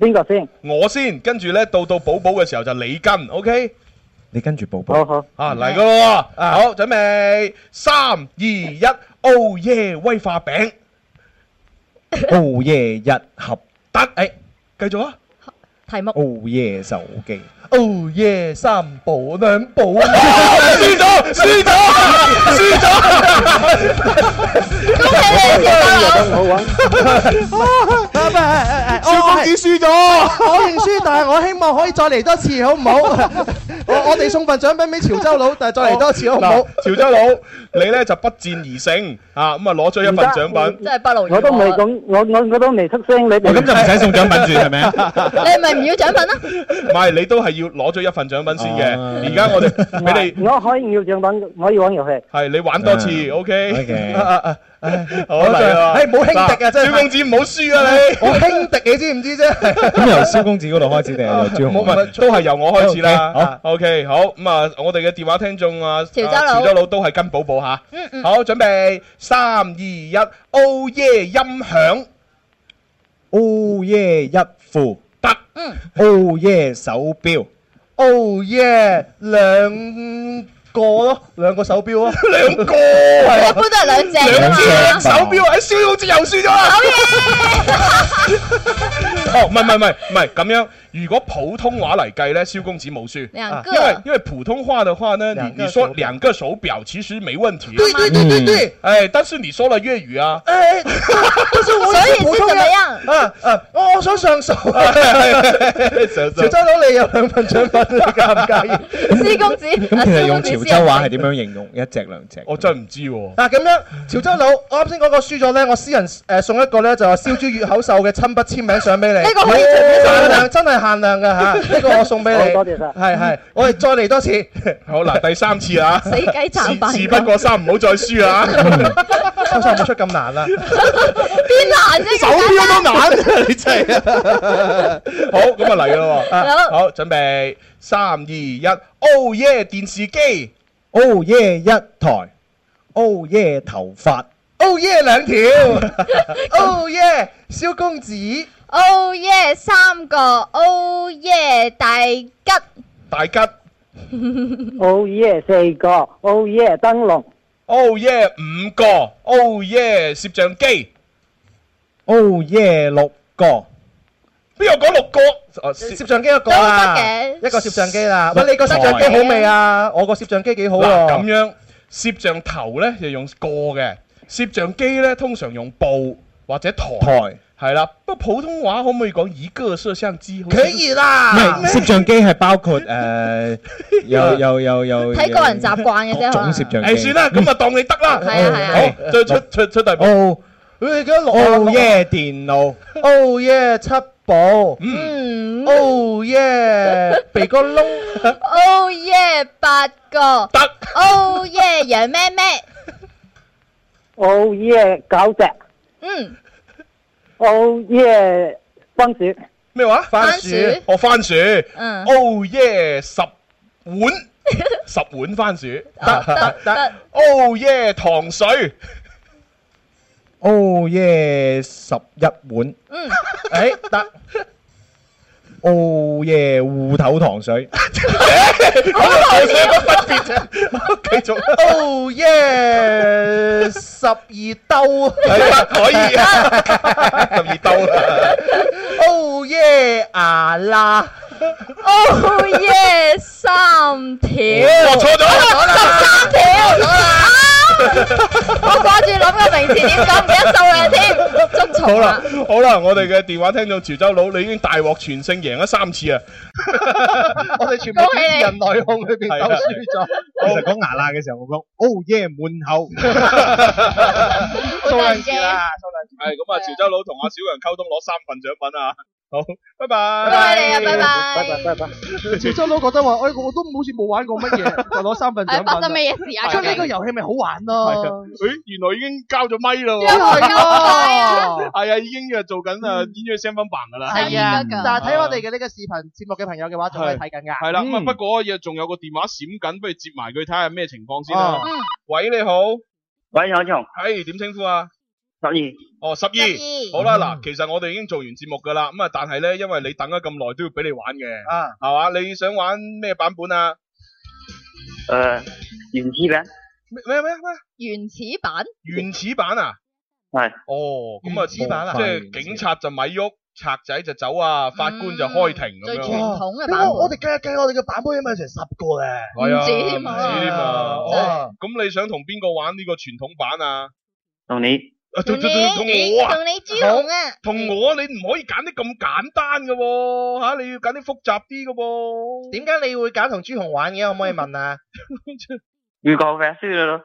Speaker 8: 邊個先？
Speaker 5: 我先，跟住咧到到寶寶嘅時候就你跟，OK？
Speaker 24: 你跟住寶
Speaker 8: 寶。好好。
Speaker 5: 啊嚟噶啦喎，好準備三二一，Oh yeah 威化餅，
Speaker 24: 哦耶一盒
Speaker 5: 得，誒繼續啊！
Speaker 1: 題目
Speaker 24: 哦耶手機。
Speaker 6: Oh yeah 三部兩部啊！
Speaker 5: 輸咗，輸咗，輸咗！
Speaker 1: 恭喜你，
Speaker 8: 咁好玩。
Speaker 6: 蕭
Speaker 5: 公子輸咗，
Speaker 6: 我認輸，但係我希望可以再嚟多次，好唔好？我我哋送份獎品俾潮州佬，但係再嚟多次，好唔好
Speaker 5: 嗱？，潮州佬你咧就不戰而勝啊！咁啊攞咗一份獎品。
Speaker 1: 真係不勞而獲。
Speaker 8: 我都未講，我我我都未出聲，你哋咁就
Speaker 5: 唔使送獎品 住係咪啊？
Speaker 1: 你係咪唔要獎品啊？
Speaker 5: 唔 係，你都係要攞咗一份獎品先嘅。
Speaker 8: 哦
Speaker 5: 而家我哋俾你
Speaker 8: 我可以要獎品，我要玩遊戲。
Speaker 5: 係你玩多次，OK？
Speaker 8: 啊
Speaker 5: 啊好
Speaker 6: 我就
Speaker 5: 嚟啦！
Speaker 6: 唉唔好輕敵啊真係
Speaker 5: 小公子唔好輸啊你！
Speaker 6: 我輕敵，你知唔知啫？
Speaker 24: 咁由蕭公子嗰度開始定係由朱
Speaker 5: 冇
Speaker 24: 紅
Speaker 5: 問，都係由我開始啦
Speaker 24: 好。
Speaker 5: OK，好咁啊！我哋嘅電話聽眾啊，
Speaker 1: 潮州
Speaker 5: 啊
Speaker 1: 佬
Speaker 5: 潮州佬都係跟寶寶嚇。
Speaker 1: 嗯嗯
Speaker 5: 好，準備三二一，Oh yeah！音響
Speaker 24: ？Oh 耶一副
Speaker 5: 得
Speaker 1: 嗯
Speaker 24: ，Oh 耶手錶
Speaker 6: 哦 Oh yeah 兩個咯，兩個手錶咯，
Speaker 3: 兩個
Speaker 6: 係啊
Speaker 3: 一般都係兩隻㗎嘛
Speaker 6: 兩隻
Speaker 3: 手錶
Speaker 5: 喺燒好似又輸咗啦。 哦，唔係唔係唔係唔係咁樣。如果普通話嚟計呢，蕭公子冇輸，啊
Speaker 3: 兩個
Speaker 5: 因為因為普通話的話呢，你
Speaker 3: 個
Speaker 5: 你說兩個手表其實沒問題。啊
Speaker 3: 對對對對對
Speaker 5: 嗯哎，但是你說了粵語 啊。
Speaker 6: 哎，就是我
Speaker 3: 所以
Speaker 6: 是普
Speaker 3: 是
Speaker 6: 通
Speaker 3: 怎麼
Speaker 6: 人
Speaker 3: 樣
Speaker 6: 啊啊！我我想上訴，潮
Speaker 5: 潮
Speaker 6: 州佬你有兩份獎品，你介唔介意？
Speaker 1: 施公子，
Speaker 3: 啊
Speaker 6: 咁其實用潮州話係啊
Speaker 25: 點樣形容一隻兩隻？
Speaker 5: 我真係唔知喎。
Speaker 6: 嗱啊咁樣，潮州佬，我啱先嗰個輸咗咧，我私人誒送一個咧就係燒豬月口秀嘅親筆簽名相俾你。呢
Speaker 3: 個可以隨便送
Speaker 6: 限量，真係限量嘅嚇，呢個我送俾你。
Speaker 5: 好
Speaker 6: 多謝晒。係係，我哋再嚟多次。
Speaker 5: 好嗱，第三次啊，
Speaker 6: 死雞撐飯
Speaker 5: 事事不過三，唔好再輸啊！
Speaker 6: 秋嗯生唔好出咁難啦，
Speaker 1: 邊難啫？
Speaker 6: 手錶都難
Speaker 5: 你真係好咁啊嚟咯
Speaker 1: 好
Speaker 5: 喎！好，準備三二一，Oh yeah 電視機
Speaker 12: ，Oh yeah 一台，Oh yeah 頭髮
Speaker 5: 哦
Speaker 6: ，Oh yeah 兩 條，Oh yeah 蕭公子，
Speaker 1: Oh yeah，三個 Oh yeah，大吉。
Speaker 5: 大吉
Speaker 4: ，Oh yeah 四個，Oh yeah 燈籠
Speaker 5: ，Oh yeah 五個，Oh yeah 攝像機，
Speaker 12: ，Oh yeah 六個，
Speaker 5: 邊個講六個？哦
Speaker 6: 攝像機一個啊，一個攝像機啦。喂，你個攝像機好未啊？我個攝像機幾好
Speaker 12: 啊
Speaker 5: 嗱咁
Speaker 6: 喎。
Speaker 5: 樣攝像頭咧就用個嘅，攝像機咧通常用部或者台。
Speaker 12: 台
Speaker 5: 係啦，不過普通話可唔可以講一個攝像機？
Speaker 6: 可以啦
Speaker 12: 唔係攝像機係包括誒 有有有有
Speaker 1: 睇個人習慣嘅啫，可
Speaker 12: 總
Speaker 1: 能
Speaker 12: 攝像
Speaker 5: 誒
Speaker 12: 機。
Speaker 5: 算啦，咁啊當你得啦。
Speaker 1: 係啊係啊
Speaker 5: 好，再出出出題目。
Speaker 12: Oh
Speaker 5: 哦
Speaker 6: 佢而家六
Speaker 12: Oh yeah 電腦
Speaker 6: ，Oh yeah 七寶，
Speaker 1: 嗯
Speaker 6: ，Oh yeah 鼻 哥窿，
Speaker 1: Oh yeah，八個。
Speaker 5: 得。
Speaker 1: Oh yeah，羊咩咩？
Speaker 4: ，Oh yeah 九隻
Speaker 1: 嗯，
Speaker 4: ，Oh yeah 番薯，
Speaker 5: 咩話？
Speaker 4: 番薯
Speaker 5: 哦，番薯。
Speaker 4: 嗯
Speaker 5: Oh yeah，十碗，十碗番薯。得
Speaker 1: 得得。
Speaker 5: Oh yeah，糖水。
Speaker 12: Oh yeah 十一碗
Speaker 1: 嗯，
Speaker 6: 誒得。
Speaker 12: ，Oh yeah 芋頭糖水。
Speaker 5: 好 有乜分別啫？繼續。
Speaker 6: Oh yeah 十二兜，
Speaker 5: 可以啊， 十二兜啦。
Speaker 6: Oh yeah 牙罅。
Speaker 1: Oh yeah，三條。
Speaker 3: 我錯咗
Speaker 1: 十三條。啊我掛住諗個名詞點講，唔記得數量添，捉
Speaker 5: 好
Speaker 4: 啊
Speaker 1: 蟲
Speaker 5: 啦
Speaker 1: 啦。，
Speaker 5: 好啦，我哋嘅電話聽眾潮州佬，你已經大獲全勝，贏咗三次啊！
Speaker 6: 我哋全部主持人內控裏邊
Speaker 5: 係啊
Speaker 6: 都輸咗。
Speaker 12: 其實講牙罅嘅時候，我講 Oh yeah 滿口。
Speaker 5: 數量字啦，數量字。係咁啊，潮州佬同阿小楊溝通攞三份獎品啊！好，拜啊拜。
Speaker 6: 拜拜拜拜。潮州佬覺得話：，哎，我都好似冇玩過乜嘢，就攞 三份獎品。
Speaker 1: 哎發生咩事啊
Speaker 6: 咁呢個遊戲咪好玩
Speaker 5: 係啊
Speaker 6: 咯？
Speaker 5: 誒，原來已經交咗咪咯喎，
Speaker 6: 係啊
Speaker 5: 係啊，已經誒做緊誒音樂聲分版噶啦，
Speaker 6: 嗯係啊，但係睇我哋嘅呢個視頻節目嘅朋友嘅話，仲可以睇緊㗎。
Speaker 5: 係啦，咁啊
Speaker 6: 嗯
Speaker 5: 不過又仲有個電話閃緊，不如接埋佢睇下咩情況先啦
Speaker 6: 哦嗯。
Speaker 5: 喂，你好，
Speaker 26: 喂，有松，
Speaker 5: 係點稱呼啊？
Speaker 26: 十二，
Speaker 5: 哦，十二，好啦，嗱，其實我哋已經做完節目噶啦，咁啊，但係咧，因為你等咗咁耐，都要俾你玩嘅，
Speaker 6: 啊，
Speaker 5: 係嘛？你想玩咩版本啊？
Speaker 26: 诶，原始版
Speaker 5: 咩咩咩？
Speaker 1: 原始版。
Speaker 5: 原始版啊？
Speaker 26: 系
Speaker 5: 哦，咁啊，
Speaker 26: 原始版啊
Speaker 5: 即係警察就咪喐，賊仔就走啊，法官就開庭咁樣。
Speaker 6: 嘅版我哋計一計，我哋嘅版本起碼成十個咧。
Speaker 5: 係啊，
Speaker 6: 止
Speaker 5: 唔止添啊！
Speaker 6: 真係
Speaker 5: 哦，咁你想同邊個玩呢個傳統版啊？
Speaker 26: 同你
Speaker 5: 啊同同同我啊，
Speaker 1: 同你朱紅啊
Speaker 5: 同我你唔可以揀啲咁簡單嘅喎，吓你要揀啲複雜啲嘅噃。
Speaker 6: 點解你會揀同朱紅玩嘅？可唔可以 問啊？
Speaker 26: 预告嘅輸咗咯，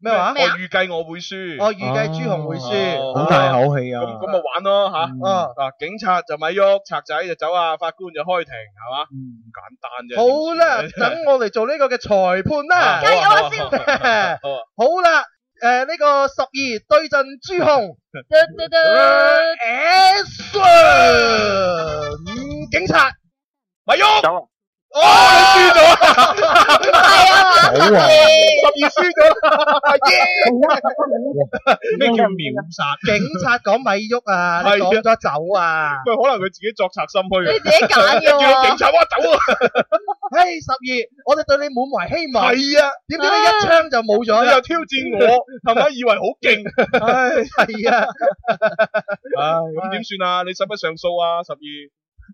Speaker 6: 咩話
Speaker 5: 我哦預計我會輸。哦
Speaker 6: 我預計朱紅會
Speaker 26: 哦
Speaker 6: 輸。
Speaker 12: 好大口氣 啊！
Speaker 5: 咁咁咪玩咯吓，啊
Speaker 6: 嗯
Speaker 5: 嗱警察就咪喐，賊仔就走啊，法官就開庭，係嘛？咁簡單啫。
Speaker 6: 嗯好啦，等我嚟做呢個嘅裁 判啦。
Speaker 5: 加油啊蕭好啊
Speaker 6: 好啦，誒呢個十二對陣 朱紅。Action！警察，
Speaker 5: 咪喐！
Speaker 26: 走啊！
Speaker 6: 哦，你輸咗啊！係啊，
Speaker 5: 走啊
Speaker 6: 十二輸咗 啦
Speaker 5: 咩叫秒殺？
Speaker 6: 警察講咪喐啊，
Speaker 5: 係啊
Speaker 6: 你講咗走啊！
Speaker 5: 佢可能佢自己作賊心虛啊。
Speaker 6: 你自己揀嘅喎
Speaker 5: 叫警察哇走啊！
Speaker 6: Hey, 嘿十二，我哋對你滿懷希望。
Speaker 5: 係啊
Speaker 6: 點知你一槍就冇咗啦
Speaker 5: 你又挑 戰我係咪以為好勁
Speaker 6: 唉，係啊，
Speaker 5: 唉，咁點算啊？你使唔使上訴啊？十二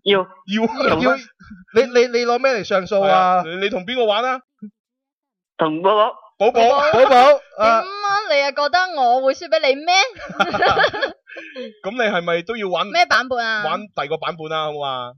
Speaker 27: 要
Speaker 5: 要啊
Speaker 6: 要你你你攞咩嚟上訴
Speaker 5: 係
Speaker 6: 啊？
Speaker 5: 你你同邊個玩啊？
Speaker 27: 同寶寶。
Speaker 5: 寶寶
Speaker 6: 寶寶啊！
Speaker 1: 咁你又覺得我會輸俾你咩？
Speaker 5: 咁你係咪都要玩
Speaker 1: 咩版本啊？
Speaker 5: 玩第二個版本啊？好嘛？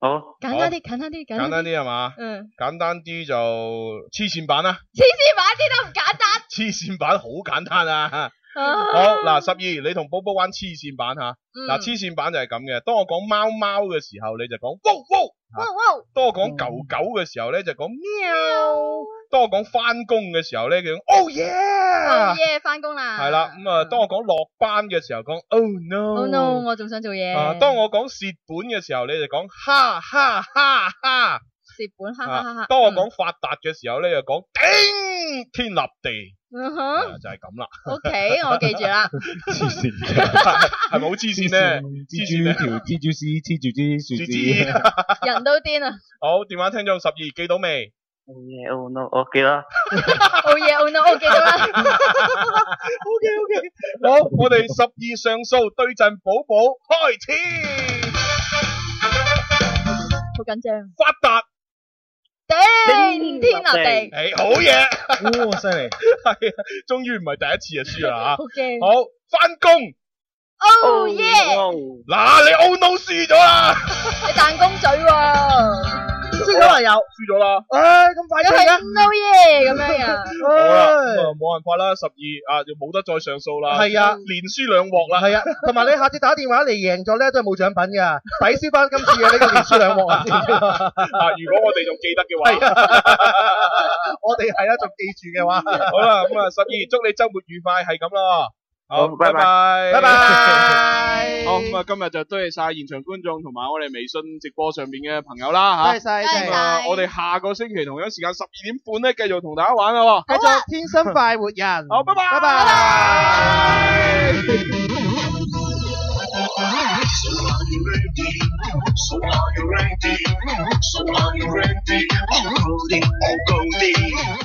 Speaker 27: 好，
Speaker 5: Ờ.
Speaker 1: 簡單啲，簡單啲，簡
Speaker 5: 簡
Speaker 1: 單
Speaker 5: 單
Speaker 1: 啲。
Speaker 5: 啲係嘛？
Speaker 1: 嗯，
Speaker 5: 簡單啲就黐線版啦，
Speaker 1: 黐線玩啲都唔簡單。
Speaker 5: 黐線版好簡單啊！
Speaker 1: 啊
Speaker 5: 好嗱，十二你同寶寶玩黐線版吓，嗱
Speaker 1: 嗯
Speaker 5: 黐線版就係咁嘅。當我講貓貓嘅時候，你就講汪汪；
Speaker 1: 哇哇！
Speaker 5: 當我講狗狗嘅時候咧，就講喵；當我講翻工嘅時候咧，就講 oh yeah，
Speaker 1: 哦耶，翻工啦。
Speaker 5: 係啦。咁啊，當我講落班嘅時候講 oh
Speaker 1: Oh
Speaker 5: no，
Speaker 1: no！我仲想做嘢。
Speaker 5: 啊，當我講蝕本嘅時候，你就講哈哈哈哈。
Speaker 1: 蝕本，哈哈哈
Speaker 5: 啊
Speaker 1: 哈。
Speaker 5: 當我講發達嘅時候咧，就講頂天立
Speaker 1: 嗯
Speaker 5: 地。啊
Speaker 1: 哼
Speaker 5: 就係咁啦。
Speaker 1: ，OK，我記住啦。
Speaker 12: 黐線嘅，
Speaker 5: 係咪 好黐線咧？
Speaker 12: 黐住條蜘蛛絲，黐住啲樹枝。
Speaker 1: 人都癲啊
Speaker 5: 好，電話聽眾十二記到未？
Speaker 27: Oh yeah, oh no，我記得。
Speaker 1: ！Oh yeah，Oh no！我記得啦。
Speaker 5: 好，我哋十二上訴對陣寶寶開始。
Speaker 1: 好緊張。
Speaker 5: 發達。
Speaker 1: 頂天立地。
Speaker 5: 誒，哎好嘢！哇，犀 利！係啊，終於唔係第一次就輸啦吓。啊
Speaker 1: 好驚
Speaker 5: 好，翻工。
Speaker 1: Oh yeah！
Speaker 27: 哦
Speaker 5: 嗱，你 O no 輸咗啦。
Speaker 1: 你彈弓嘴喎。
Speaker 6: 輸咗啦又。
Speaker 5: 輸咗啦。
Speaker 6: 唉，咁快
Speaker 1: 因
Speaker 6: 脆
Speaker 1: 為
Speaker 6: 嘅。
Speaker 1: no yeah 咁樣噶。
Speaker 4: 哎
Speaker 5: 好啦，咁啊冇辦法啦，十二啊，就冇得再上訴啦。
Speaker 6: 係啊
Speaker 5: 連輸兩鑊啦。
Speaker 6: 係啊，同埋你下次打電話嚟贏咗咧，都係冇獎品㗎，抵消翻今次嘅呢個連輸兩鑊 啊！
Speaker 5: 啊，如果我哋仲記得嘅話。
Speaker 6: 我哋係啦，仲記住嘅話，
Speaker 5: 好啦，咁啊，十二，祝你周末愉快，係咁啦。好，
Speaker 6: 好
Speaker 5: 拜
Speaker 6: 拜
Speaker 5: 拜，
Speaker 6: 拜
Speaker 5: 拜
Speaker 6: 拜
Speaker 5: 拜。好，咁啊，今日就多謝晒現場觀眾同埋我哋微信直播上邊嘅朋友啦吓。
Speaker 6: 多謝晒多謝晒
Speaker 5: 咁啊我哋下個星期同樣時間十二點半咧，繼續同大家玩啦喎。
Speaker 6: 繼續天生快活人。
Speaker 5: 好，拜拜，
Speaker 6: 拜拜。
Speaker 4: So are you ready? So are you ready? All ready, all go